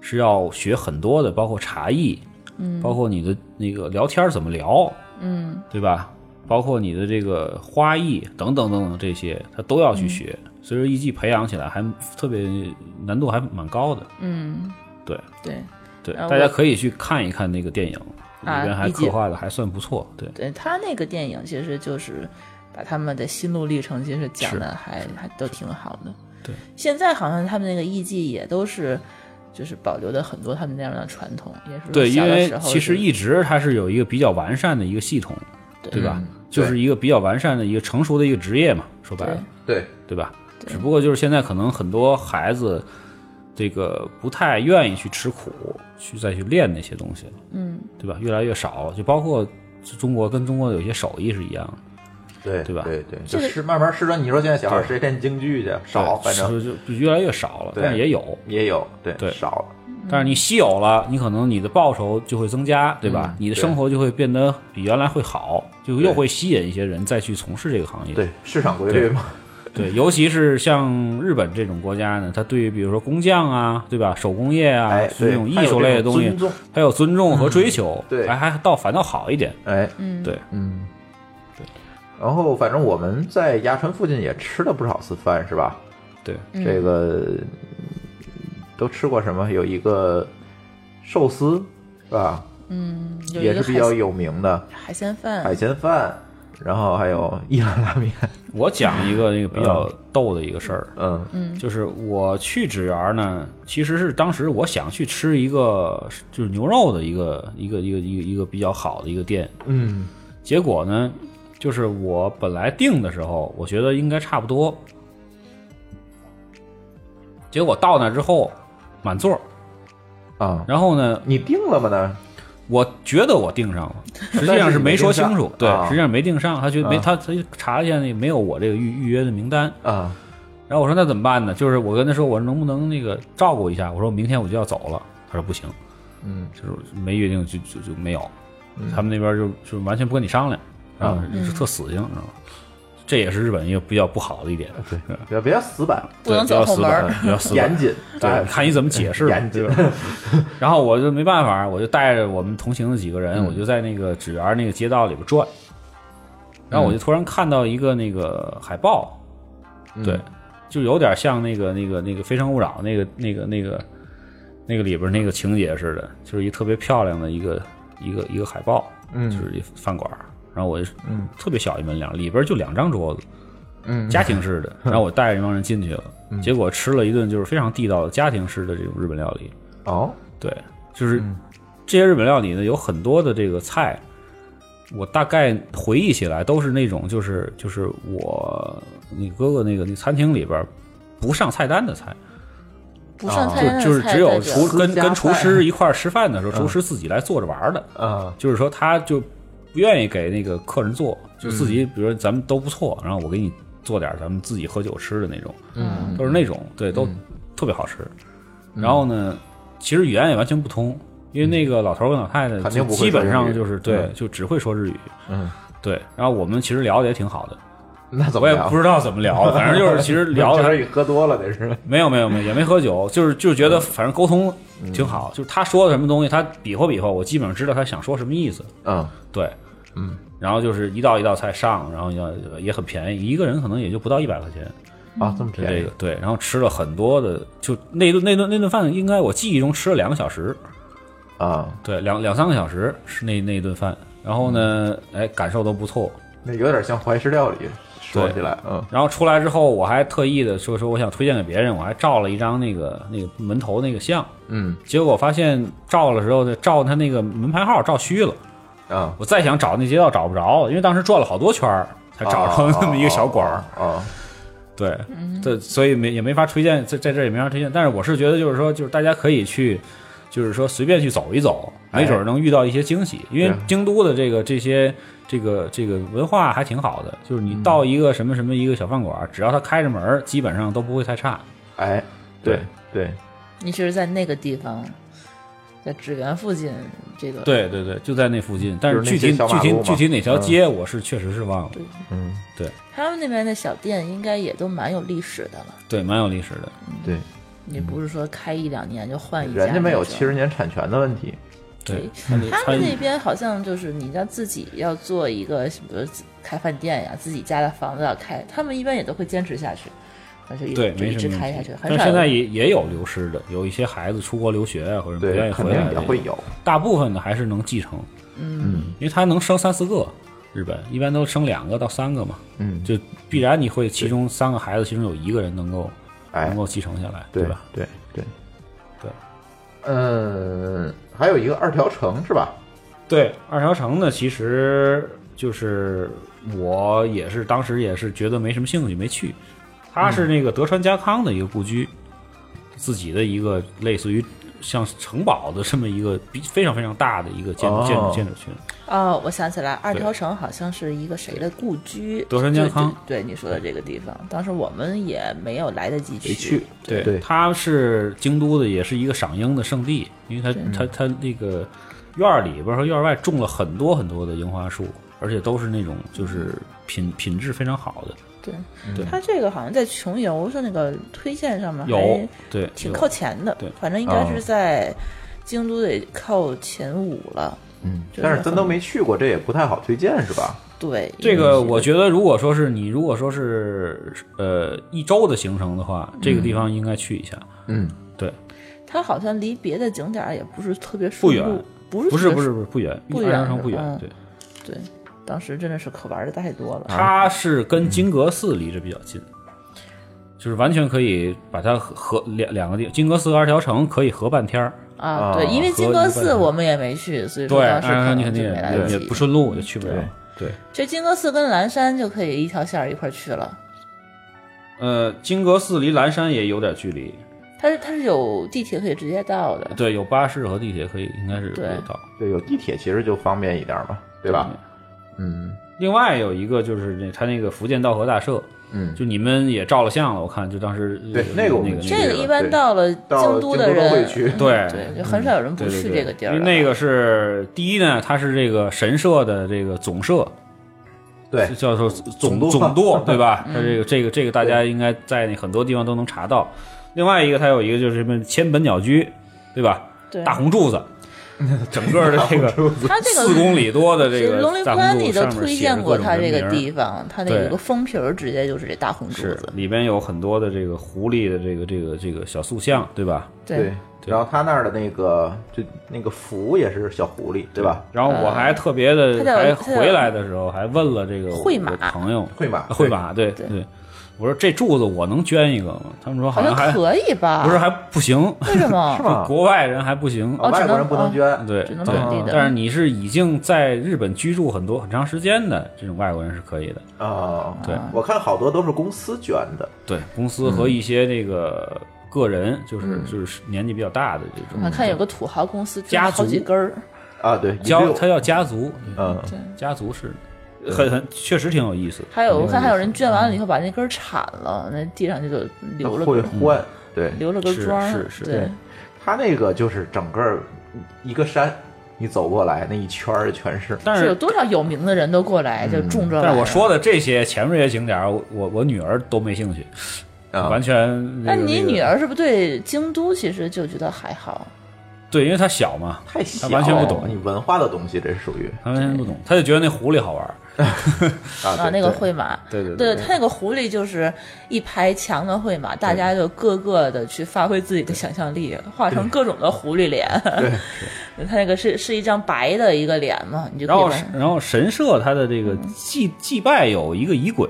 [SPEAKER 5] 是要学很多的，包括茶艺，嗯，包括你的那个聊天儿怎么聊，嗯，对吧？包括你的这个花艺等等等等这些，他都要去学。所以说艺伎培养起来还特别难度还蛮高的，
[SPEAKER 4] 嗯，
[SPEAKER 5] 对
[SPEAKER 4] 对
[SPEAKER 5] 对，
[SPEAKER 4] 呃
[SPEAKER 5] 大
[SPEAKER 4] 我
[SPEAKER 5] 家可以去看一看那个电影，里
[SPEAKER 4] 啊嗯
[SPEAKER 5] 边还
[SPEAKER 4] 理解
[SPEAKER 5] 刻画的还算不错，对。
[SPEAKER 4] 对，他那个电影其实就是把他们的心路历程，其实讲的还还都挺好的。
[SPEAKER 5] 对，
[SPEAKER 4] 现在好像他们那个艺伎也都是。就是保留的很多他们那样的传统，也是
[SPEAKER 5] 对，因
[SPEAKER 4] 小的
[SPEAKER 5] 为
[SPEAKER 4] 时候
[SPEAKER 5] 其实
[SPEAKER 4] 就
[SPEAKER 5] 一直它是有一个比较完善的一个系统，
[SPEAKER 4] 对
[SPEAKER 5] 对吧？
[SPEAKER 3] 对
[SPEAKER 5] 就是一个比较完善的一个成熟的一个职业嘛，说白了，
[SPEAKER 3] 对，
[SPEAKER 5] 对吧？只不过就是现在可能很多孩子，这个不太愿意去吃苦，去再去练那些东西了，
[SPEAKER 4] 嗯，
[SPEAKER 5] 对吧？越来越少了，就包括中国跟中国有些手艺是一样的，
[SPEAKER 3] 对
[SPEAKER 5] 对吧
[SPEAKER 3] 对对，
[SPEAKER 4] 这
[SPEAKER 3] 就
[SPEAKER 4] 个
[SPEAKER 3] 是慢慢试着。你说现在小孩谁练京剧去？少，
[SPEAKER 5] 对
[SPEAKER 3] 反正
[SPEAKER 5] 是就越来越少了，
[SPEAKER 3] 对
[SPEAKER 5] 但是也有，
[SPEAKER 3] 也有，对
[SPEAKER 5] 对
[SPEAKER 3] 少了。
[SPEAKER 5] 但是你稀有了，你可能你的报酬就会增加，对吧？
[SPEAKER 3] 嗯
[SPEAKER 5] 你的
[SPEAKER 3] 对
[SPEAKER 5] 生活就会变得比原来会好，就又
[SPEAKER 3] 对
[SPEAKER 5] 会吸引一些人再去从事这个行业。
[SPEAKER 3] 对，市场规律嘛，
[SPEAKER 5] 对，尤其是像日本这种国家呢，它对于比如说工匠啊，对吧，手工业啊，
[SPEAKER 3] 哎
[SPEAKER 5] 是这种
[SPEAKER 3] 对
[SPEAKER 5] 艺术类的东
[SPEAKER 3] 还
[SPEAKER 5] 西
[SPEAKER 3] 有这种尊重，嗯
[SPEAKER 5] 它有尊重和追求，
[SPEAKER 3] 对
[SPEAKER 5] 还还倒反倒好一点。
[SPEAKER 3] 哎，
[SPEAKER 5] 对，
[SPEAKER 3] 嗯，对。然后反正我们在鸭川附近也吃了不少次饭，是吧？
[SPEAKER 5] 对，
[SPEAKER 3] 这个嗯都吃过什么？有一个寿司，是吧？
[SPEAKER 4] 是有一
[SPEAKER 3] 也
[SPEAKER 4] 个
[SPEAKER 3] 是比
[SPEAKER 4] 海
[SPEAKER 3] 较有名的
[SPEAKER 4] 海鲜饭，
[SPEAKER 3] 海鲜饭，然后还有伊兰拉面，
[SPEAKER 5] 我讲一个那个比较逗的一个事儿，
[SPEAKER 3] *laughs* 嗯
[SPEAKER 5] 就是我去纸园呢，其实是当时我想去吃一个就是牛肉的一个一个一个一个一个比较好的一个店，
[SPEAKER 3] 嗯
[SPEAKER 5] 结果呢，就是我本来定的时候，我觉得应该差不多，结果到那之后满座儿，
[SPEAKER 3] 啊，
[SPEAKER 5] 然后呢，
[SPEAKER 3] 你定了吗呢？
[SPEAKER 5] 我觉得我定上
[SPEAKER 3] *laughs*
[SPEAKER 5] 了，实际上是没说清楚，对
[SPEAKER 3] 但，
[SPEAKER 5] 实
[SPEAKER 3] 是
[SPEAKER 5] 际
[SPEAKER 3] 你没定上
[SPEAKER 5] 上没定上，他觉得没
[SPEAKER 3] 啊
[SPEAKER 5] 他他就查了一下那个没有我这个预预约的名单，
[SPEAKER 3] 啊，
[SPEAKER 5] 然后我说那怎么办呢？就是我跟他说，我说能不能那个照顾一下？我说明天我就要走了。他说不行，
[SPEAKER 3] 嗯，
[SPEAKER 5] 就是没约定就就就没有，他们那边就就完全不跟你商量，然后就是特死性，你知道吗？这也是日本一个比较不好的一点。对，
[SPEAKER 3] 别别死板，
[SPEAKER 4] 不能
[SPEAKER 5] 比较
[SPEAKER 4] 走后
[SPEAKER 5] 死
[SPEAKER 4] 门
[SPEAKER 5] 板
[SPEAKER 4] 儿，，
[SPEAKER 3] *laughs*
[SPEAKER 5] 比较死板
[SPEAKER 3] 严谨，哎
[SPEAKER 5] 对，看你怎么解释
[SPEAKER 3] *laughs*
[SPEAKER 5] 吧
[SPEAKER 3] 严
[SPEAKER 5] *laughs*
[SPEAKER 3] 谨
[SPEAKER 5] 对吧？然后我就没办法，我就带着我们同行的几个人，
[SPEAKER 3] 嗯
[SPEAKER 5] 我就在那个纸园那个街道里边转，然
[SPEAKER 3] 嗯
[SPEAKER 5] 后我就突然看到一个那个海报，
[SPEAKER 3] 嗯
[SPEAKER 5] 对，就有点像那个那个那个《非诚勿扰》那个那个那个那个里边那个情节似的，就是一特别漂亮的一个一个一个海报，
[SPEAKER 3] 嗯
[SPEAKER 5] 就是一饭馆儿。然后我就
[SPEAKER 3] 嗯
[SPEAKER 5] 特别小一门脸，里边就两张桌子，
[SPEAKER 3] 嗯
[SPEAKER 5] 家庭式的。然后我带着一帮人进去了，结果吃了一顿就是非常地道的家庭式的这种日本料理。
[SPEAKER 3] 哦，
[SPEAKER 5] 对，就是这些日本料理呢，有很多的这个菜，我大概回忆起来都是那种就是就是我你哥哥那个那餐厅里边不上菜单的菜，
[SPEAKER 4] 不上菜单
[SPEAKER 5] 啊就
[SPEAKER 4] 的
[SPEAKER 5] 就是
[SPEAKER 4] 菜
[SPEAKER 5] 只有
[SPEAKER 4] 代表
[SPEAKER 5] 厨跟跟厨
[SPEAKER 4] 私
[SPEAKER 5] 师一块儿吃饭的时候，厨师自己来做着玩儿的。
[SPEAKER 3] 嗯
[SPEAKER 5] 就是说他就不愿意给那个客人做，就自己，比如说咱们都不错，然后我给你做点儿咱们自己喝酒吃的那种，
[SPEAKER 3] 嗯，
[SPEAKER 5] 都是那种，对，都特别好吃。然后呢，其实语言也完全不通，因为那个老头儿跟老太太
[SPEAKER 3] 嗯肯
[SPEAKER 5] 就
[SPEAKER 3] 定不会
[SPEAKER 5] 基本上
[SPEAKER 3] 说
[SPEAKER 5] 就
[SPEAKER 3] 日
[SPEAKER 5] 是
[SPEAKER 3] 语
[SPEAKER 5] 对
[SPEAKER 3] 嗯，
[SPEAKER 5] 就只会说日语，
[SPEAKER 3] 嗯，
[SPEAKER 5] 对。然后我们其实聊的也挺好的，
[SPEAKER 3] 那怎
[SPEAKER 5] 我
[SPEAKER 3] 么
[SPEAKER 5] 也
[SPEAKER 3] 聊
[SPEAKER 5] 不知道怎么聊的，反正就是
[SPEAKER 3] *laughs*
[SPEAKER 5] 其实聊的
[SPEAKER 3] 这是嗯喝多了，得是
[SPEAKER 5] 没有没有没有，也没喝酒，就是就是觉得反正沟通
[SPEAKER 3] 嗯
[SPEAKER 5] 挺好，就是他说的什么东西，他比划比划，我基本上知道他想说什么意思。
[SPEAKER 3] 嗯
[SPEAKER 5] 对，嗯，然后就是一道一道菜上，然后要也很便宜，一个人可能也就不到一百块钱，
[SPEAKER 3] 啊，这么
[SPEAKER 5] 就
[SPEAKER 3] 便
[SPEAKER 5] 这
[SPEAKER 3] 宜
[SPEAKER 5] 个，对，然后吃了很多的，就那顿那顿那顿饭，应该我记忆中吃了两个小时，
[SPEAKER 3] 啊，
[SPEAKER 5] 对，两两三个小时是那那一顿饭，然后呢，
[SPEAKER 3] 嗯
[SPEAKER 5] 哎，感受都不错，
[SPEAKER 3] 那有点像怀石料理，说
[SPEAKER 5] 对
[SPEAKER 3] 起来，嗯
[SPEAKER 5] 然后出来之后，我还特意的说说我想推荐给别人，我还照了一张那个那个门头那个像，
[SPEAKER 3] 嗯
[SPEAKER 5] 结果发现照的时候呢，照他那个门牌号照虚了。
[SPEAKER 3] 啊，
[SPEAKER 5] 我再想找那街道找不着，因为当时转了好多圈儿才找
[SPEAKER 3] 哦
[SPEAKER 5] 着那么一个小馆儿。
[SPEAKER 3] 啊，
[SPEAKER 5] 对，
[SPEAKER 4] 嗯
[SPEAKER 5] 对，所以没也没法推荐，在在这儿也没法推荐。但是我是觉得，就是说，就是大家可以去，就是说随便去走一走，
[SPEAKER 3] 哎
[SPEAKER 5] 没准儿能遇到一些惊喜。因为
[SPEAKER 3] 对
[SPEAKER 5] 京都的这个这些这个这个文化还挺好的，就是
[SPEAKER 3] 嗯
[SPEAKER 5] 你到一个什么什么一个小饭馆儿，只要他开着门儿，基本上都不会太差。
[SPEAKER 3] 哎，对对，
[SPEAKER 4] 你是在那个地方，在纸园附近这个，
[SPEAKER 5] 对对对，就在那附近。但是
[SPEAKER 3] 就是那
[SPEAKER 5] 具
[SPEAKER 3] 些
[SPEAKER 5] 体
[SPEAKER 3] 小
[SPEAKER 5] 具
[SPEAKER 3] 马
[SPEAKER 5] 体
[SPEAKER 3] 路嘛
[SPEAKER 5] 具体哪条
[SPEAKER 3] 嗯
[SPEAKER 5] 街，我是确实是忘了。
[SPEAKER 3] 嗯
[SPEAKER 4] 他们那边的小店应该也都蛮有历史的了。
[SPEAKER 5] 对，蛮有历史的。
[SPEAKER 3] 对，
[SPEAKER 4] 你不是说开一两年就换一家那
[SPEAKER 3] 人
[SPEAKER 4] 种？
[SPEAKER 3] 家没有七十年产权的问题，
[SPEAKER 5] 对，
[SPEAKER 4] 他
[SPEAKER 5] 参
[SPEAKER 4] 们
[SPEAKER 5] 与
[SPEAKER 4] 那边好像就是你要自己要做一个什么开饭店呀，自己家的房子要开，他们一般也都会坚持下去，那就一
[SPEAKER 5] 对，
[SPEAKER 4] 就
[SPEAKER 5] 没
[SPEAKER 4] 一
[SPEAKER 5] 什
[SPEAKER 4] 直
[SPEAKER 5] 么
[SPEAKER 4] 开
[SPEAKER 5] 问
[SPEAKER 4] 下
[SPEAKER 5] 题
[SPEAKER 4] 去，。很
[SPEAKER 5] 但
[SPEAKER 4] 少
[SPEAKER 5] 现在
[SPEAKER 4] 有
[SPEAKER 5] 也也有流失的，有一些孩子出国留学啊，或者不愿
[SPEAKER 3] 对，
[SPEAKER 5] 意
[SPEAKER 3] 肯
[SPEAKER 5] 回来
[SPEAKER 3] 定
[SPEAKER 5] 的，
[SPEAKER 3] 也会有，
[SPEAKER 5] 大部分的还是能继承，
[SPEAKER 4] 嗯，
[SPEAKER 5] 因为他能生三四个。日本一般都生两个到三个嘛，
[SPEAKER 3] 嗯，
[SPEAKER 5] 就必然你会其中三个孩子，其中有一个人能够
[SPEAKER 3] 哎
[SPEAKER 5] 能，够继承下来，
[SPEAKER 3] 对
[SPEAKER 5] 吧？？
[SPEAKER 3] 对对
[SPEAKER 5] 对，
[SPEAKER 3] 嗯，还有一个二条城是吧？
[SPEAKER 5] 对，二条城呢，其实就是我也是当时也是觉得没什么兴趣，没去。它是那个德川家康的一个故居，自己的一个类似于像城堡的这么一个比非常非常大的一个建筑、
[SPEAKER 3] 哦
[SPEAKER 5] 建筑建筑群。
[SPEAKER 4] 哦，我想起来，二条城好像是一个谁的故居，
[SPEAKER 5] 德川家康
[SPEAKER 4] 对对对你说的这个地方，当时我们也没有来得及
[SPEAKER 3] 没去，
[SPEAKER 5] 对，
[SPEAKER 3] 对
[SPEAKER 5] 它是京都的，也是一个赏樱的圣地，因为它它它那个院儿里边和院儿外种了很多很多的樱花树，而且都是那种就是
[SPEAKER 4] 嗯
[SPEAKER 5] 品品质非常好的，
[SPEAKER 4] 对
[SPEAKER 5] 对
[SPEAKER 4] 他这个好像在穷游上那个推荐上面
[SPEAKER 5] 有
[SPEAKER 4] 还
[SPEAKER 5] 对
[SPEAKER 4] 哎挺
[SPEAKER 5] 有啊
[SPEAKER 4] 靠前的，
[SPEAKER 5] 对
[SPEAKER 4] 反正应该是在京都得靠前五了，
[SPEAKER 3] 嗯，
[SPEAKER 4] 就是
[SPEAKER 3] 但是咱都
[SPEAKER 4] 很
[SPEAKER 3] 没去过，这也不太好推荐是吧？
[SPEAKER 4] 对
[SPEAKER 5] 这个我觉得，如果说是你，如果说是呃一周的行程的话，这个地方应该去一下。
[SPEAKER 3] 嗯，
[SPEAKER 5] 对，
[SPEAKER 4] 它好像离别的景点儿也不是特别
[SPEAKER 5] 不
[SPEAKER 4] 顺
[SPEAKER 5] 远
[SPEAKER 4] 路，，不是
[SPEAKER 5] 不是
[SPEAKER 4] 特别
[SPEAKER 5] 不是不是不远，
[SPEAKER 4] 不
[SPEAKER 5] 安
[SPEAKER 4] 远
[SPEAKER 5] 阳城不远。
[SPEAKER 4] 嗯
[SPEAKER 5] 对，
[SPEAKER 4] 对，当时真的是可玩的太多了。
[SPEAKER 5] 它是跟金阁寺离着比较近，就是完全可以把它合合两两个地，金阁寺和二条城可以合半天儿。
[SPEAKER 4] 啊，对，因为
[SPEAKER 5] 和
[SPEAKER 4] 金
[SPEAKER 5] 一
[SPEAKER 4] 阁
[SPEAKER 5] 半
[SPEAKER 4] 寺
[SPEAKER 5] 的
[SPEAKER 4] 我们也没去，所以说
[SPEAKER 5] 对，
[SPEAKER 4] 当时
[SPEAKER 5] 安
[SPEAKER 4] 可
[SPEAKER 5] 阳城
[SPEAKER 4] 能
[SPEAKER 5] 你肯定
[SPEAKER 4] 就没来得
[SPEAKER 5] 也也
[SPEAKER 4] 及。
[SPEAKER 5] 不顺路，就去不了。对，
[SPEAKER 4] 这金阁寺跟岚山就可以一条线儿一块儿去了。
[SPEAKER 5] 呃，金阁寺离岚山也有点距离，
[SPEAKER 4] 它是它是有地铁可以直接到的，
[SPEAKER 5] 对，有巴士和地铁可以，应该是
[SPEAKER 4] 对
[SPEAKER 5] 有到。
[SPEAKER 3] 对，有地铁其实就方便一点嘛，对吧？嗯
[SPEAKER 5] 另外有一个就是那他那个福建道和大社，
[SPEAKER 3] 嗯，
[SPEAKER 5] 就你们也照了相了，我看就当时
[SPEAKER 3] 对
[SPEAKER 5] 呃
[SPEAKER 3] 那个我
[SPEAKER 5] 那
[SPEAKER 3] 们
[SPEAKER 5] 个
[SPEAKER 3] 去
[SPEAKER 4] 这个
[SPEAKER 3] 对
[SPEAKER 4] 一般
[SPEAKER 3] 对
[SPEAKER 4] 到了
[SPEAKER 3] 到了
[SPEAKER 4] 京都
[SPEAKER 3] 京
[SPEAKER 4] 的
[SPEAKER 3] 都
[SPEAKER 4] 人
[SPEAKER 3] 都会去
[SPEAKER 5] 对
[SPEAKER 4] 对，就很少有人不
[SPEAKER 5] 对对
[SPEAKER 4] 去
[SPEAKER 5] 对
[SPEAKER 4] 这个地儿啊
[SPEAKER 5] 因
[SPEAKER 4] 了。
[SPEAKER 5] 为那个是第一呢，它是这个神社的这个总社，
[SPEAKER 3] 对
[SPEAKER 5] 叫做
[SPEAKER 3] 总
[SPEAKER 5] 总
[SPEAKER 3] 舵 *laughs*
[SPEAKER 5] 总舵，对吧？
[SPEAKER 4] 嗯
[SPEAKER 5] 它这个这个这个大家应该在那很多地方都能查到。另外一个，它有一个就是什么千本鸟居，对吧？
[SPEAKER 4] 对
[SPEAKER 5] 大红柱子， *laughs* 整个的这个
[SPEAKER 4] 它这个
[SPEAKER 5] 四公里多的这个
[SPEAKER 4] 龙陵
[SPEAKER 5] 大
[SPEAKER 4] 宽，
[SPEAKER 5] 红
[SPEAKER 4] 你
[SPEAKER 5] 柱子
[SPEAKER 4] 都
[SPEAKER 5] 上面
[SPEAKER 4] 推
[SPEAKER 5] 写着
[SPEAKER 4] 荐过
[SPEAKER 5] 各种
[SPEAKER 4] 它这
[SPEAKER 5] 人
[SPEAKER 4] 个
[SPEAKER 5] 名儿
[SPEAKER 4] 地方，它那
[SPEAKER 5] 对
[SPEAKER 4] 有个封皮儿，直接就是这大红柱
[SPEAKER 5] 是
[SPEAKER 4] 子。
[SPEAKER 5] 里边有很多的这个狐狸的这个这个这个小塑像，对吧？
[SPEAKER 3] 对，然后他那儿的那个就那个符也是小狐狸，对吧？
[SPEAKER 5] 然后我还特别的
[SPEAKER 4] 啊它叫
[SPEAKER 5] 还
[SPEAKER 4] 它叫
[SPEAKER 5] 回来的时候还问了这个我
[SPEAKER 4] 会
[SPEAKER 5] 的
[SPEAKER 4] 马
[SPEAKER 5] 朋友啊
[SPEAKER 3] 会马
[SPEAKER 5] 会马对
[SPEAKER 4] 对
[SPEAKER 5] 对，我说这柱子我能捐一个吗？他们说
[SPEAKER 4] 好
[SPEAKER 5] 像
[SPEAKER 4] 像
[SPEAKER 5] 还
[SPEAKER 4] 可以吧？
[SPEAKER 5] 不是还不行，
[SPEAKER 4] 为什 *laughs* 么？
[SPEAKER 3] 是吗？
[SPEAKER 5] 国外人还不行，啊
[SPEAKER 3] 哦
[SPEAKER 4] 只
[SPEAKER 3] 外国人
[SPEAKER 4] 能
[SPEAKER 3] 不能
[SPEAKER 4] 哦
[SPEAKER 3] 捐，
[SPEAKER 5] 对
[SPEAKER 4] 只能
[SPEAKER 5] 对
[SPEAKER 4] 本地的
[SPEAKER 5] 但是你是已经在日本居住很多很长时间的这种外国人是可以的，
[SPEAKER 3] 啊，
[SPEAKER 5] 对
[SPEAKER 3] 我看好多都是公司捐的，
[SPEAKER 5] 对公司
[SPEAKER 3] 嗯
[SPEAKER 5] 和一些这个个人，就是就是年纪比较大的这
[SPEAKER 4] 我
[SPEAKER 5] 种
[SPEAKER 4] 看有个土豪公司
[SPEAKER 5] 家
[SPEAKER 4] 种好
[SPEAKER 5] 族
[SPEAKER 4] 几根儿，
[SPEAKER 3] 啊，对，一
[SPEAKER 5] 家，
[SPEAKER 3] 六
[SPEAKER 5] 他叫家族，
[SPEAKER 3] 嗯，呃
[SPEAKER 5] 家族式的，很很确实挺有意思的。
[SPEAKER 4] 还有我
[SPEAKER 5] 挺
[SPEAKER 4] 看还
[SPEAKER 5] 意
[SPEAKER 4] 有
[SPEAKER 5] 思
[SPEAKER 4] 人捐完了以后把那根儿铲了，那地上就就留了
[SPEAKER 3] 会
[SPEAKER 4] 个
[SPEAKER 3] 换，对
[SPEAKER 4] 留了个
[SPEAKER 5] 是
[SPEAKER 4] 桩儿，
[SPEAKER 5] 是是
[SPEAKER 4] 对，
[SPEAKER 3] 他那个就是整个儿一个山，你走过来那一圈儿全是，
[SPEAKER 5] 但
[SPEAKER 4] 是有
[SPEAKER 5] 是嗯
[SPEAKER 4] 多少有名的人都过来就种这玩意儿。
[SPEAKER 5] 但是我说的这些前面这些景点儿，我我我女儿都没兴趣，
[SPEAKER 3] 啊
[SPEAKER 5] 完全那个。
[SPEAKER 4] 那你
[SPEAKER 5] 那个
[SPEAKER 4] 女儿是不是对京都其实就觉得还好？
[SPEAKER 5] 对，因为她小嘛，
[SPEAKER 3] 太小，
[SPEAKER 5] 啊他完全不懂
[SPEAKER 3] 你文化的东西，这是属于
[SPEAKER 5] 她完全不懂，她就觉得那狐狸好玩儿。
[SPEAKER 3] 啊
[SPEAKER 4] 啊，
[SPEAKER 3] 对
[SPEAKER 4] 那个
[SPEAKER 3] 对
[SPEAKER 4] 会马，
[SPEAKER 5] 对对
[SPEAKER 4] 对，他那个狐狸就是一排墙的会马，大家就各个的去发挥自己的想象力，画成各种的狐狸脸。对， *laughs* 他那个是是一张白的一个脸嘛，你就
[SPEAKER 5] 然
[SPEAKER 4] 可以
[SPEAKER 5] 后
[SPEAKER 4] 把
[SPEAKER 5] 然后神社它的这个祭祭拜有一个仪轨，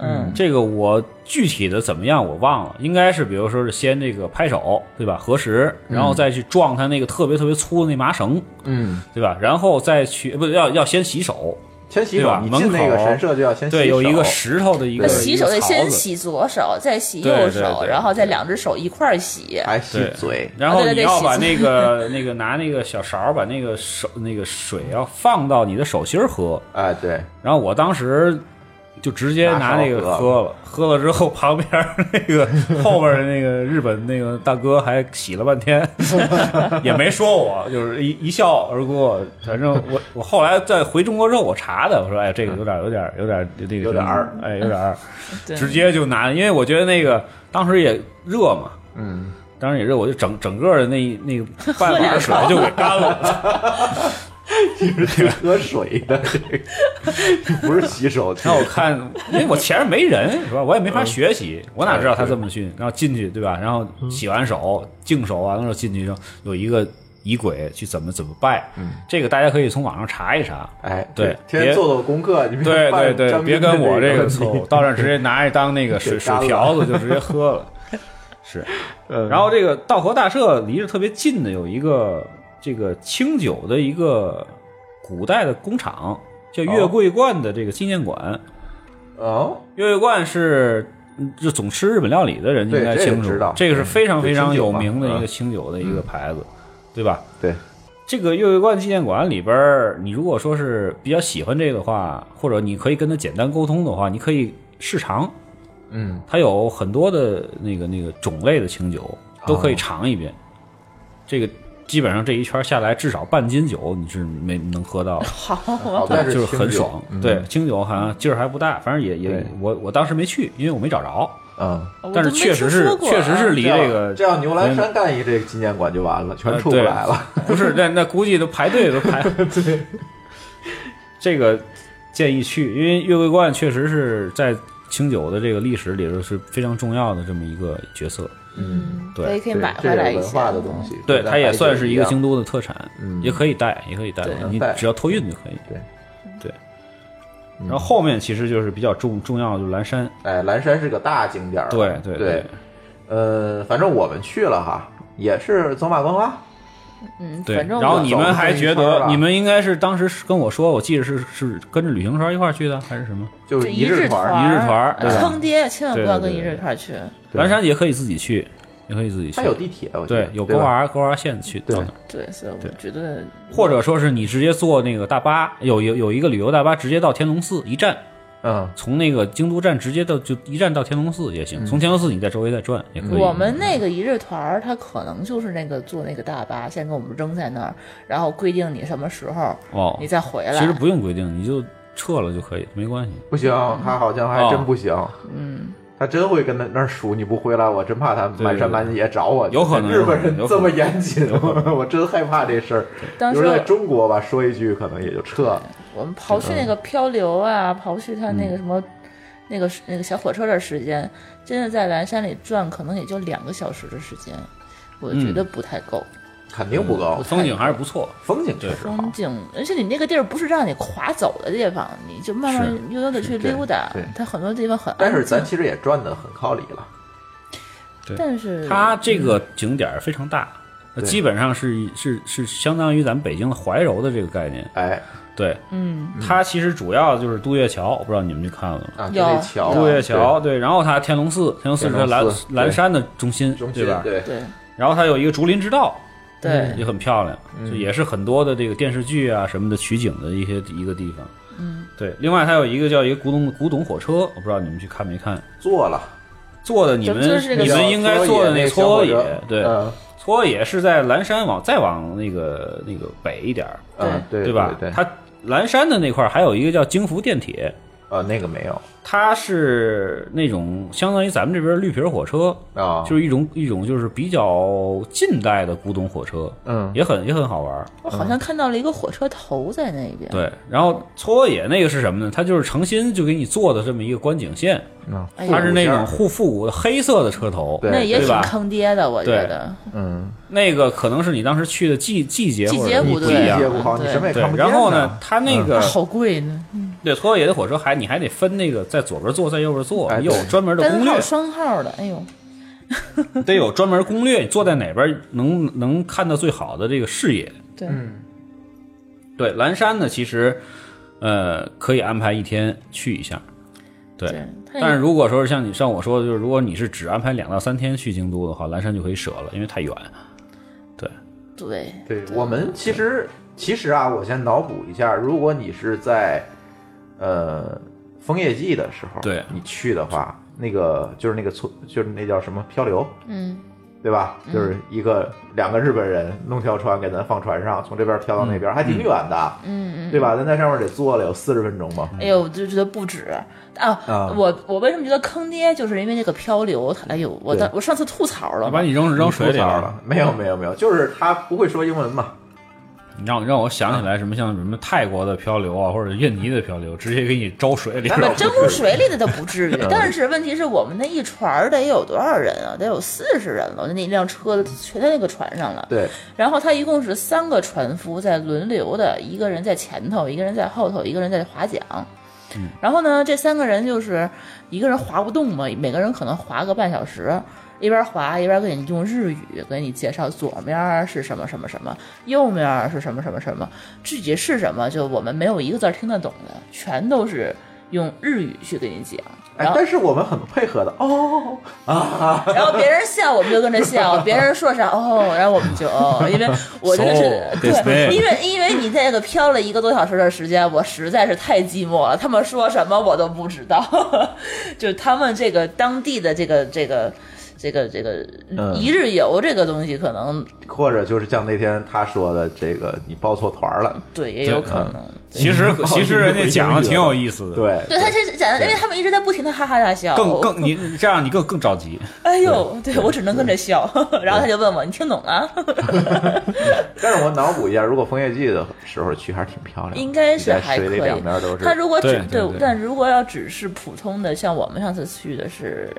[SPEAKER 4] 嗯
[SPEAKER 5] 这个我具体的怎么样我忘了，应该是比如说是先这个拍手对吧合十，
[SPEAKER 4] 嗯
[SPEAKER 5] 然后再去撞它那个特别特别粗的那麻绳
[SPEAKER 3] 嗯，
[SPEAKER 5] 对吧，然后再去呃不要要先洗手，
[SPEAKER 3] 先洗
[SPEAKER 5] 对
[SPEAKER 3] 手
[SPEAKER 5] 吧，
[SPEAKER 3] 你进那个
[SPEAKER 5] 门口
[SPEAKER 3] 神社就要先洗手，
[SPEAKER 5] 对，有一个石头呃的一个
[SPEAKER 4] 那呃洗手得
[SPEAKER 5] 一
[SPEAKER 4] 先
[SPEAKER 5] 个槽子
[SPEAKER 4] 洗左手，再洗
[SPEAKER 5] 对
[SPEAKER 4] 右
[SPEAKER 5] 对
[SPEAKER 4] 手，
[SPEAKER 5] 对
[SPEAKER 4] 然后再两只手一块儿洗。
[SPEAKER 3] 还洗
[SPEAKER 5] 对
[SPEAKER 3] 嘴，
[SPEAKER 5] 然后
[SPEAKER 4] 啊对
[SPEAKER 5] 你
[SPEAKER 4] 对
[SPEAKER 5] 要
[SPEAKER 4] 对
[SPEAKER 5] 把
[SPEAKER 4] 洗
[SPEAKER 5] 那个那个拿那个小勺儿把那个手那个水要放到你的手心儿喝，
[SPEAKER 3] 哎，
[SPEAKER 5] *laughs*
[SPEAKER 3] 对，
[SPEAKER 5] 然后我当时就直接拿那个
[SPEAKER 3] 拿勺
[SPEAKER 5] 喝了，喝了之后 *laughs* 旁边儿那
[SPEAKER 3] *laughs*
[SPEAKER 5] 个后边儿的那个日本那个大哥还洗了半天， *laughs* 也没说我，就是一一笑而过。反正我 *laughs* 我后来在回中国之后我查的，我说哎这个有点有点有点那个
[SPEAKER 3] 有点儿，
[SPEAKER 5] 哎有点儿，
[SPEAKER 4] 对
[SPEAKER 5] 直接就拿，因为我觉得那个当时也热嘛，
[SPEAKER 3] 嗯，
[SPEAKER 5] 当时也热，我就整整个的那一那个半碗水就给干了。
[SPEAKER 3] 是喝水的， *laughs* 不是洗手去
[SPEAKER 5] 然后我看，因为我前面没人是吧，我也
[SPEAKER 3] 嗯
[SPEAKER 5] 没法学习，我哪知道他这么训？然后进去对吧？然后
[SPEAKER 3] 嗯
[SPEAKER 5] 洗完手、净手啊完了之后进去，然后有一个仪轨去怎么怎么拜，
[SPEAKER 3] 嗯
[SPEAKER 5] 这个大家可以从网上查
[SPEAKER 3] *laughs*
[SPEAKER 5] 一查。
[SPEAKER 3] *laughs* 哎，
[SPEAKER 5] 对
[SPEAKER 3] 天
[SPEAKER 5] 别
[SPEAKER 3] 天做做功课，你别
[SPEAKER 5] 对对
[SPEAKER 3] 犯
[SPEAKER 5] 对，
[SPEAKER 3] 张
[SPEAKER 5] 别
[SPEAKER 3] 斌的
[SPEAKER 5] 跟我
[SPEAKER 3] 这
[SPEAKER 5] 这个凑，我到那儿直接拿着当那个水
[SPEAKER 3] *laughs* 给
[SPEAKER 5] 水
[SPEAKER 3] 干了嗯
[SPEAKER 5] 瓢子就直接喝 *laughs* 了。是，然后这个道和大社离着特别近的有一个这个清酒的一个古代的工厂，叫月桂冠的这个纪念馆。
[SPEAKER 3] 哦，
[SPEAKER 5] 月桂冠是嗯就总吃日本料理的人应
[SPEAKER 3] 对
[SPEAKER 5] 该
[SPEAKER 3] 这个
[SPEAKER 5] 清楚
[SPEAKER 3] 知道，
[SPEAKER 5] 这个是非常
[SPEAKER 3] 对
[SPEAKER 5] 非常
[SPEAKER 3] 清酒
[SPEAKER 5] 有
[SPEAKER 3] 嘛
[SPEAKER 5] 名的一个
[SPEAKER 3] 嗯
[SPEAKER 5] 清酒的一个牌子，对吧？
[SPEAKER 3] 对，
[SPEAKER 5] 这个月桂冠纪念馆里边儿，你如果说是比较喜欢这个的话，或者你可以跟他简单沟通的话，你可以试尝，
[SPEAKER 3] 嗯，
[SPEAKER 5] 它有很多的那个那个种类的清酒都可以尝一遍。这个基本上这一圈下来，至少半斤酒你是没能喝到的，
[SPEAKER 3] 好在
[SPEAKER 5] 就是
[SPEAKER 3] 清
[SPEAKER 5] 很
[SPEAKER 3] 酒
[SPEAKER 5] 爽。，嗯对，清酒好像劲儿还不大，反正也也
[SPEAKER 3] 对
[SPEAKER 5] 我我当时没去，因为我没找着，
[SPEAKER 3] 嗯，
[SPEAKER 4] 哦我
[SPEAKER 5] 但是
[SPEAKER 4] 都没
[SPEAKER 5] 确实
[SPEAKER 4] 听
[SPEAKER 5] 是
[SPEAKER 4] 说过
[SPEAKER 5] 确实是离这
[SPEAKER 3] 这
[SPEAKER 5] 个嗯啊
[SPEAKER 3] 样这样牛栏山干一这个纪念馆就完了，全出不来了。
[SPEAKER 5] 不是，那那估计都排队都
[SPEAKER 3] *laughs*
[SPEAKER 5] 排。对， *laughs* 这个建议去，因为月桂冠确实是在清酒的这个历史里头是非常重要的这么一个角色。
[SPEAKER 4] 嗯，
[SPEAKER 5] 对
[SPEAKER 4] 所以可以
[SPEAKER 3] 对
[SPEAKER 4] 买
[SPEAKER 3] 这
[SPEAKER 4] 回
[SPEAKER 3] 有
[SPEAKER 4] 来一
[SPEAKER 3] 文
[SPEAKER 4] 些
[SPEAKER 3] 化的东。西，
[SPEAKER 5] 对，
[SPEAKER 3] 跟
[SPEAKER 5] 它也
[SPEAKER 3] 白酒
[SPEAKER 5] 算是一个
[SPEAKER 3] 样
[SPEAKER 5] 京都的特产，
[SPEAKER 3] 嗯
[SPEAKER 5] 也可以带，也可以带，你
[SPEAKER 3] 带
[SPEAKER 5] 只要托运就可以。
[SPEAKER 3] 对，
[SPEAKER 5] 对。嗯然后后面其实就是比较重重要的就是蓝山，
[SPEAKER 3] 哎，蓝山是个大景点儿，
[SPEAKER 5] 对对
[SPEAKER 3] 对
[SPEAKER 5] 对，
[SPEAKER 3] 呃，反正我们去了哈，也是走马观花，
[SPEAKER 4] 嗯，
[SPEAKER 5] 对。
[SPEAKER 4] 反正
[SPEAKER 5] 然后你们还觉得
[SPEAKER 3] 走
[SPEAKER 5] 你们应该是当时是跟我说，我记得是是跟着旅行团一块儿去的，还是什么？
[SPEAKER 3] 就是
[SPEAKER 4] 一
[SPEAKER 3] 日
[SPEAKER 4] 团
[SPEAKER 3] 团
[SPEAKER 5] 儿
[SPEAKER 3] 儿。
[SPEAKER 5] 一日
[SPEAKER 4] 日
[SPEAKER 5] 团儿对吧
[SPEAKER 4] 坑爹，千万不要
[SPEAKER 5] 对对
[SPEAKER 4] 跟
[SPEAKER 5] 对
[SPEAKER 4] 一
[SPEAKER 5] 对
[SPEAKER 4] 日团儿去。
[SPEAKER 3] 对
[SPEAKER 5] 蓝山也可以自己去，也可以自己去。
[SPEAKER 3] 它有地铁，我记得
[SPEAKER 5] 对，有
[SPEAKER 3] 对
[SPEAKER 5] 勾
[SPEAKER 3] 吧
[SPEAKER 5] R 勾 R 线去到那儿，
[SPEAKER 4] 对，所以我
[SPEAKER 5] 对
[SPEAKER 4] 觉得
[SPEAKER 5] 或者说是你直接坐那个大巴，有有有一个旅游大巴直接到天龙寺一站，
[SPEAKER 3] 嗯，
[SPEAKER 5] 从那个京都站直接到就一站到天龙寺也行，从天龙寺你在周围再转也可以。
[SPEAKER 4] 我们那个一日团儿，他可能就是那个坐那个大巴，先给我们扔在那儿，然后规定你什么时候
[SPEAKER 5] 哦
[SPEAKER 4] 你，再回来。
[SPEAKER 5] 其实不用规定，你就撤了就可以，没关系。
[SPEAKER 3] 不行，他好像
[SPEAKER 5] 哦
[SPEAKER 3] 还真不行。
[SPEAKER 4] 嗯，
[SPEAKER 3] 他真会跟那那儿数你不回来，我真怕他满山满野找我去。
[SPEAKER 5] 对对对有可
[SPEAKER 3] *laughs*
[SPEAKER 5] 能
[SPEAKER 3] 日本人这么严谨
[SPEAKER 5] 有可，
[SPEAKER 3] *laughs*
[SPEAKER 5] 能
[SPEAKER 3] 我真害怕这事儿。
[SPEAKER 4] 当
[SPEAKER 3] 就
[SPEAKER 4] 时
[SPEAKER 3] 是在中国吧，说一句可能也就撤了。
[SPEAKER 4] 我们刨去那个漂流啊，刨去他那个什么，那个那个小火车的时间，真的在蓝山里转，可能也就两个小时的时间，我觉得不太够。
[SPEAKER 3] 肯定不高，
[SPEAKER 5] 嗯风景还是不错。
[SPEAKER 3] 风景确实好
[SPEAKER 4] 风。景，而且你那个地儿不是让你垮走的地方，你就慢慢悠悠的去溜达
[SPEAKER 3] 是对对。
[SPEAKER 4] 它很多地方很安静，
[SPEAKER 3] 但是咱其实也转的很靠里了，
[SPEAKER 4] 但是
[SPEAKER 5] 它这个景点儿非常大，那
[SPEAKER 3] 嗯对
[SPEAKER 5] 基本上是是是相当于咱们北京的怀柔的这个概念。
[SPEAKER 3] 哎
[SPEAKER 5] 对，
[SPEAKER 4] 嗯，
[SPEAKER 5] 它其实主要就是渡月桥，我不知道你们去看了吗？
[SPEAKER 3] 啊，就
[SPEAKER 4] 有
[SPEAKER 3] 那桥，
[SPEAKER 5] 渡月桥，对，然后它天龙寺，天龙寺是它
[SPEAKER 3] 天
[SPEAKER 5] 蓝
[SPEAKER 3] 龙寺
[SPEAKER 5] 蓝
[SPEAKER 3] 对
[SPEAKER 5] 山的中心，
[SPEAKER 3] 对中
[SPEAKER 5] 对
[SPEAKER 3] 心
[SPEAKER 5] 吧？
[SPEAKER 3] 对，
[SPEAKER 4] 对
[SPEAKER 5] 然后它有一个竹林之道，
[SPEAKER 4] 对，
[SPEAKER 5] 也很漂亮，
[SPEAKER 3] 嗯
[SPEAKER 5] 就也是很多的这个电视剧啊什么的取景的一些一个地方。嗯，对。另外它有一个叫一个古董古董火车，我不知道你们去看没看？
[SPEAKER 3] 做了。
[SPEAKER 5] 坐的你们
[SPEAKER 4] 咱们就是这个
[SPEAKER 5] 你们应该坐的那
[SPEAKER 3] 搓
[SPEAKER 5] 搓
[SPEAKER 3] 野
[SPEAKER 5] 野
[SPEAKER 3] 那小火车，
[SPEAKER 5] 对，
[SPEAKER 3] 嗯
[SPEAKER 5] 搓野是在蓝山往再往那个那个北一点儿，
[SPEAKER 3] 嗯，对
[SPEAKER 5] 对吧？
[SPEAKER 3] 对，
[SPEAKER 5] 它蓝山的那块儿还有一个叫京福电铁，
[SPEAKER 3] 呃，那个没有
[SPEAKER 5] 它是那种相当于咱们这边绿皮儿火车，
[SPEAKER 3] 啊，
[SPEAKER 5] 就是是一种一种就是比较近代的古董火车，
[SPEAKER 3] 嗯
[SPEAKER 5] 也很也很好玩儿。
[SPEAKER 3] 哦
[SPEAKER 4] 我好像看到了一个火车头在那边。
[SPEAKER 5] 对，然后搓野那个是什么呢？它就是诚心就给你做的这么一个观景线，
[SPEAKER 3] 嗯
[SPEAKER 4] 哎
[SPEAKER 5] 它
[SPEAKER 4] 呀，
[SPEAKER 5] 是那种护复古的黑色的车头，
[SPEAKER 3] 对
[SPEAKER 4] 那也挺
[SPEAKER 5] 吧
[SPEAKER 4] 坑爹的，我觉
[SPEAKER 5] 对
[SPEAKER 4] 得。
[SPEAKER 3] 嗯，
[SPEAKER 5] 那个可能是你当时去的季季节
[SPEAKER 4] 季
[SPEAKER 5] 或者
[SPEAKER 4] 节
[SPEAKER 5] 什么
[SPEAKER 4] 不
[SPEAKER 5] 不
[SPEAKER 4] 对啊
[SPEAKER 5] 一样
[SPEAKER 3] 理。解不好，你
[SPEAKER 4] 对
[SPEAKER 3] 什么也
[SPEAKER 5] 对
[SPEAKER 3] 看不，见。嗯
[SPEAKER 5] 然后呢，，它那个
[SPEAKER 4] 好贵呢，
[SPEAKER 5] 对搓野的火车还你还得分那个在左边坐，在右边坐，
[SPEAKER 3] 哎
[SPEAKER 5] 你有
[SPEAKER 3] 对
[SPEAKER 5] 专门的
[SPEAKER 4] 单
[SPEAKER 5] 攻
[SPEAKER 4] 号
[SPEAKER 5] 略，
[SPEAKER 4] 双号的，哎呦，
[SPEAKER 5] 得有专门攻略，你坐在哪边能能看到最好的这个视野。
[SPEAKER 4] 对，
[SPEAKER 5] 对，蓝山呢，其实呃可以安排一天去一下，对。
[SPEAKER 4] 对，它
[SPEAKER 5] 但
[SPEAKER 4] 也
[SPEAKER 5] 是如果说是像你像我说的，就是如果你是只安排两到三天去京都的话，蓝山就可以舍了，因为太远。
[SPEAKER 4] 对，
[SPEAKER 3] 对我们其实其实啊，我先脑补一下，如果你是在呃枫叶季的时候，
[SPEAKER 5] 对
[SPEAKER 3] 你去的话，那个就是那个村，就是那叫什么漂流，
[SPEAKER 4] 嗯，
[SPEAKER 3] 对吧？就是一个两个日本人弄条船给咱放船上，从这边漂到那边，还挺远的，嗯，对吧？咱在上面得坐了有四十分钟吧，
[SPEAKER 4] 哎呦，我就觉得不止啊！
[SPEAKER 3] 啊
[SPEAKER 4] 我我为什么觉得坑爹，就是因为那个漂流，它哎呦，我
[SPEAKER 3] 对
[SPEAKER 4] 当我上次吐槽了
[SPEAKER 5] 我
[SPEAKER 4] 嘛
[SPEAKER 5] 把，你扔扔水里
[SPEAKER 3] 吐槽，了，没有没有没有，就是他不会说英文嘛，
[SPEAKER 5] 你让让我想起来什么像什么泰国的漂流啊，或者印尼的漂流，直接给你招水里边
[SPEAKER 4] 把
[SPEAKER 5] 儿。
[SPEAKER 4] 蒸入水里的都不
[SPEAKER 3] *laughs*
[SPEAKER 4] 至
[SPEAKER 3] 啊
[SPEAKER 4] 于。但是问题是我们那一船儿得有多少人啊？得有四十人了，那一辆车全在那个船上了。
[SPEAKER 3] 对，
[SPEAKER 4] 然后他一共是三个船夫在轮流的，一个人在前头，一个人在后头，一个人在划桨。然后呢，这三个人就是一个人划不动嘛，每个人可能划个半小时，一边划一边给你用日语给你介绍左面儿是什么什么什么，右面儿是什么什么什么，具体是什么就我们没有一个字儿听得懂的，全都是用日语去给你讲。
[SPEAKER 3] 哎
[SPEAKER 4] 然，后
[SPEAKER 3] 但是我们很配合的哦啊，
[SPEAKER 4] 然后别人笑，我们就跟着笑；别人说啥哦，然后我们就哦，因为我真的
[SPEAKER 5] So
[SPEAKER 4] 是
[SPEAKER 5] dismayed
[SPEAKER 4] 对，因为因为你在那个飘了一个多小时的时间，我实在是太寂寞了。他们说什么我都不知道， *laughs* 就是他们这个当地的这个这个这个这个
[SPEAKER 3] 嗯
[SPEAKER 4] 一日游这个东西，可能
[SPEAKER 3] 或者就是像那天他说的这个，你报错团了，
[SPEAKER 4] 对也有可能。
[SPEAKER 5] 其实
[SPEAKER 3] 嗯
[SPEAKER 5] 其实人家讲的挺有意思的，，
[SPEAKER 3] 对，
[SPEAKER 4] 对，他是讲的，因为他们一直在不停的哈哈大笑，
[SPEAKER 5] 更更你这样你更更着急。
[SPEAKER 4] 哎呦，对我只能跟着笑。然后他就问我，你听懂了？
[SPEAKER 3] 但是我脑补一下，如果枫叶季的时候去，还是挺漂亮的，
[SPEAKER 4] 应该是还
[SPEAKER 3] 你在水
[SPEAKER 4] 可
[SPEAKER 3] 里
[SPEAKER 4] 以。
[SPEAKER 3] 两边都是。
[SPEAKER 4] 他如果只
[SPEAKER 5] 对对对
[SPEAKER 4] 但如果要只是普通的，像我们上次去的是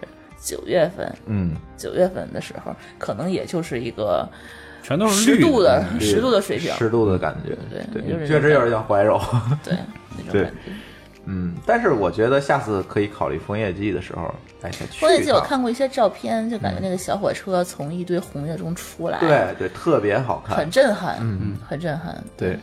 [SPEAKER 4] 九月份，
[SPEAKER 3] 嗯，
[SPEAKER 4] 九月份的时候，可能也就是一个
[SPEAKER 5] 全都是
[SPEAKER 4] 十
[SPEAKER 5] 绿
[SPEAKER 4] 度的
[SPEAKER 5] 嗯
[SPEAKER 4] 十度的水平，嗯
[SPEAKER 3] 十度的感觉，
[SPEAKER 4] 对就是
[SPEAKER 3] 确实有点像怀柔，
[SPEAKER 4] 对那种
[SPEAKER 3] 对
[SPEAKER 4] 感觉。
[SPEAKER 3] 嗯，但是我觉得下次可以考虑枫叶季的时候，哎，再去一趟。
[SPEAKER 4] 关键是我看过一些照片，就感觉那个小火车从一堆红叶中出来，，
[SPEAKER 3] 嗯对对，特别好看
[SPEAKER 4] 很，震撼，嗯，很震撼。
[SPEAKER 3] 对。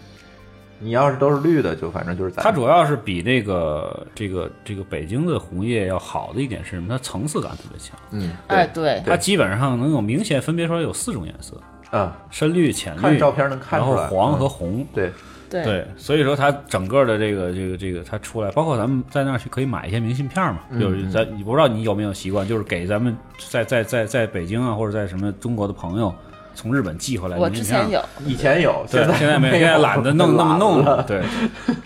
[SPEAKER 3] 你要是都是绿的，就反正就是咱
[SPEAKER 5] 它主要是比那个这个这个北京的红叶要好的一点是什么？它层次感特别强，
[SPEAKER 3] 嗯，
[SPEAKER 4] 哎，
[SPEAKER 3] 对，
[SPEAKER 4] 对，
[SPEAKER 5] 它基本上能有明显分别出来有四种颜色：
[SPEAKER 3] 嗯，
[SPEAKER 5] 深绿、浅绿，
[SPEAKER 3] 看照片能看
[SPEAKER 5] 然后
[SPEAKER 3] 出来
[SPEAKER 5] 黄
[SPEAKER 3] 嗯
[SPEAKER 5] 和红。
[SPEAKER 3] 对，
[SPEAKER 4] 对
[SPEAKER 5] 对，所以说它整个的这个这个这个它出来，包括咱们在那儿去可以买一些明信片嘛，
[SPEAKER 4] 嗯
[SPEAKER 5] 就是咱你不知道你有没有习惯，就是给咱们在在在在北京啊或者在什么中国的朋友从日本寄回来
[SPEAKER 4] 我
[SPEAKER 5] 明
[SPEAKER 4] 之
[SPEAKER 5] *laughs* 信片儿
[SPEAKER 4] 前有，
[SPEAKER 3] 以前有，
[SPEAKER 5] 对，
[SPEAKER 3] 在
[SPEAKER 5] 现在没有，
[SPEAKER 3] 有，
[SPEAKER 4] *laughs*
[SPEAKER 5] 现在懒得弄那么弄
[SPEAKER 3] 了
[SPEAKER 5] 了。。对，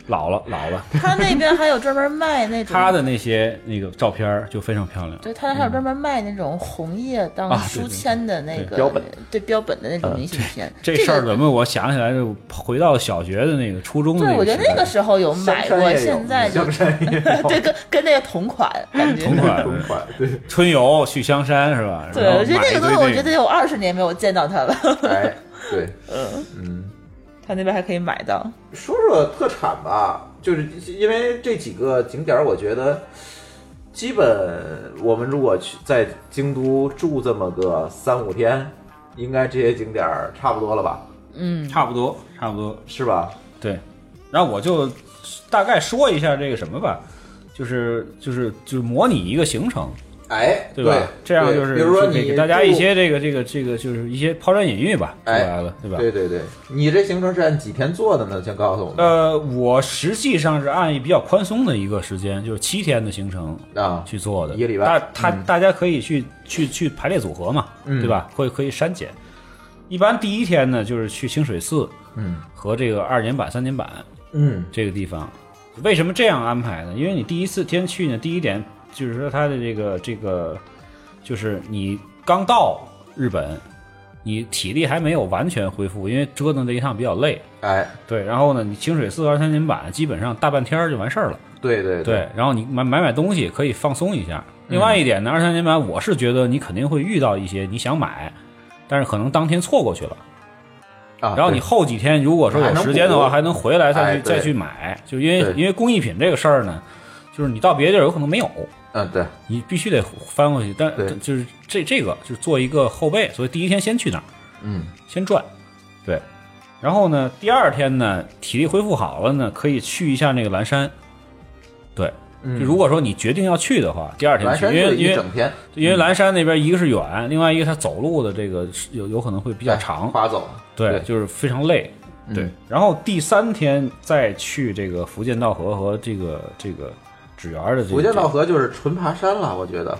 [SPEAKER 5] 老了老了。
[SPEAKER 4] 他那边还有专门卖那种，
[SPEAKER 5] *laughs* 他的那些那个照片儿就非常漂亮。
[SPEAKER 4] 对他还有专门卖那种红叶当
[SPEAKER 5] 啊对
[SPEAKER 4] 书
[SPEAKER 5] 对
[SPEAKER 4] 签的那个、
[SPEAKER 3] 对标本，嗯
[SPEAKER 4] 对标本的那种明信片。
[SPEAKER 5] 这
[SPEAKER 4] 个
[SPEAKER 5] 事儿怎么我想起来就回到小学的那个初中的
[SPEAKER 4] 对，
[SPEAKER 5] 那
[SPEAKER 4] 我
[SPEAKER 5] 个
[SPEAKER 4] 觉
[SPEAKER 5] 时
[SPEAKER 4] 得那
[SPEAKER 5] 代
[SPEAKER 3] 嗯
[SPEAKER 4] 个时候有买过，现在就
[SPEAKER 3] *laughs* 香山也
[SPEAKER 4] *laughs*
[SPEAKER 3] 有，
[SPEAKER 4] 对跟跟那个同款感觉。
[SPEAKER 5] 同款
[SPEAKER 3] 同款，
[SPEAKER 4] *laughs*
[SPEAKER 3] 对，
[SPEAKER 5] 春游去香山是
[SPEAKER 3] 嗯
[SPEAKER 5] 吧？
[SPEAKER 4] 对，
[SPEAKER 5] 然后
[SPEAKER 4] 我觉得
[SPEAKER 5] 买
[SPEAKER 4] 那个
[SPEAKER 5] 一堆
[SPEAKER 4] 东西，我觉得有二十年没有见到它了。
[SPEAKER 3] *laughs* 哎，对，
[SPEAKER 4] 嗯
[SPEAKER 3] 嗯
[SPEAKER 4] 他那边还可以买到，
[SPEAKER 3] 说说特产吧，就是因为这几个景点，我觉得基本我们如果去在京都住这么个三五天，应该这些景点儿差不多了吧？
[SPEAKER 5] 差不多差不多
[SPEAKER 3] 是吧？
[SPEAKER 5] 对，然后我就大概说一下这个什么吧，就是就是就是模拟一个行程，
[SPEAKER 3] 哎，
[SPEAKER 5] 对吧？这样就是
[SPEAKER 3] 比如说
[SPEAKER 5] 就给
[SPEAKER 3] 你
[SPEAKER 5] 给大家
[SPEAKER 3] 住
[SPEAKER 5] 一些这个这个这个就是一些抛砖引玉吧，说
[SPEAKER 3] 哎
[SPEAKER 5] 白了，对吧？
[SPEAKER 3] 对对对，你这行程是按几天做的呢？先告诉我们。
[SPEAKER 5] 呃，我实际上是按一比较宽松的一个时间，就是七天的行程
[SPEAKER 3] 啊
[SPEAKER 5] 去做的，
[SPEAKER 3] 一个礼拜
[SPEAKER 5] 大他
[SPEAKER 3] 嗯
[SPEAKER 5] 大家可以去去去排列组合嘛，
[SPEAKER 3] 嗯
[SPEAKER 5] 对吧？会可以删减。一般第一天呢，就是去清水寺
[SPEAKER 3] 嗯
[SPEAKER 5] 和这个二年坂、三年坂
[SPEAKER 3] 嗯
[SPEAKER 5] 这个地方。为什么这样安排呢？因为你第一次天去呢，第一点就是说它的这个这个，就是你刚到日本，你体力还没有完全恢复，因为折腾这一趟比较累。
[SPEAKER 3] 哎，
[SPEAKER 5] 对，然后呢，你清水寺和三年坂基本上大半天儿就完事儿了。
[SPEAKER 3] 对对
[SPEAKER 5] 对，然后你买买买东西可以放松一下。另外一点呢，二三年版我是觉得你肯定会遇到一些你想买，但是可能当天错过去了。
[SPEAKER 3] 啊，
[SPEAKER 5] 然后你
[SPEAKER 3] 对
[SPEAKER 5] 后几天如果说有时间的话，
[SPEAKER 3] 还
[SPEAKER 5] 还能回来再
[SPEAKER 3] 哎
[SPEAKER 5] 去
[SPEAKER 3] 对
[SPEAKER 5] 再去买，就因为
[SPEAKER 3] 对
[SPEAKER 5] 因为工艺品这个事儿呢，就是你到别的地儿有可能没有，
[SPEAKER 3] 嗯对
[SPEAKER 5] 你必须得翻过去。但
[SPEAKER 3] 对
[SPEAKER 5] 就是这这个就是做一个后备，所以第一天先去那儿。
[SPEAKER 3] 嗯
[SPEAKER 5] 先转，对。然后呢，第二天呢，体力恢复好了呢，可以去一下那个蓝山。对，
[SPEAKER 3] 嗯，
[SPEAKER 5] 就如果说你决定要去的话，第二天
[SPEAKER 3] 完
[SPEAKER 5] 去，
[SPEAKER 3] 全
[SPEAKER 5] 因为
[SPEAKER 3] 是
[SPEAKER 5] 因
[SPEAKER 3] 一
[SPEAKER 5] 为
[SPEAKER 3] 整嗯天
[SPEAKER 5] 因为蓝山那边一个是远，另外一个它走路的这个是有有可能会比
[SPEAKER 3] 比
[SPEAKER 5] 较长，
[SPEAKER 3] 哎划走，
[SPEAKER 5] 对，
[SPEAKER 3] 对嗯
[SPEAKER 5] 就是非常累。对，然后第三天再去这个福建道河和这个这个纸园的这个
[SPEAKER 3] 福建道，河就是纯爬山了，我觉得。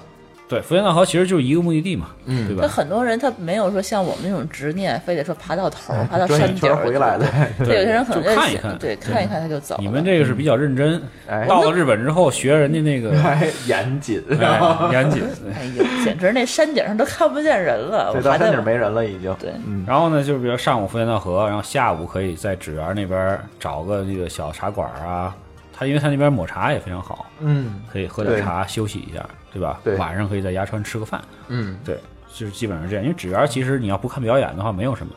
[SPEAKER 5] 对，福建道河其实就是一个目的地嘛，
[SPEAKER 3] 嗯
[SPEAKER 5] 对吧
[SPEAKER 4] 那？很多人他没有说像我们那种执念，非得说爬到头儿，爬到
[SPEAKER 3] 转
[SPEAKER 4] 山
[SPEAKER 3] 一
[SPEAKER 4] 顶
[SPEAKER 3] 哎圈
[SPEAKER 4] 儿
[SPEAKER 3] 回来。的，
[SPEAKER 4] 对，有些人可能
[SPEAKER 5] 就看一
[SPEAKER 4] 想
[SPEAKER 5] 看
[SPEAKER 4] 对，看一看他就走了。
[SPEAKER 5] 你们这个是比较认真，
[SPEAKER 3] 哎
[SPEAKER 5] 到了日本之后学人家那个
[SPEAKER 3] *laughs* 还严谨，然后
[SPEAKER 5] 哎， *laughs* 严谨。
[SPEAKER 4] 哎呦，简直那山顶上都看不见人了，
[SPEAKER 3] 对，
[SPEAKER 4] 我
[SPEAKER 3] 到
[SPEAKER 4] 还
[SPEAKER 3] 山
[SPEAKER 4] 在
[SPEAKER 3] 顶没人了已经。
[SPEAKER 4] 对
[SPEAKER 3] 嗯，
[SPEAKER 5] 然后呢，就是比如上午福建道河，然后下午可以在纸园那边找个这个小茶馆啊，他因为他那边抹茶也非常好，
[SPEAKER 3] 嗯
[SPEAKER 5] 可以喝点
[SPEAKER 3] 对
[SPEAKER 5] 茶休息一下，对吧？
[SPEAKER 3] 对
[SPEAKER 5] 晚上可以在鸭川吃个饭，
[SPEAKER 3] 嗯，
[SPEAKER 5] 对，就是基本上是这样。因为纸园其实你要不看表演的话，没有什么。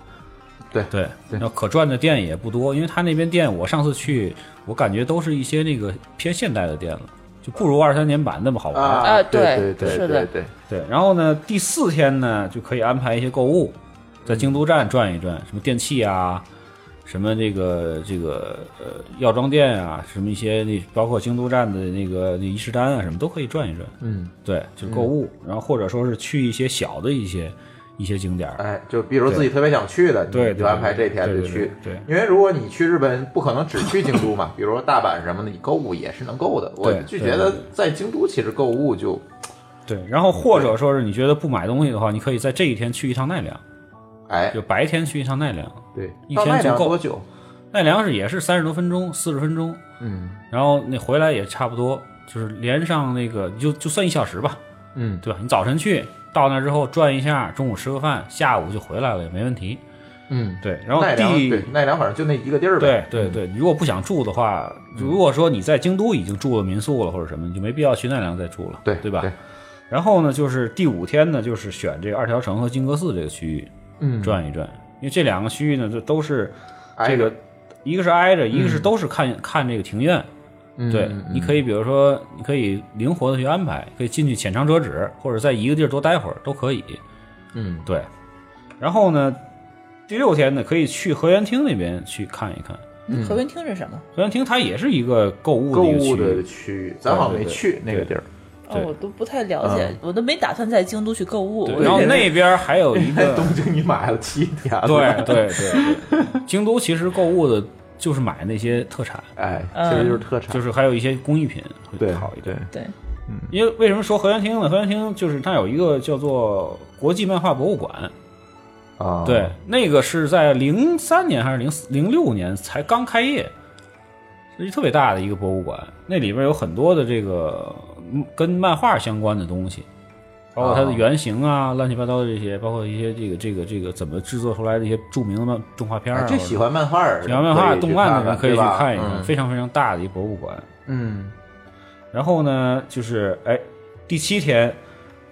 [SPEAKER 3] 对
[SPEAKER 5] 对，
[SPEAKER 3] 对
[SPEAKER 5] 然后可转的店也不多，因为他那边店我上次去，我感觉都是一些那个偏现代的店了，就不如二三年版那么好玩。
[SPEAKER 3] 啊，
[SPEAKER 4] 啊
[SPEAKER 3] 对
[SPEAKER 4] 对
[SPEAKER 3] 对
[SPEAKER 4] 是
[SPEAKER 3] 对
[SPEAKER 4] 的
[SPEAKER 3] 对，
[SPEAKER 5] 对，然后呢，第四天呢就可以安排一些购物，在京都站转一转，什么电器啊，什么这个这个呃药妆店啊，什么一些那包括京都站的那个那伊势丹啊，什么都可以转一转。
[SPEAKER 3] 嗯，
[SPEAKER 5] 对，就是购物，然后或者说是去一些小的一些一些景点儿。
[SPEAKER 3] 哎，就比如自己特别想去的，
[SPEAKER 5] 对
[SPEAKER 3] 你
[SPEAKER 5] 对
[SPEAKER 3] 就安排这
[SPEAKER 5] 对
[SPEAKER 3] 天
[SPEAKER 5] 对
[SPEAKER 3] 就去。
[SPEAKER 5] 对对
[SPEAKER 3] 因为如果你去日本，不可能只去京都嘛，比如说大阪什么的，你购物也是能购的。我
[SPEAKER 5] 对
[SPEAKER 3] 就
[SPEAKER 5] 对
[SPEAKER 3] 觉得
[SPEAKER 5] 对
[SPEAKER 3] 在京都其实购物就
[SPEAKER 5] 对，然后或者说是你觉得不买东西的话，你可以在这一天去一趟奈良，
[SPEAKER 3] 哎
[SPEAKER 5] 就白天去一趟奈良，
[SPEAKER 3] 对，
[SPEAKER 5] 一
[SPEAKER 3] 到
[SPEAKER 5] 天
[SPEAKER 3] 奈
[SPEAKER 5] 就
[SPEAKER 3] 良
[SPEAKER 5] 够
[SPEAKER 3] 多久？
[SPEAKER 5] 奈良是也是三十多分钟、四十分钟，
[SPEAKER 3] 嗯
[SPEAKER 5] 然后那回来也差不多，就是连上那个就就算一小时吧，
[SPEAKER 3] 嗯，
[SPEAKER 5] 对吧？你早晨去到那之后转一下，中午吃个饭，下午就回来了也没问题。
[SPEAKER 3] 嗯，
[SPEAKER 5] 对，然后
[SPEAKER 3] 奈良
[SPEAKER 5] 第
[SPEAKER 3] 对奈良反正就那一个地儿
[SPEAKER 5] 对
[SPEAKER 3] 呗。
[SPEAKER 5] 对对，你如果不想住的话，
[SPEAKER 3] 嗯
[SPEAKER 5] 如果说你在京都已经住了民宿了或者什么，你就没必要去奈良再住了，
[SPEAKER 3] 对
[SPEAKER 5] 对吧？然后呢，就是第五天呢，就是选这个二条城和金阁寺这个区域
[SPEAKER 3] 嗯，
[SPEAKER 5] 转一转，因为这两个区域呢，这都是
[SPEAKER 3] 挨
[SPEAKER 5] 这
[SPEAKER 3] 着
[SPEAKER 5] 个一个是挨着，一个是都是看看这个庭院。
[SPEAKER 3] 嗯
[SPEAKER 5] 对
[SPEAKER 3] 嗯，
[SPEAKER 5] 你可以比如说，你可以灵活的去安排，可以进去浅尝辄止，或者在一个地儿多待会儿都可以。
[SPEAKER 3] 嗯
[SPEAKER 5] 对，然后呢，第六天呢，可以去河源厅那边去看一看。
[SPEAKER 4] 嗯河边厅是什么？
[SPEAKER 5] 河源厅它也是一个购物
[SPEAKER 3] 购
[SPEAKER 5] 的一个
[SPEAKER 3] 物
[SPEAKER 5] 区
[SPEAKER 3] 的
[SPEAKER 5] 域，
[SPEAKER 3] 区域，咱好像没去那个地儿。
[SPEAKER 4] 哦，我都不太了解
[SPEAKER 3] 嗯，
[SPEAKER 4] 我都没打算在京都去购物。
[SPEAKER 5] 对
[SPEAKER 4] 我
[SPEAKER 5] 然后
[SPEAKER 4] 以为
[SPEAKER 5] 那边还有
[SPEAKER 3] *laughs*
[SPEAKER 5] 一
[SPEAKER 3] 在
[SPEAKER 5] 个，
[SPEAKER 3] 东京你买了七天了，
[SPEAKER 5] 对，对对对，京都其实购物的就是买那些特产，
[SPEAKER 3] *laughs* 哎，其实就是特产，
[SPEAKER 5] 就是还有一些工艺品会
[SPEAKER 3] 对
[SPEAKER 5] 好一点。
[SPEAKER 4] 对，
[SPEAKER 5] 因为为什么说河源厅呢？河源厅就是它有一个叫做国际漫画博物馆，
[SPEAKER 3] 哦啊，
[SPEAKER 5] 对，那个是在零三年还是零零六年才刚开业，那是特别大的一个博物馆，那里边有很多的这个嗯跟漫画相关的东西，包括它
[SPEAKER 3] 哦
[SPEAKER 5] 的原型啊，乱七八糟的这些，包括一些这个这个这个怎么制作出来的一些著名的动画片儿啊。
[SPEAKER 3] 哎这喜欢漫画儿的可以
[SPEAKER 5] 喜
[SPEAKER 3] 去
[SPEAKER 5] 欢
[SPEAKER 3] 看看，
[SPEAKER 5] 漫画、动漫的人可以去
[SPEAKER 3] 对吧
[SPEAKER 5] 看一看，
[SPEAKER 3] 嗯
[SPEAKER 5] 非常非常大的一博物馆。
[SPEAKER 3] 嗯，
[SPEAKER 5] 然后呢，就是哎，第七天，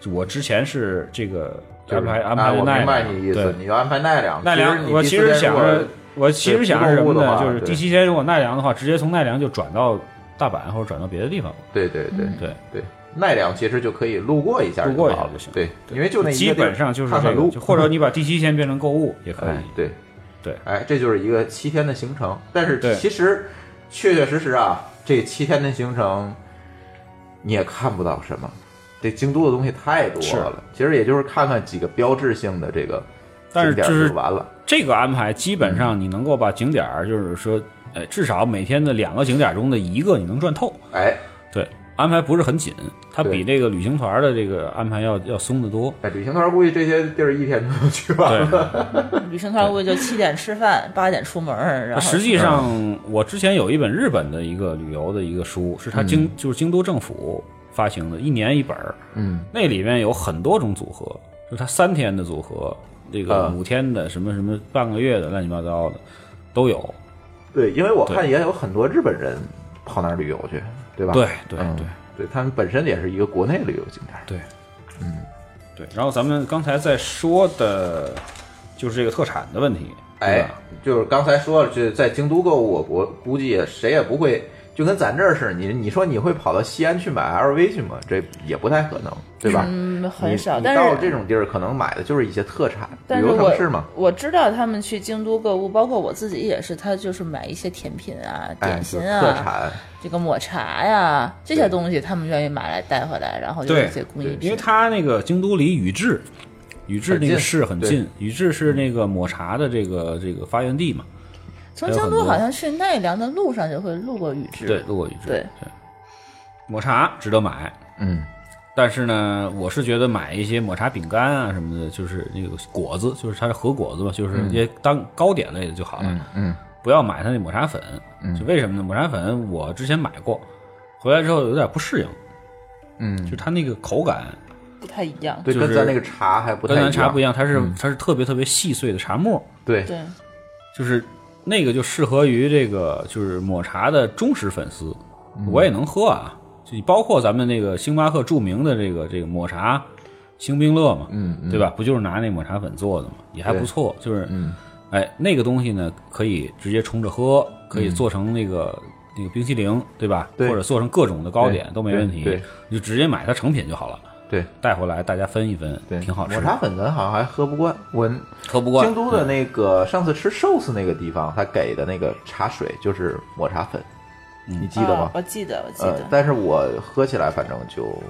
[SPEAKER 5] 我之前是这个
[SPEAKER 3] 就是
[SPEAKER 5] 安排安
[SPEAKER 3] 啊
[SPEAKER 5] 排的
[SPEAKER 3] 我
[SPEAKER 5] 奈
[SPEAKER 3] 明白
[SPEAKER 5] 良，
[SPEAKER 3] 你意思
[SPEAKER 5] 对，，
[SPEAKER 3] 你要安排奈良。
[SPEAKER 5] 奈
[SPEAKER 3] 实
[SPEAKER 5] 良，
[SPEAKER 3] 你
[SPEAKER 5] 我
[SPEAKER 3] 第
[SPEAKER 5] 其
[SPEAKER 3] 四
[SPEAKER 5] 实
[SPEAKER 3] 天
[SPEAKER 5] 想
[SPEAKER 3] 如果
[SPEAKER 5] 着，我其实想是什
[SPEAKER 3] 自动物
[SPEAKER 5] 么
[SPEAKER 3] 的
[SPEAKER 5] 呢？
[SPEAKER 3] 话
[SPEAKER 5] 就是
[SPEAKER 3] 对
[SPEAKER 5] 第七天如果奈良的话，直接从奈良就转到大阪或者转到别的地方，
[SPEAKER 3] 对对对
[SPEAKER 5] 对，
[SPEAKER 3] 对，奈良其实就可以路过一下好了，
[SPEAKER 5] 嗯路过一下就行
[SPEAKER 3] 对，因为就那一个
[SPEAKER 5] 基
[SPEAKER 3] 地
[SPEAKER 5] 本上就是
[SPEAKER 3] 看
[SPEAKER 5] 这
[SPEAKER 3] 看
[SPEAKER 5] 个，
[SPEAKER 3] 路
[SPEAKER 5] 就，或者你把第七天变成购物也可以
[SPEAKER 3] 哎，对
[SPEAKER 5] 对
[SPEAKER 3] 哎，这就是一个七天的行程。但是
[SPEAKER 5] 对
[SPEAKER 3] 其实确确实实啊，这七天的行程你也看不到什么。这京都的东西太多
[SPEAKER 5] 是
[SPEAKER 3] 了，其实也就是看看几个标志性的这个
[SPEAKER 5] 但是
[SPEAKER 3] 景点
[SPEAKER 5] 就是
[SPEAKER 3] 就完了。
[SPEAKER 5] 这个安排基
[SPEAKER 3] 嗯
[SPEAKER 5] 本上你能够把景点儿，就是说，呃，至少每天的两个景点儿中的一个你能转透。
[SPEAKER 3] 哎，
[SPEAKER 5] 对，安排不是很紧，它
[SPEAKER 3] 对
[SPEAKER 5] 比这个旅行团的这个安排要要松得多。
[SPEAKER 3] 哎，旅行团估计这些地儿一天就能去完了。 *laughs*
[SPEAKER 5] 对，
[SPEAKER 4] 旅行团估计就七点吃饭，八点出门儿，然后
[SPEAKER 5] 实际
[SPEAKER 3] 嗯
[SPEAKER 5] 上我之前有一本日本的一个旅游的一个书，是它京、就是京都政府发行的，一年一本儿，
[SPEAKER 3] 嗯，
[SPEAKER 5] 那里面有很多种组合，就它三天的组合，这个
[SPEAKER 3] 啊
[SPEAKER 5] 五天的，什么什么半个月的，乱七八糟的都有。
[SPEAKER 3] 啊对，因为我看
[SPEAKER 5] 对
[SPEAKER 3] 也有很多日本人跑那儿旅游去，对吧？
[SPEAKER 5] 对对
[SPEAKER 3] 嗯
[SPEAKER 5] 对
[SPEAKER 3] 对，他们本身也是一个国内旅游景点。
[SPEAKER 5] 对，嗯，对。然后咱们刚才在说的，就是这个特产的问题，对
[SPEAKER 3] 哎
[SPEAKER 5] 吧，
[SPEAKER 3] 就是刚才说了，就是在京都购物，我我估计也谁也不会，就跟咱这儿似的，你你说你会跑到西安去买 LV 去吗？这也不太可能，对吧？
[SPEAKER 4] 嗯
[SPEAKER 3] 你
[SPEAKER 4] 很少，
[SPEAKER 3] 你
[SPEAKER 4] 但
[SPEAKER 3] 到
[SPEAKER 4] 是
[SPEAKER 3] 这种地儿，可能买的就是一些特产，
[SPEAKER 4] 但
[SPEAKER 3] 旅
[SPEAKER 4] 是
[SPEAKER 3] 游
[SPEAKER 4] 我
[SPEAKER 3] 城市嘛。
[SPEAKER 4] 我知道他们去京都购物，包括我自己也是，他就是买一些甜品啊、
[SPEAKER 3] 哎，
[SPEAKER 4] 点心
[SPEAKER 3] 特
[SPEAKER 4] 啊、
[SPEAKER 3] 产，
[SPEAKER 4] 这个抹茶呀、这些东西，他们愿意买来带回来，然后就是
[SPEAKER 5] 对
[SPEAKER 4] 一些工艺
[SPEAKER 5] 因为
[SPEAKER 4] 品。
[SPEAKER 5] 它那个京都离宇治，宇治那个市很
[SPEAKER 3] 很
[SPEAKER 5] 近，宇治是那个抹茶的这个这个发源地嘛。
[SPEAKER 4] 从
[SPEAKER 5] 还有
[SPEAKER 4] 京
[SPEAKER 5] 很
[SPEAKER 4] 都
[SPEAKER 5] 多
[SPEAKER 4] 好像去奈良的路上就会路过宇治，
[SPEAKER 5] 对，路过宇治。
[SPEAKER 4] 对
[SPEAKER 5] 抹茶值得买，
[SPEAKER 3] 嗯，
[SPEAKER 5] 但是呢，我是觉得买一些抹茶饼干啊什么的，就是那个果子，就是它是和果子嘛，就是一些当糕点类的就好了。嗯，不要买它那抹茶粉。就为什么呢？抹茶粉我之前买过，回来之后有点不适应。嗯，就它那个口感
[SPEAKER 4] 不太一样。
[SPEAKER 3] 对，
[SPEAKER 5] 就是
[SPEAKER 3] 跟咱那个茶还不太一
[SPEAKER 5] 跟咱
[SPEAKER 3] 样，
[SPEAKER 5] 茶不一样，它是、它是特别特别细碎的茶沫。
[SPEAKER 3] 对，
[SPEAKER 4] 对，
[SPEAKER 5] 就是那个就适合于这个就是抹茶的忠实粉丝，
[SPEAKER 3] 嗯
[SPEAKER 5] 我也能喝啊。就包括咱们那个星巴克著名的这个这个抹茶星冰乐嘛，
[SPEAKER 3] 嗯嗯
[SPEAKER 5] 对吧？不就是拿那抹茶粉做的嘛，也还
[SPEAKER 3] 对嗯
[SPEAKER 5] 不错。就是，哎，那个东西呢，可以直接冲着喝，可以做成那个、那个冰淇淋，对吧？
[SPEAKER 3] 嗯对
[SPEAKER 5] 或者做成各种的糕点
[SPEAKER 3] 对
[SPEAKER 5] 都没问题
[SPEAKER 3] 对对，
[SPEAKER 5] 你就直接买它成品就好了，
[SPEAKER 3] 对
[SPEAKER 5] 带回来大家分一分，
[SPEAKER 3] 对，
[SPEAKER 5] 挺好吃
[SPEAKER 3] 抹。茶粉咱好像还喝不惯，我
[SPEAKER 5] 喝不惯
[SPEAKER 3] 京都的那个上次吃寿司那个地方，他给的那个茶水就是抹茶粉，
[SPEAKER 5] 嗯
[SPEAKER 3] 你记得吗
[SPEAKER 4] 啊？我记得，我记
[SPEAKER 3] 呃
[SPEAKER 4] 得，。
[SPEAKER 3] 但是我喝起来反正就
[SPEAKER 4] 我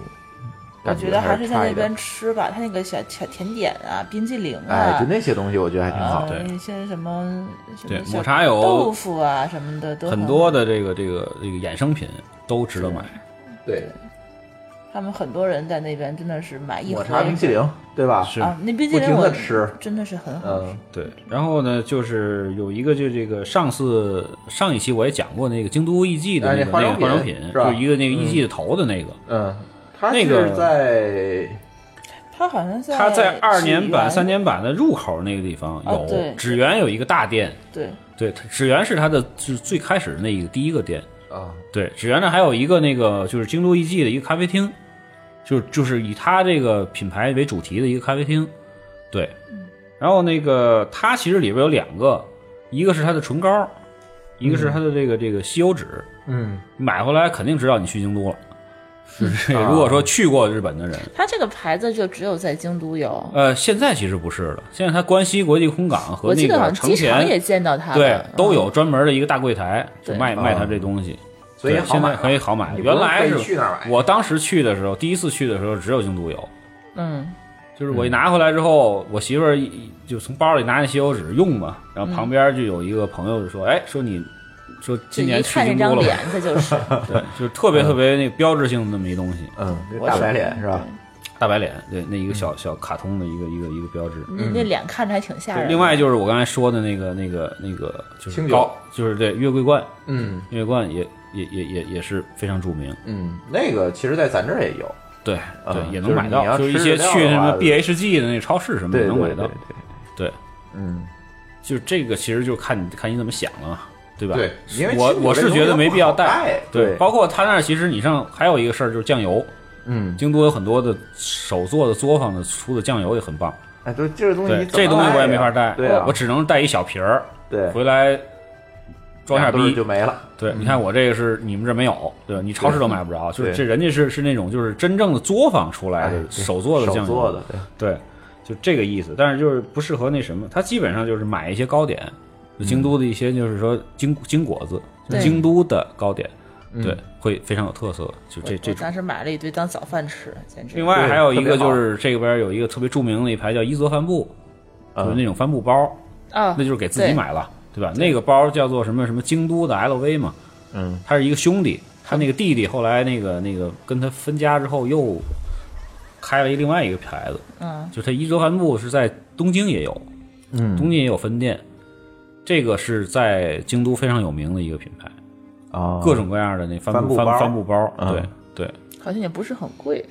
[SPEAKER 3] 感
[SPEAKER 4] 觉得还
[SPEAKER 3] 是
[SPEAKER 4] 是在
[SPEAKER 3] 差
[SPEAKER 4] 那
[SPEAKER 3] 一点
[SPEAKER 4] 边。吃吧，他那个小小甜点啊、冰激凌
[SPEAKER 3] 哎，
[SPEAKER 4] 啊
[SPEAKER 3] 就，那些东西我觉得还挺好。
[SPEAKER 4] 呃
[SPEAKER 5] 对
[SPEAKER 4] 一些什么什
[SPEAKER 5] 对
[SPEAKER 4] 么小
[SPEAKER 5] 抹茶有
[SPEAKER 4] 豆腐啊什么的都
[SPEAKER 5] 很
[SPEAKER 4] 好
[SPEAKER 5] 多的这个这个这个衍生品都值得买。
[SPEAKER 3] 对，
[SPEAKER 4] 他们很多人在那边真的是买一
[SPEAKER 3] 抹
[SPEAKER 4] 盒
[SPEAKER 3] 茶
[SPEAKER 4] 一
[SPEAKER 3] 冰
[SPEAKER 4] 盒
[SPEAKER 3] 淇淋，对吧？
[SPEAKER 5] 是
[SPEAKER 4] 啊，那冰淇
[SPEAKER 3] 不
[SPEAKER 4] 淋
[SPEAKER 3] 停
[SPEAKER 4] 我
[SPEAKER 3] 的吃，
[SPEAKER 4] 真的是很好。
[SPEAKER 3] 嗯，
[SPEAKER 5] 对，然后呢，就是有一个就这个上次上一期我也讲过那个京都艺妓的那个、
[SPEAKER 3] 哎那
[SPEAKER 5] 那
[SPEAKER 3] 化妆
[SPEAKER 5] 个化妆
[SPEAKER 3] 品
[SPEAKER 5] 品，
[SPEAKER 3] 是吧
[SPEAKER 5] 就是一个那个艺妓的头的那个，
[SPEAKER 3] 嗯，它
[SPEAKER 5] 啊那
[SPEAKER 3] 是
[SPEAKER 5] 个
[SPEAKER 3] 在
[SPEAKER 4] 他好像在
[SPEAKER 5] 它在二年版、
[SPEAKER 4] 纸园
[SPEAKER 5] 三年版的入口那个地方
[SPEAKER 4] 哦
[SPEAKER 5] 有
[SPEAKER 4] 对
[SPEAKER 5] 纸园有一个大店，
[SPEAKER 4] 对
[SPEAKER 5] 对，它纸园是它的就是最开始的那一个第一个店，
[SPEAKER 3] 啊，
[SPEAKER 5] 对，纸园呢还有一个那个就是京都艺妓的一个咖啡厅，就是就是以它这个品牌为主题的一个咖啡厅，对。
[SPEAKER 4] 嗯
[SPEAKER 5] 然后那个它其实里边有两个，一个是它的唇膏，一个是它的这个这个吸油纸，
[SPEAKER 3] 嗯，
[SPEAKER 5] 买回来肯定知道你去京都了。就是 *laughs* 如果说去过日本的人，
[SPEAKER 4] 他这个牌子就只有在京都有，
[SPEAKER 5] 呃，现在其实不是了，现在它关西国际空港和
[SPEAKER 4] 我
[SPEAKER 5] 那
[SPEAKER 4] 记得好像
[SPEAKER 5] 个成
[SPEAKER 4] 机场也
[SPEAKER 5] 田。
[SPEAKER 4] 见到他
[SPEAKER 5] 对
[SPEAKER 4] 了，嗯
[SPEAKER 5] 都有专门的一个大柜台，就
[SPEAKER 4] 对
[SPEAKER 5] 卖卖它
[SPEAKER 3] 啊
[SPEAKER 5] 这东西。
[SPEAKER 3] 所以
[SPEAKER 5] 对
[SPEAKER 3] 好
[SPEAKER 5] 现
[SPEAKER 3] 买啊
[SPEAKER 5] 在
[SPEAKER 3] 了
[SPEAKER 5] 可以好买。
[SPEAKER 3] 你不
[SPEAKER 5] 原
[SPEAKER 3] 用
[SPEAKER 5] 来
[SPEAKER 3] 非
[SPEAKER 5] 是
[SPEAKER 3] 去那儿买
[SPEAKER 5] 我当时去的时候，第一次去的时候只有京都有，
[SPEAKER 4] 嗯，
[SPEAKER 5] 就是我一拿回来之后，我媳妇儿一一就从包里拿那吸油纸用嘛，然后旁
[SPEAKER 4] 嗯
[SPEAKER 5] 边就有一个朋友就说：“哎，说你说
[SPEAKER 4] 就
[SPEAKER 5] 今
[SPEAKER 4] 一
[SPEAKER 5] 年去
[SPEAKER 4] 看这
[SPEAKER 5] 京都
[SPEAKER 4] 张
[SPEAKER 5] 了
[SPEAKER 4] 脸
[SPEAKER 5] 吧， *laughs*
[SPEAKER 4] 这就是嗯
[SPEAKER 5] 对，就是特别特别那标志性的那么一东西。
[SPEAKER 3] 嗯，那大白脸是吧？
[SPEAKER 5] 大白脸，对，那一个小小卡通的一个一个一个标志。
[SPEAKER 4] 那那脸看着还挺吓
[SPEAKER 5] 嗯对，
[SPEAKER 4] 人。
[SPEAKER 5] 另外就是我刚才说的那个那个那个就是
[SPEAKER 3] 清酒
[SPEAKER 5] 高，就是对月桂冠，
[SPEAKER 3] 嗯
[SPEAKER 5] 月桂冠也也也也也是非常著名，
[SPEAKER 3] 嗯，那个其实，在咱这儿也有，
[SPEAKER 5] 对
[SPEAKER 3] 啊
[SPEAKER 5] 对，也
[SPEAKER 3] 就
[SPEAKER 5] 能
[SPEAKER 3] 是
[SPEAKER 5] 买
[SPEAKER 3] 你
[SPEAKER 5] 到，
[SPEAKER 3] 要
[SPEAKER 5] 就是一
[SPEAKER 3] 吃
[SPEAKER 5] 些
[SPEAKER 3] 得了
[SPEAKER 5] 去
[SPEAKER 3] 的
[SPEAKER 5] 什么
[SPEAKER 3] 话
[SPEAKER 5] BHG 的那个超市什
[SPEAKER 4] 嗯
[SPEAKER 5] 么
[SPEAKER 3] 对
[SPEAKER 5] 也
[SPEAKER 3] 对
[SPEAKER 5] 能
[SPEAKER 3] 对
[SPEAKER 5] 买到
[SPEAKER 3] 对，，
[SPEAKER 5] 对，
[SPEAKER 3] 嗯，
[SPEAKER 5] 就是这个其实就看你看你怎么想了嘛，对吧？
[SPEAKER 3] 对因为
[SPEAKER 5] 我
[SPEAKER 3] 清酒
[SPEAKER 5] 我
[SPEAKER 3] 这
[SPEAKER 5] 是
[SPEAKER 3] 东
[SPEAKER 5] 觉
[SPEAKER 3] 西
[SPEAKER 5] 得
[SPEAKER 3] 它
[SPEAKER 5] 没
[SPEAKER 3] 不
[SPEAKER 5] 必要
[SPEAKER 3] 好带对
[SPEAKER 5] 包括他那儿其实你上还有一个事儿就是酱油，
[SPEAKER 3] 嗯，
[SPEAKER 5] 京都有很多的手做的作坊的出的酱油也很棒，
[SPEAKER 3] 哎，对，这个东西
[SPEAKER 5] 对
[SPEAKER 3] 你，怎么
[SPEAKER 5] 这东西我也没法
[SPEAKER 3] 带
[SPEAKER 5] 带
[SPEAKER 3] 呀，对啊
[SPEAKER 5] 我，只能带一小瓶儿
[SPEAKER 3] 对，
[SPEAKER 5] 回来装下
[SPEAKER 3] 两顿
[SPEAKER 5] 逼
[SPEAKER 3] 就。没了，
[SPEAKER 5] 对，你看我这个是你们这没有，对吧？你超市都买不着，就是
[SPEAKER 3] 对
[SPEAKER 5] 这人家是是那种就是真正的作坊出来
[SPEAKER 3] 哎
[SPEAKER 5] 的，
[SPEAKER 3] 对
[SPEAKER 5] 手做的
[SPEAKER 3] 手
[SPEAKER 5] 酱
[SPEAKER 3] 做
[SPEAKER 5] 油，
[SPEAKER 3] 的，对
[SPEAKER 5] 对，就这个意思。但是就是不适合那什么，他基本上就是买一些糕点，就京都的一些就是说京京果子，就
[SPEAKER 4] 对
[SPEAKER 5] 京都的糕点，
[SPEAKER 3] 嗯
[SPEAKER 5] 对，会非常有特色，就
[SPEAKER 4] 我
[SPEAKER 5] 这这
[SPEAKER 4] 我
[SPEAKER 5] 种
[SPEAKER 4] 当。时买了一堆当早饭吃，简直。
[SPEAKER 5] 另外还有一
[SPEAKER 3] 对特
[SPEAKER 5] 个
[SPEAKER 3] 别好
[SPEAKER 5] 就是这边有一个特别著名的一排叫伊泽帆布，就是那种帆布包，
[SPEAKER 4] 啊，
[SPEAKER 5] 那就是给自己
[SPEAKER 4] 对
[SPEAKER 5] 买了，对吧？那个包叫做什么什么京都的 LV 嘛，
[SPEAKER 3] 嗯，
[SPEAKER 5] 他是一个兄弟，他那个弟弟后来那个那个跟他分家之后又开了一另外一个牌子，
[SPEAKER 4] 嗯，
[SPEAKER 5] 就是他伊泽帆布是在东京也有，
[SPEAKER 3] 嗯
[SPEAKER 5] 东京也有分店，这个是在京都非常有名的一个品牌，
[SPEAKER 3] 啊，
[SPEAKER 5] 各种各样的那帆布
[SPEAKER 3] 帆布包
[SPEAKER 5] 帆帆布包，
[SPEAKER 3] 嗯
[SPEAKER 5] 对对，
[SPEAKER 4] 好像也不是很贵。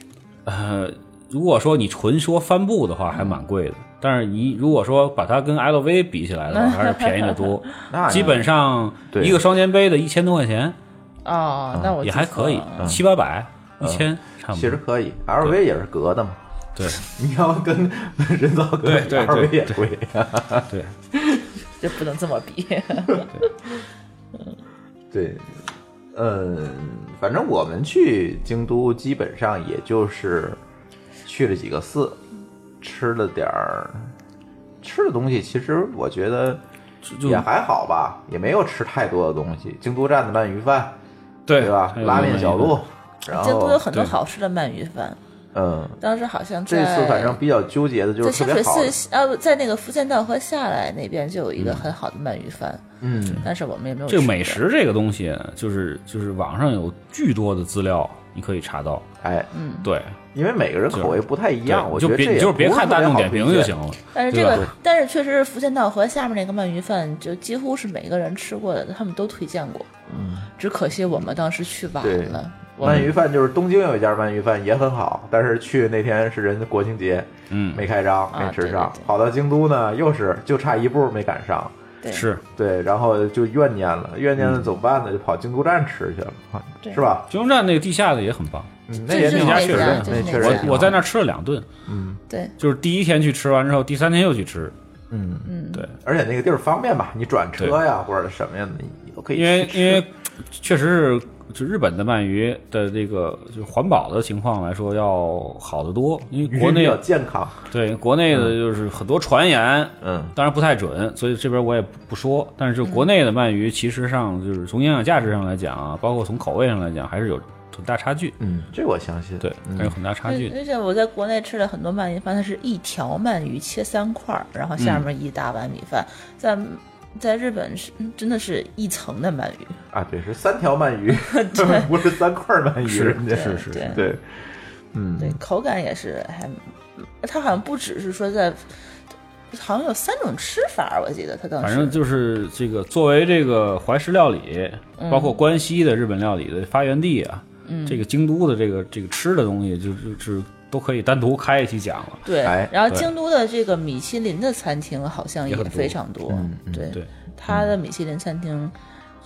[SPEAKER 5] 呃，如果说你纯说帆布的话，还蛮贵
[SPEAKER 3] 嗯
[SPEAKER 5] 的。但是你如果说把它跟 LV 比起来的话，还是便宜的多。
[SPEAKER 3] 那
[SPEAKER 5] 基本上
[SPEAKER 3] 对
[SPEAKER 5] 一个双肩背的一千多块钱
[SPEAKER 4] 哦，那我
[SPEAKER 5] 嗯也
[SPEAKER 4] 记
[SPEAKER 5] 还
[SPEAKER 4] 错
[SPEAKER 5] 可以
[SPEAKER 4] 了，
[SPEAKER 5] 七八百、一千差不
[SPEAKER 3] 嗯其
[SPEAKER 5] 多
[SPEAKER 3] 实。可以，LV 也是格的嘛。
[SPEAKER 5] 对
[SPEAKER 3] *laughs* 你要跟 *laughs* 人造革
[SPEAKER 5] 对对
[SPEAKER 3] ，LV
[SPEAKER 5] 对
[SPEAKER 3] 也啊贵。
[SPEAKER 5] 对，
[SPEAKER 4] 这不能这么比。
[SPEAKER 3] 对，嗯，反正我们去京都基本上也就是去了几个寺，吃了点儿吃的东西，其实我觉得
[SPEAKER 5] 就
[SPEAKER 3] 也还好吧，也没有吃太多的东西。京都站的鳗鱼饭，
[SPEAKER 5] 对
[SPEAKER 3] 对吧？拉面小
[SPEAKER 5] 鹿，
[SPEAKER 3] 路，然
[SPEAKER 4] 京都
[SPEAKER 3] 后
[SPEAKER 4] 有很多
[SPEAKER 5] 对
[SPEAKER 4] 好吃的鳗鱼饭，
[SPEAKER 3] 嗯，
[SPEAKER 4] 当时好像在
[SPEAKER 3] 这次反正比较纠结的就
[SPEAKER 4] 在
[SPEAKER 3] 是特
[SPEAKER 4] 清
[SPEAKER 3] 别
[SPEAKER 4] 水
[SPEAKER 3] 好的，
[SPEAKER 4] 寺呃，不在那个福建道和下来那边就有一个很好的鳗鱼饭，
[SPEAKER 3] 嗯，
[SPEAKER 4] 但是我们也没有
[SPEAKER 5] 这个
[SPEAKER 4] 吃
[SPEAKER 5] 美
[SPEAKER 4] 过
[SPEAKER 5] 食这个东西，就是就是网上有巨多的资料，你可以查到。
[SPEAKER 3] 哎，
[SPEAKER 4] 嗯
[SPEAKER 5] 对，
[SPEAKER 3] 因为每个人口味不太一样，
[SPEAKER 5] 对
[SPEAKER 3] 我
[SPEAKER 5] 就
[SPEAKER 3] 觉得
[SPEAKER 5] 别
[SPEAKER 3] 这
[SPEAKER 5] 你
[SPEAKER 3] 也
[SPEAKER 5] 就是别
[SPEAKER 3] 不是
[SPEAKER 5] 看
[SPEAKER 3] 特
[SPEAKER 5] 大
[SPEAKER 3] 别
[SPEAKER 5] 众
[SPEAKER 3] 好
[SPEAKER 5] 点
[SPEAKER 3] 理
[SPEAKER 5] 评就
[SPEAKER 3] 解
[SPEAKER 5] 行。了。
[SPEAKER 4] 但是这
[SPEAKER 5] 对吧
[SPEAKER 4] 个，但是确实是福建道和下面那个鳗鱼饭，就几乎是每个人吃过的，他们都推荐过。嗯，只可惜我们当时去晚
[SPEAKER 3] 对
[SPEAKER 4] 了。我
[SPEAKER 3] 鳗
[SPEAKER 4] 们
[SPEAKER 3] 鱼饭就是东京有一家鳗鱼饭也很好，但是去那天是人家国庆节，
[SPEAKER 5] 嗯，
[SPEAKER 3] 没开张，
[SPEAKER 4] 啊
[SPEAKER 3] 没吃上。
[SPEAKER 4] 对对对
[SPEAKER 3] 跑到京都呢，又是就差一步没赶上，
[SPEAKER 4] 对
[SPEAKER 5] 是
[SPEAKER 3] 对，然后就怨念了，怨念
[SPEAKER 5] 嗯
[SPEAKER 3] 了怎么办呢？就跑京都站吃去了，
[SPEAKER 4] 对
[SPEAKER 3] 是吧？
[SPEAKER 5] 金融站那个地下的也很棒，
[SPEAKER 3] 嗯那也
[SPEAKER 4] 就是
[SPEAKER 3] 挺
[SPEAKER 5] 那
[SPEAKER 3] 好
[SPEAKER 5] 家
[SPEAKER 3] 吃
[SPEAKER 5] 确
[SPEAKER 3] 的，
[SPEAKER 5] 实
[SPEAKER 3] 那确实
[SPEAKER 4] 就是
[SPEAKER 3] 挺
[SPEAKER 4] 那
[SPEAKER 3] 好
[SPEAKER 5] 我我在那儿吃了两顿，
[SPEAKER 4] 对，
[SPEAKER 5] 就是第一天去吃完之后，第三天又去吃，
[SPEAKER 3] 嗯，
[SPEAKER 4] 嗯，
[SPEAKER 5] 对，
[SPEAKER 3] 而且那个地儿方便吧，你转车呀或者什么呀，你你都可以
[SPEAKER 5] 因为
[SPEAKER 3] 去吃
[SPEAKER 5] 因为确实是就日本的鳗鱼的这个就环保的情况来说要好得多，因为国
[SPEAKER 3] 鱼比
[SPEAKER 5] 内
[SPEAKER 3] 较健康，
[SPEAKER 5] 对国内的就是很多传言，
[SPEAKER 3] 嗯
[SPEAKER 5] 当然不太准，所以这边我也不不说。但是就国内的鳗鱼，其实上就是从营养价值上来讲啊，包括从口味上来讲，还是有很大差距，
[SPEAKER 3] 嗯，这我相信，
[SPEAKER 5] 对，还是有
[SPEAKER 3] 嗯
[SPEAKER 5] 很大差距的。
[SPEAKER 4] 而且我在国内吃了很多鳗鱼饭，它是一条鳗鱼切三块儿，然后下面一大碗米饭，在在日本是嗯真的是一层的鳗鱼，
[SPEAKER 3] 啊，对，是三条鳗
[SPEAKER 4] *laughs*
[SPEAKER 3] 鱼， *laughs* 不是三块鳗鱼，
[SPEAKER 5] 是
[SPEAKER 3] 人家
[SPEAKER 5] 是是
[SPEAKER 4] 对
[SPEAKER 3] 对，嗯，
[SPEAKER 4] 对，口感也是还，它好像不只是说在，好像有三种吃法，我记得它当时
[SPEAKER 5] 反正就是这个作为这个怀石料理，
[SPEAKER 4] 嗯
[SPEAKER 5] 包括关西的日本料理的发源地啊，这个京都的这个这个吃的东西就，就就是都可以单独开一期讲了。
[SPEAKER 4] 对
[SPEAKER 3] 哎，
[SPEAKER 4] 然后
[SPEAKER 5] 对
[SPEAKER 4] 京都的这个米其林的餐厅好像
[SPEAKER 5] 也
[SPEAKER 4] 也
[SPEAKER 5] 很多
[SPEAKER 4] 非常多
[SPEAKER 3] 嗯嗯，
[SPEAKER 4] 对
[SPEAKER 5] 对，
[SPEAKER 4] 它的米其林餐厅，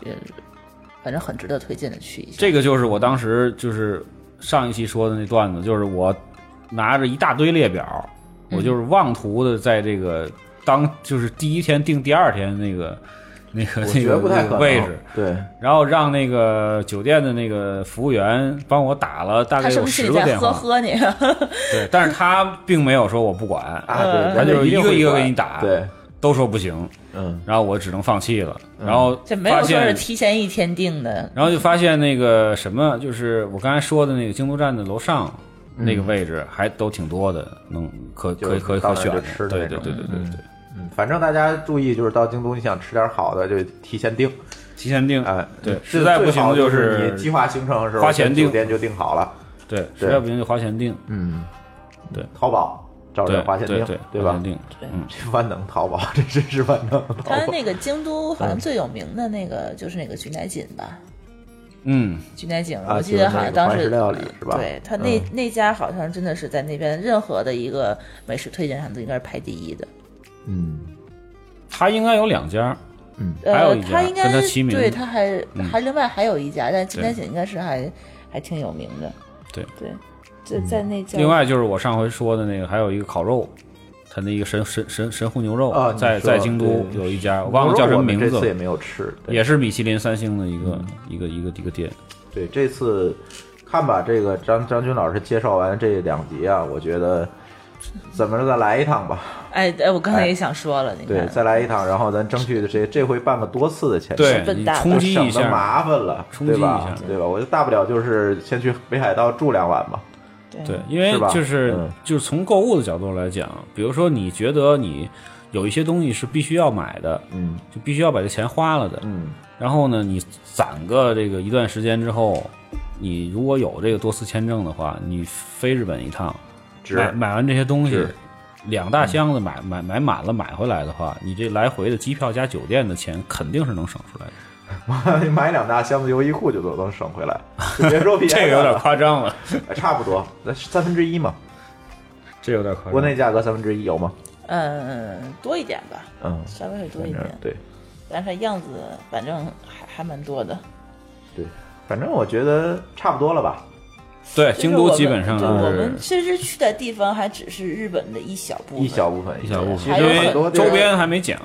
[SPEAKER 4] 呃，反正很值得推荐的去一下。
[SPEAKER 5] 这个就是我当时就是上一期说的那段子，就是我拿着一大堆列表，
[SPEAKER 4] 嗯
[SPEAKER 5] 我就是妄图的在这个当就是第一天定第二天那个那个
[SPEAKER 3] 我
[SPEAKER 5] 那
[SPEAKER 3] 觉得
[SPEAKER 5] 个
[SPEAKER 3] 不太
[SPEAKER 5] 那
[SPEAKER 3] 可
[SPEAKER 5] 个
[SPEAKER 3] 能，
[SPEAKER 5] 位置，
[SPEAKER 3] 对，
[SPEAKER 5] 然后让那个酒店的那个服务员帮我打了大
[SPEAKER 4] 他
[SPEAKER 5] 概
[SPEAKER 4] 是
[SPEAKER 5] 有
[SPEAKER 4] 不是
[SPEAKER 5] 十
[SPEAKER 4] 你
[SPEAKER 5] 个
[SPEAKER 4] 在
[SPEAKER 5] 电
[SPEAKER 4] 呵
[SPEAKER 5] 话，
[SPEAKER 4] 呵你？啊
[SPEAKER 5] 对，但是他并没有说我不管，
[SPEAKER 3] 啊，对，
[SPEAKER 5] 他
[SPEAKER 3] 咱
[SPEAKER 5] 就是
[SPEAKER 3] 一
[SPEAKER 5] 一
[SPEAKER 3] 定
[SPEAKER 5] 个
[SPEAKER 3] 会
[SPEAKER 5] 一个
[SPEAKER 3] 管
[SPEAKER 5] 给你打
[SPEAKER 3] 对，
[SPEAKER 5] 都说不行，
[SPEAKER 3] 嗯，
[SPEAKER 5] 然后我只能放弃了，然后
[SPEAKER 4] *laughs* 这没
[SPEAKER 5] 发
[SPEAKER 4] 有说是
[SPEAKER 5] 现。
[SPEAKER 4] 提前一天定的，
[SPEAKER 5] 然后就发现那个什么，就是我刚才说的那个京都站的楼上那个位置，还都挺多的，能可
[SPEAKER 3] 嗯就
[SPEAKER 5] 可以可以
[SPEAKER 3] 到
[SPEAKER 5] 可
[SPEAKER 3] 那儿
[SPEAKER 5] 选
[SPEAKER 3] 就
[SPEAKER 5] 的。
[SPEAKER 3] 吃的
[SPEAKER 5] 对
[SPEAKER 3] 那
[SPEAKER 5] 对
[SPEAKER 3] 种
[SPEAKER 5] 对对对对，
[SPEAKER 3] 嗯，反正大家注意，就是到京东你想吃点好的，就提前订
[SPEAKER 5] 提前订
[SPEAKER 3] 啊。
[SPEAKER 5] 嗯对，
[SPEAKER 3] 这
[SPEAKER 5] 实在不
[SPEAKER 3] 最好
[SPEAKER 5] 行
[SPEAKER 3] 就是你计划行程的时候，
[SPEAKER 5] 花钱订
[SPEAKER 3] 酒店就订好了。
[SPEAKER 5] 对，实在不行就花钱订。
[SPEAKER 3] 嗯，
[SPEAKER 5] 对
[SPEAKER 3] 淘宝找
[SPEAKER 5] 对
[SPEAKER 3] 人花钱
[SPEAKER 5] 对
[SPEAKER 3] 订，
[SPEAKER 5] 对
[SPEAKER 3] 对吧
[SPEAKER 5] 花钱？定嗯，
[SPEAKER 3] 这万能淘宝，这真是万能淘
[SPEAKER 4] 他
[SPEAKER 3] 宝。
[SPEAKER 4] 那个京都好像最有名的那个就是那个菊乃锦吧，
[SPEAKER 5] 嗯，
[SPEAKER 4] 菊乃井，
[SPEAKER 3] 啊
[SPEAKER 4] 我记得好像当
[SPEAKER 3] 就是
[SPEAKER 4] 时
[SPEAKER 3] 那个怀石料理是吧嗯
[SPEAKER 4] 对他那、那家好像真的是在那边任何的一个美食推荐上都应该是排第一的。
[SPEAKER 3] 嗯，
[SPEAKER 5] 他应该有两家，还有
[SPEAKER 4] 呃
[SPEAKER 5] 一，家
[SPEAKER 4] 他应该
[SPEAKER 5] 跟他齐名嗯
[SPEAKER 4] 对，他还、还另外还有一家，但菊乃井应该是还还挺有名的。
[SPEAKER 5] 对嗯
[SPEAKER 4] 对，就在那叫
[SPEAKER 5] 另外就是我上回说的那个，还有一个烤肉，他那一个神神神神户牛肉，
[SPEAKER 3] 啊你
[SPEAKER 5] 在
[SPEAKER 3] 说
[SPEAKER 5] 在京都
[SPEAKER 3] 对
[SPEAKER 5] 有一家，我 *laughs* 忘了叫什么名
[SPEAKER 3] 牛肉我们
[SPEAKER 5] 字
[SPEAKER 3] 这次也
[SPEAKER 5] 了，
[SPEAKER 3] 没有吃，对
[SPEAKER 5] 也是米其林三星的一个、一个一个一个店。
[SPEAKER 3] 对，这次看吧，这个张张军老师介绍完这两集啊，我觉得怎么着再来一趟吧，
[SPEAKER 4] 哎哎，我刚才
[SPEAKER 3] 哎
[SPEAKER 4] 也想说了，你
[SPEAKER 3] 对，
[SPEAKER 4] 看，
[SPEAKER 3] 再来一趟，然后咱争取这这回办个多次的签证，
[SPEAKER 5] 对
[SPEAKER 4] 笨
[SPEAKER 5] 你
[SPEAKER 4] 蛋
[SPEAKER 5] 冲击
[SPEAKER 3] 省
[SPEAKER 5] 一
[SPEAKER 3] 得
[SPEAKER 5] 下，
[SPEAKER 3] 麻烦了，
[SPEAKER 5] 冲击
[SPEAKER 3] 对
[SPEAKER 5] 一
[SPEAKER 3] 吧
[SPEAKER 5] 下？
[SPEAKER 3] 对吧？我就大不了就是先去北海道住两晚嘛。
[SPEAKER 5] 对，因为
[SPEAKER 3] 是吧
[SPEAKER 5] 就是
[SPEAKER 3] 嗯
[SPEAKER 5] 就是从购物的角度来讲，比如说你觉得你有一些东西是必须要买的，
[SPEAKER 3] 嗯
[SPEAKER 5] 就必须要把这钱花了的，
[SPEAKER 3] 嗯，
[SPEAKER 5] 然后呢，你攒个这个一段时间之后，你如果有这个多次签证的话，你飞日本一趟，
[SPEAKER 3] 值
[SPEAKER 5] 买买完这些东西
[SPEAKER 3] 是，嗯
[SPEAKER 5] 两大箱子买买买满了买回来的话，你这来回的机票加酒店的钱肯定是能省出来的。
[SPEAKER 3] 买 *laughs* 两大箱子优衣库就都能省回
[SPEAKER 5] *laughs*
[SPEAKER 3] 来，就别说别的了，哎
[SPEAKER 5] 夸张了，
[SPEAKER 3] 差不多，那是三分之一嘛，
[SPEAKER 5] 这有点夸张。
[SPEAKER 3] 国内价格三分之一有吗？
[SPEAKER 4] 嗯，多一点吧，
[SPEAKER 3] 嗯，
[SPEAKER 4] 稍微会多
[SPEAKER 3] 反
[SPEAKER 4] 一
[SPEAKER 3] 正
[SPEAKER 4] 点，
[SPEAKER 3] 对
[SPEAKER 4] 但是样子反正还还蛮多的。
[SPEAKER 3] 对，反正我觉得差不多了吧。
[SPEAKER 5] 对
[SPEAKER 4] 就是
[SPEAKER 5] 京都基本上
[SPEAKER 4] 我们对我们
[SPEAKER 5] 是
[SPEAKER 4] 其实去的地方还只是日本的一小部分，
[SPEAKER 3] 一小部分，
[SPEAKER 5] 一小部
[SPEAKER 3] 其
[SPEAKER 5] 分，
[SPEAKER 3] 实
[SPEAKER 5] 因
[SPEAKER 3] 很多
[SPEAKER 5] 为
[SPEAKER 3] 地方
[SPEAKER 5] 周边还没讲。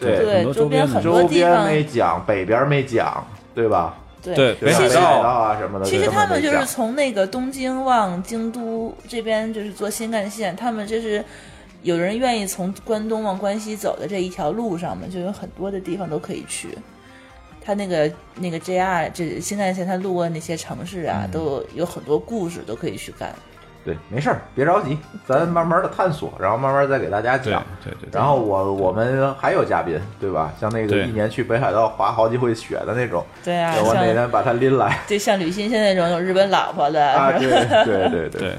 [SPEAKER 3] 对
[SPEAKER 5] 很
[SPEAKER 4] 对
[SPEAKER 5] 多
[SPEAKER 4] 周边
[SPEAKER 5] 的
[SPEAKER 4] 很
[SPEAKER 3] 周
[SPEAKER 4] 多地
[SPEAKER 3] 边
[SPEAKER 4] 方
[SPEAKER 3] 没讲，北边没讲，对吧？
[SPEAKER 4] 对
[SPEAKER 5] 对
[SPEAKER 3] 对吧
[SPEAKER 5] 北海
[SPEAKER 3] 北
[SPEAKER 5] 道
[SPEAKER 3] 海道啊什么的，
[SPEAKER 4] 其实
[SPEAKER 3] 这
[SPEAKER 4] 他
[SPEAKER 3] 都
[SPEAKER 4] 们
[SPEAKER 3] 没
[SPEAKER 4] 就
[SPEAKER 3] 讲
[SPEAKER 4] 是从那个东京往京都这边，就是坐新干线，他们就是有人愿意从关东往关西走的这一条路上嘛，就有很多的地方都可以去。他那个那个 JR 这新干线，他路过那些城市啊，都有有很多故事都可以去干。
[SPEAKER 3] 对，没事儿，别着急，咱慢慢的探索，然后慢慢再给大家
[SPEAKER 5] 对
[SPEAKER 3] 讲。
[SPEAKER 5] 对对，对
[SPEAKER 3] 然后我我们还有嘉宾，对吧？像那个
[SPEAKER 5] 对
[SPEAKER 3] 一年去北海道滑好几回雪的那种，
[SPEAKER 4] 对啊，
[SPEAKER 3] 我哪
[SPEAKER 4] 像
[SPEAKER 3] 天把他拎来
[SPEAKER 4] 对像吕欣现在这种有日本老婆的，
[SPEAKER 3] 啊！
[SPEAKER 4] 是
[SPEAKER 3] 对对
[SPEAKER 4] 吧
[SPEAKER 3] 对
[SPEAKER 5] 对
[SPEAKER 3] 对
[SPEAKER 5] 对对。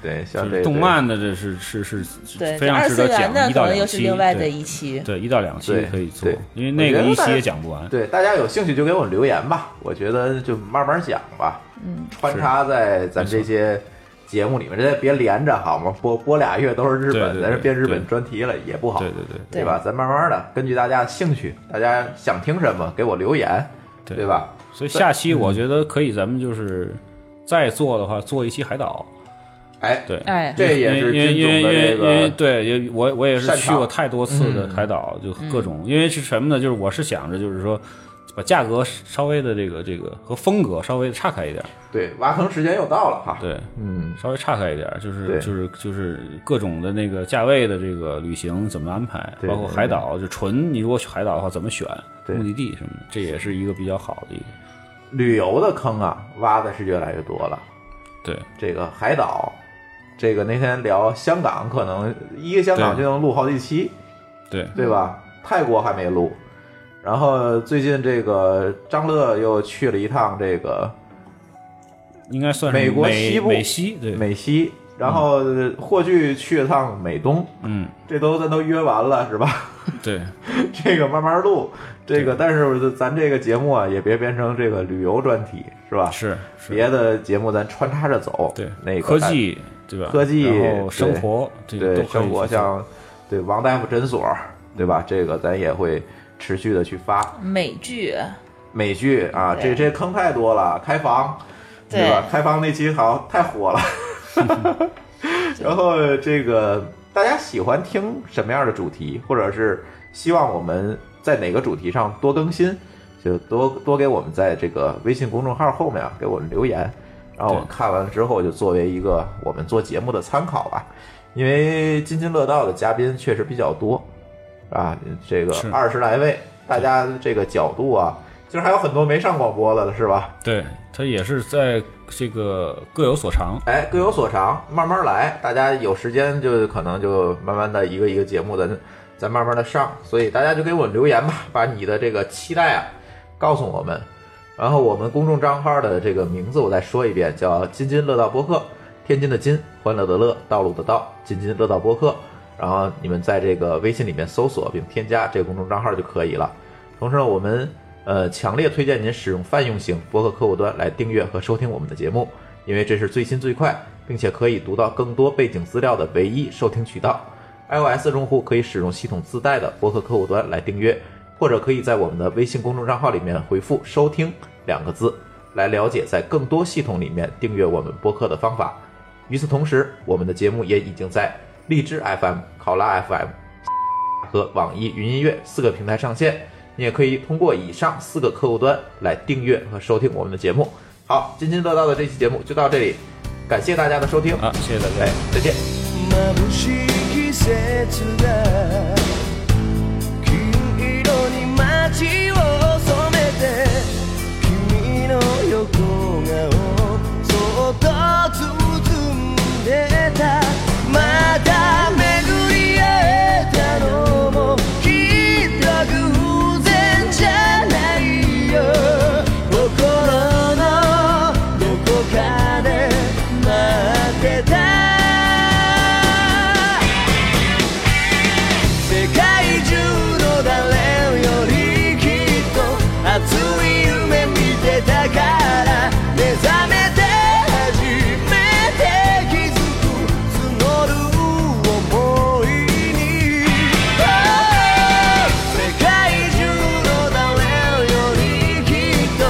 [SPEAKER 3] 对，像
[SPEAKER 5] 就
[SPEAKER 3] 这
[SPEAKER 5] 是动漫的这是是是
[SPEAKER 4] 对
[SPEAKER 5] 非常
[SPEAKER 4] 二
[SPEAKER 5] 值
[SPEAKER 4] 次
[SPEAKER 5] 得
[SPEAKER 4] 元
[SPEAKER 5] 讲
[SPEAKER 4] 的
[SPEAKER 5] 一
[SPEAKER 4] 可
[SPEAKER 5] 到
[SPEAKER 4] 能
[SPEAKER 5] 两
[SPEAKER 4] 又是
[SPEAKER 5] 期，
[SPEAKER 4] 另外的
[SPEAKER 5] 对
[SPEAKER 4] 一期。
[SPEAKER 5] 对一到两期
[SPEAKER 3] 对
[SPEAKER 5] 可以做
[SPEAKER 3] 对，
[SPEAKER 5] 因为那
[SPEAKER 3] 我
[SPEAKER 5] 个
[SPEAKER 3] 觉得
[SPEAKER 5] 一
[SPEAKER 3] 大
[SPEAKER 5] 期
[SPEAKER 3] 家
[SPEAKER 5] 也讲不完。
[SPEAKER 3] 对大家有兴趣就给我留言吧，我觉得就慢慢讲吧，嗯，穿插在咱这些节目里面，这别连着好吗？播播俩月都是日
[SPEAKER 5] 对
[SPEAKER 3] 本，
[SPEAKER 5] 对
[SPEAKER 3] 咱这
[SPEAKER 5] 对
[SPEAKER 3] 变日
[SPEAKER 5] 对
[SPEAKER 3] 本专题了也不好，
[SPEAKER 5] 对对对
[SPEAKER 3] 对吧？咱慢慢的根据大家的兴趣，大家想听什么给我留言，
[SPEAKER 5] 对
[SPEAKER 3] 对吧？
[SPEAKER 5] 所以下期
[SPEAKER 3] 嗯
[SPEAKER 5] 我觉得可以，咱们就是再做的话，做一期海岛。
[SPEAKER 3] 哎，
[SPEAKER 5] 对，
[SPEAKER 4] 哎，
[SPEAKER 3] 这
[SPEAKER 5] 因
[SPEAKER 3] 也
[SPEAKER 5] 为
[SPEAKER 3] 是
[SPEAKER 5] 因为
[SPEAKER 3] 金
[SPEAKER 5] 因为
[SPEAKER 3] 总
[SPEAKER 5] 因
[SPEAKER 3] 的
[SPEAKER 5] 为
[SPEAKER 3] 这
[SPEAKER 5] 因为
[SPEAKER 3] 个
[SPEAKER 5] 对，也我我也是
[SPEAKER 3] 擅
[SPEAKER 5] 去
[SPEAKER 3] 长
[SPEAKER 5] 过
[SPEAKER 3] 嗯
[SPEAKER 5] 太多次的海岛，就各种，因为是什么呢？就是我是想着就是说。把价格稍微的这个这个和风格稍微岔开一点，
[SPEAKER 3] 对挖坑时间又到了哈，
[SPEAKER 5] 对，
[SPEAKER 3] 嗯，
[SPEAKER 5] 稍微岔开一点，就是
[SPEAKER 3] 对
[SPEAKER 5] 就是就是各种的那个价位的这个旅行怎么安排，
[SPEAKER 3] 对
[SPEAKER 5] 包括
[SPEAKER 3] 对
[SPEAKER 5] 海岛，就纯你如果去海岛的话怎么选
[SPEAKER 3] 对
[SPEAKER 5] 目的地什么的，这也是一个比较好的一个
[SPEAKER 3] 旅游的坑啊，挖的是越来越多了。
[SPEAKER 5] 对
[SPEAKER 3] 这个海岛，这个那天聊香港，可能一个香港就
[SPEAKER 5] 对
[SPEAKER 3] 能录好几期，
[SPEAKER 5] 对
[SPEAKER 3] 对吧？泰国还没录，然后最近这个张乐又去了一趟这个
[SPEAKER 5] 应该算是
[SPEAKER 3] 美国西
[SPEAKER 5] 美
[SPEAKER 3] 部
[SPEAKER 5] 美西对，
[SPEAKER 3] 美西，然后霍炬去了趟美东，
[SPEAKER 5] 嗯，
[SPEAKER 3] 这都咱都约完了是吧？
[SPEAKER 5] 对
[SPEAKER 3] *laughs* 这个慢慢录，这个但是咱这个节目啊，也别变成这个旅游专题是吧？
[SPEAKER 5] 是是，
[SPEAKER 3] 别的节目咱穿插着走，
[SPEAKER 5] 对
[SPEAKER 3] 那个
[SPEAKER 5] 科技对吧？
[SPEAKER 3] 科技
[SPEAKER 5] 然后
[SPEAKER 3] 对
[SPEAKER 5] 生活这个都
[SPEAKER 3] 对
[SPEAKER 5] 可以
[SPEAKER 3] 生活
[SPEAKER 5] 去做
[SPEAKER 3] 像对王大夫诊所，对吧？这个咱也会持续的去发
[SPEAKER 4] 美剧，
[SPEAKER 3] 美剧啊，这
[SPEAKER 4] 对
[SPEAKER 3] 这坑太多了，开房
[SPEAKER 4] 对
[SPEAKER 3] 吧？开房那期好像太火
[SPEAKER 4] *laughs*
[SPEAKER 3] 了，然后这个大家喜欢听什么样的主题，或者是希望我们在哪个主题上多更新，就多多给我们在这个微信公众号后面啊给我们留言，然后我们
[SPEAKER 5] 对
[SPEAKER 3] 看完了之后就作为一个我们做节目的参考吧。因为津津乐道的嘉宾确实比较多，啊，这个
[SPEAKER 5] 是
[SPEAKER 3] 二十来位，大家这个角度啊，就是还有很多没上广播了的是吧？
[SPEAKER 5] 对，它也是在这个各有所长，
[SPEAKER 3] 哎，各有所长，慢慢来，大家有时间就可能就慢慢的一个一个节目咱咱慢慢的上，所以大家就给我留言吧，把你的这个期待啊告诉我们，然后我们公众账号的这个名字我再说一遍，叫津津乐道播客。天津的津，欢乐的乐，道路的道，津津乐道播客。然后你们在这个微信里面搜索并添加这个公众账号就可以了。同时呢，我们呃强烈推荐您使用泛用型播客客户端来订阅和收听我们的节目，因为这是最新最快，并且可以读到更多背景资料的唯一收听渠道。iOS 用户可以使用系统自带的播客客户端来订阅，或者可以在我们的微信公众账号里面回复“收听”两个字，来了解在更多系统里面订阅我们播客的方法。与此同时，我们的节目也已经在荔枝 FM、考拉 FM 和网易云音乐四个平台上线。你也可以通过以上四个客户端来订阅和收听我们的节目。好，津津乐道的这期节目就到这里，感谢大家的收听，
[SPEAKER 5] 啊，谢谢大家。
[SPEAKER 3] 哎，再见。
[SPEAKER 7] 眩しい季節が金色に街を染めて君の横顔そっと包んでたまた巡り会えたのもきっと偶然じゃないよ心のどこかで待ってた世界中の誰よりきっと熱い夢見てたから目覚めて初めて気づく募る想いに Oh 世界中の誰よりきっと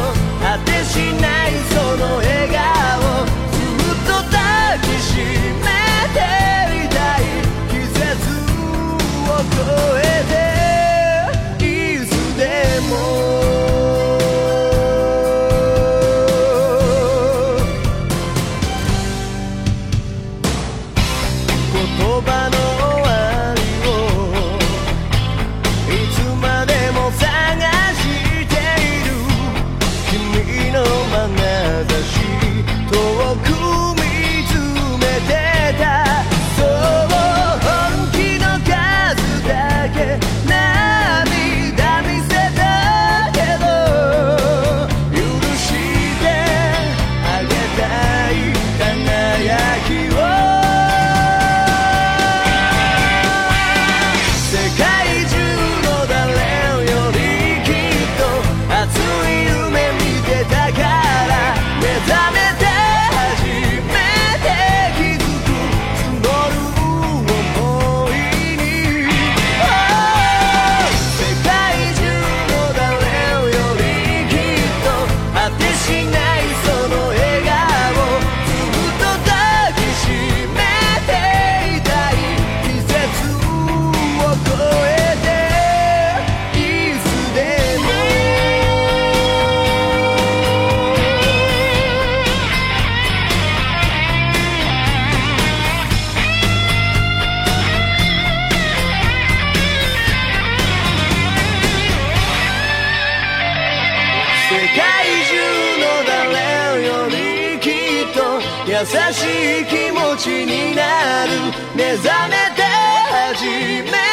[SPEAKER 7] 果てしないその笑顔ずっと抱きしめていたい季節を越えていつでも言葉の終わりをいつまでも探している君の眼差し遠く見つめてたそう本気の数だけ涙見せたけど許してあげたい輝きを世界中の誰よりきっと熱い夢見てたから目覚めて初めて気づく募る想いに Oh 世界中の誰よりきっと果てしないその笑顔ずっと抱きしめていたい季節を越えていつでも世界中の誰よりきっと優しい気持ちになる目覚めて初め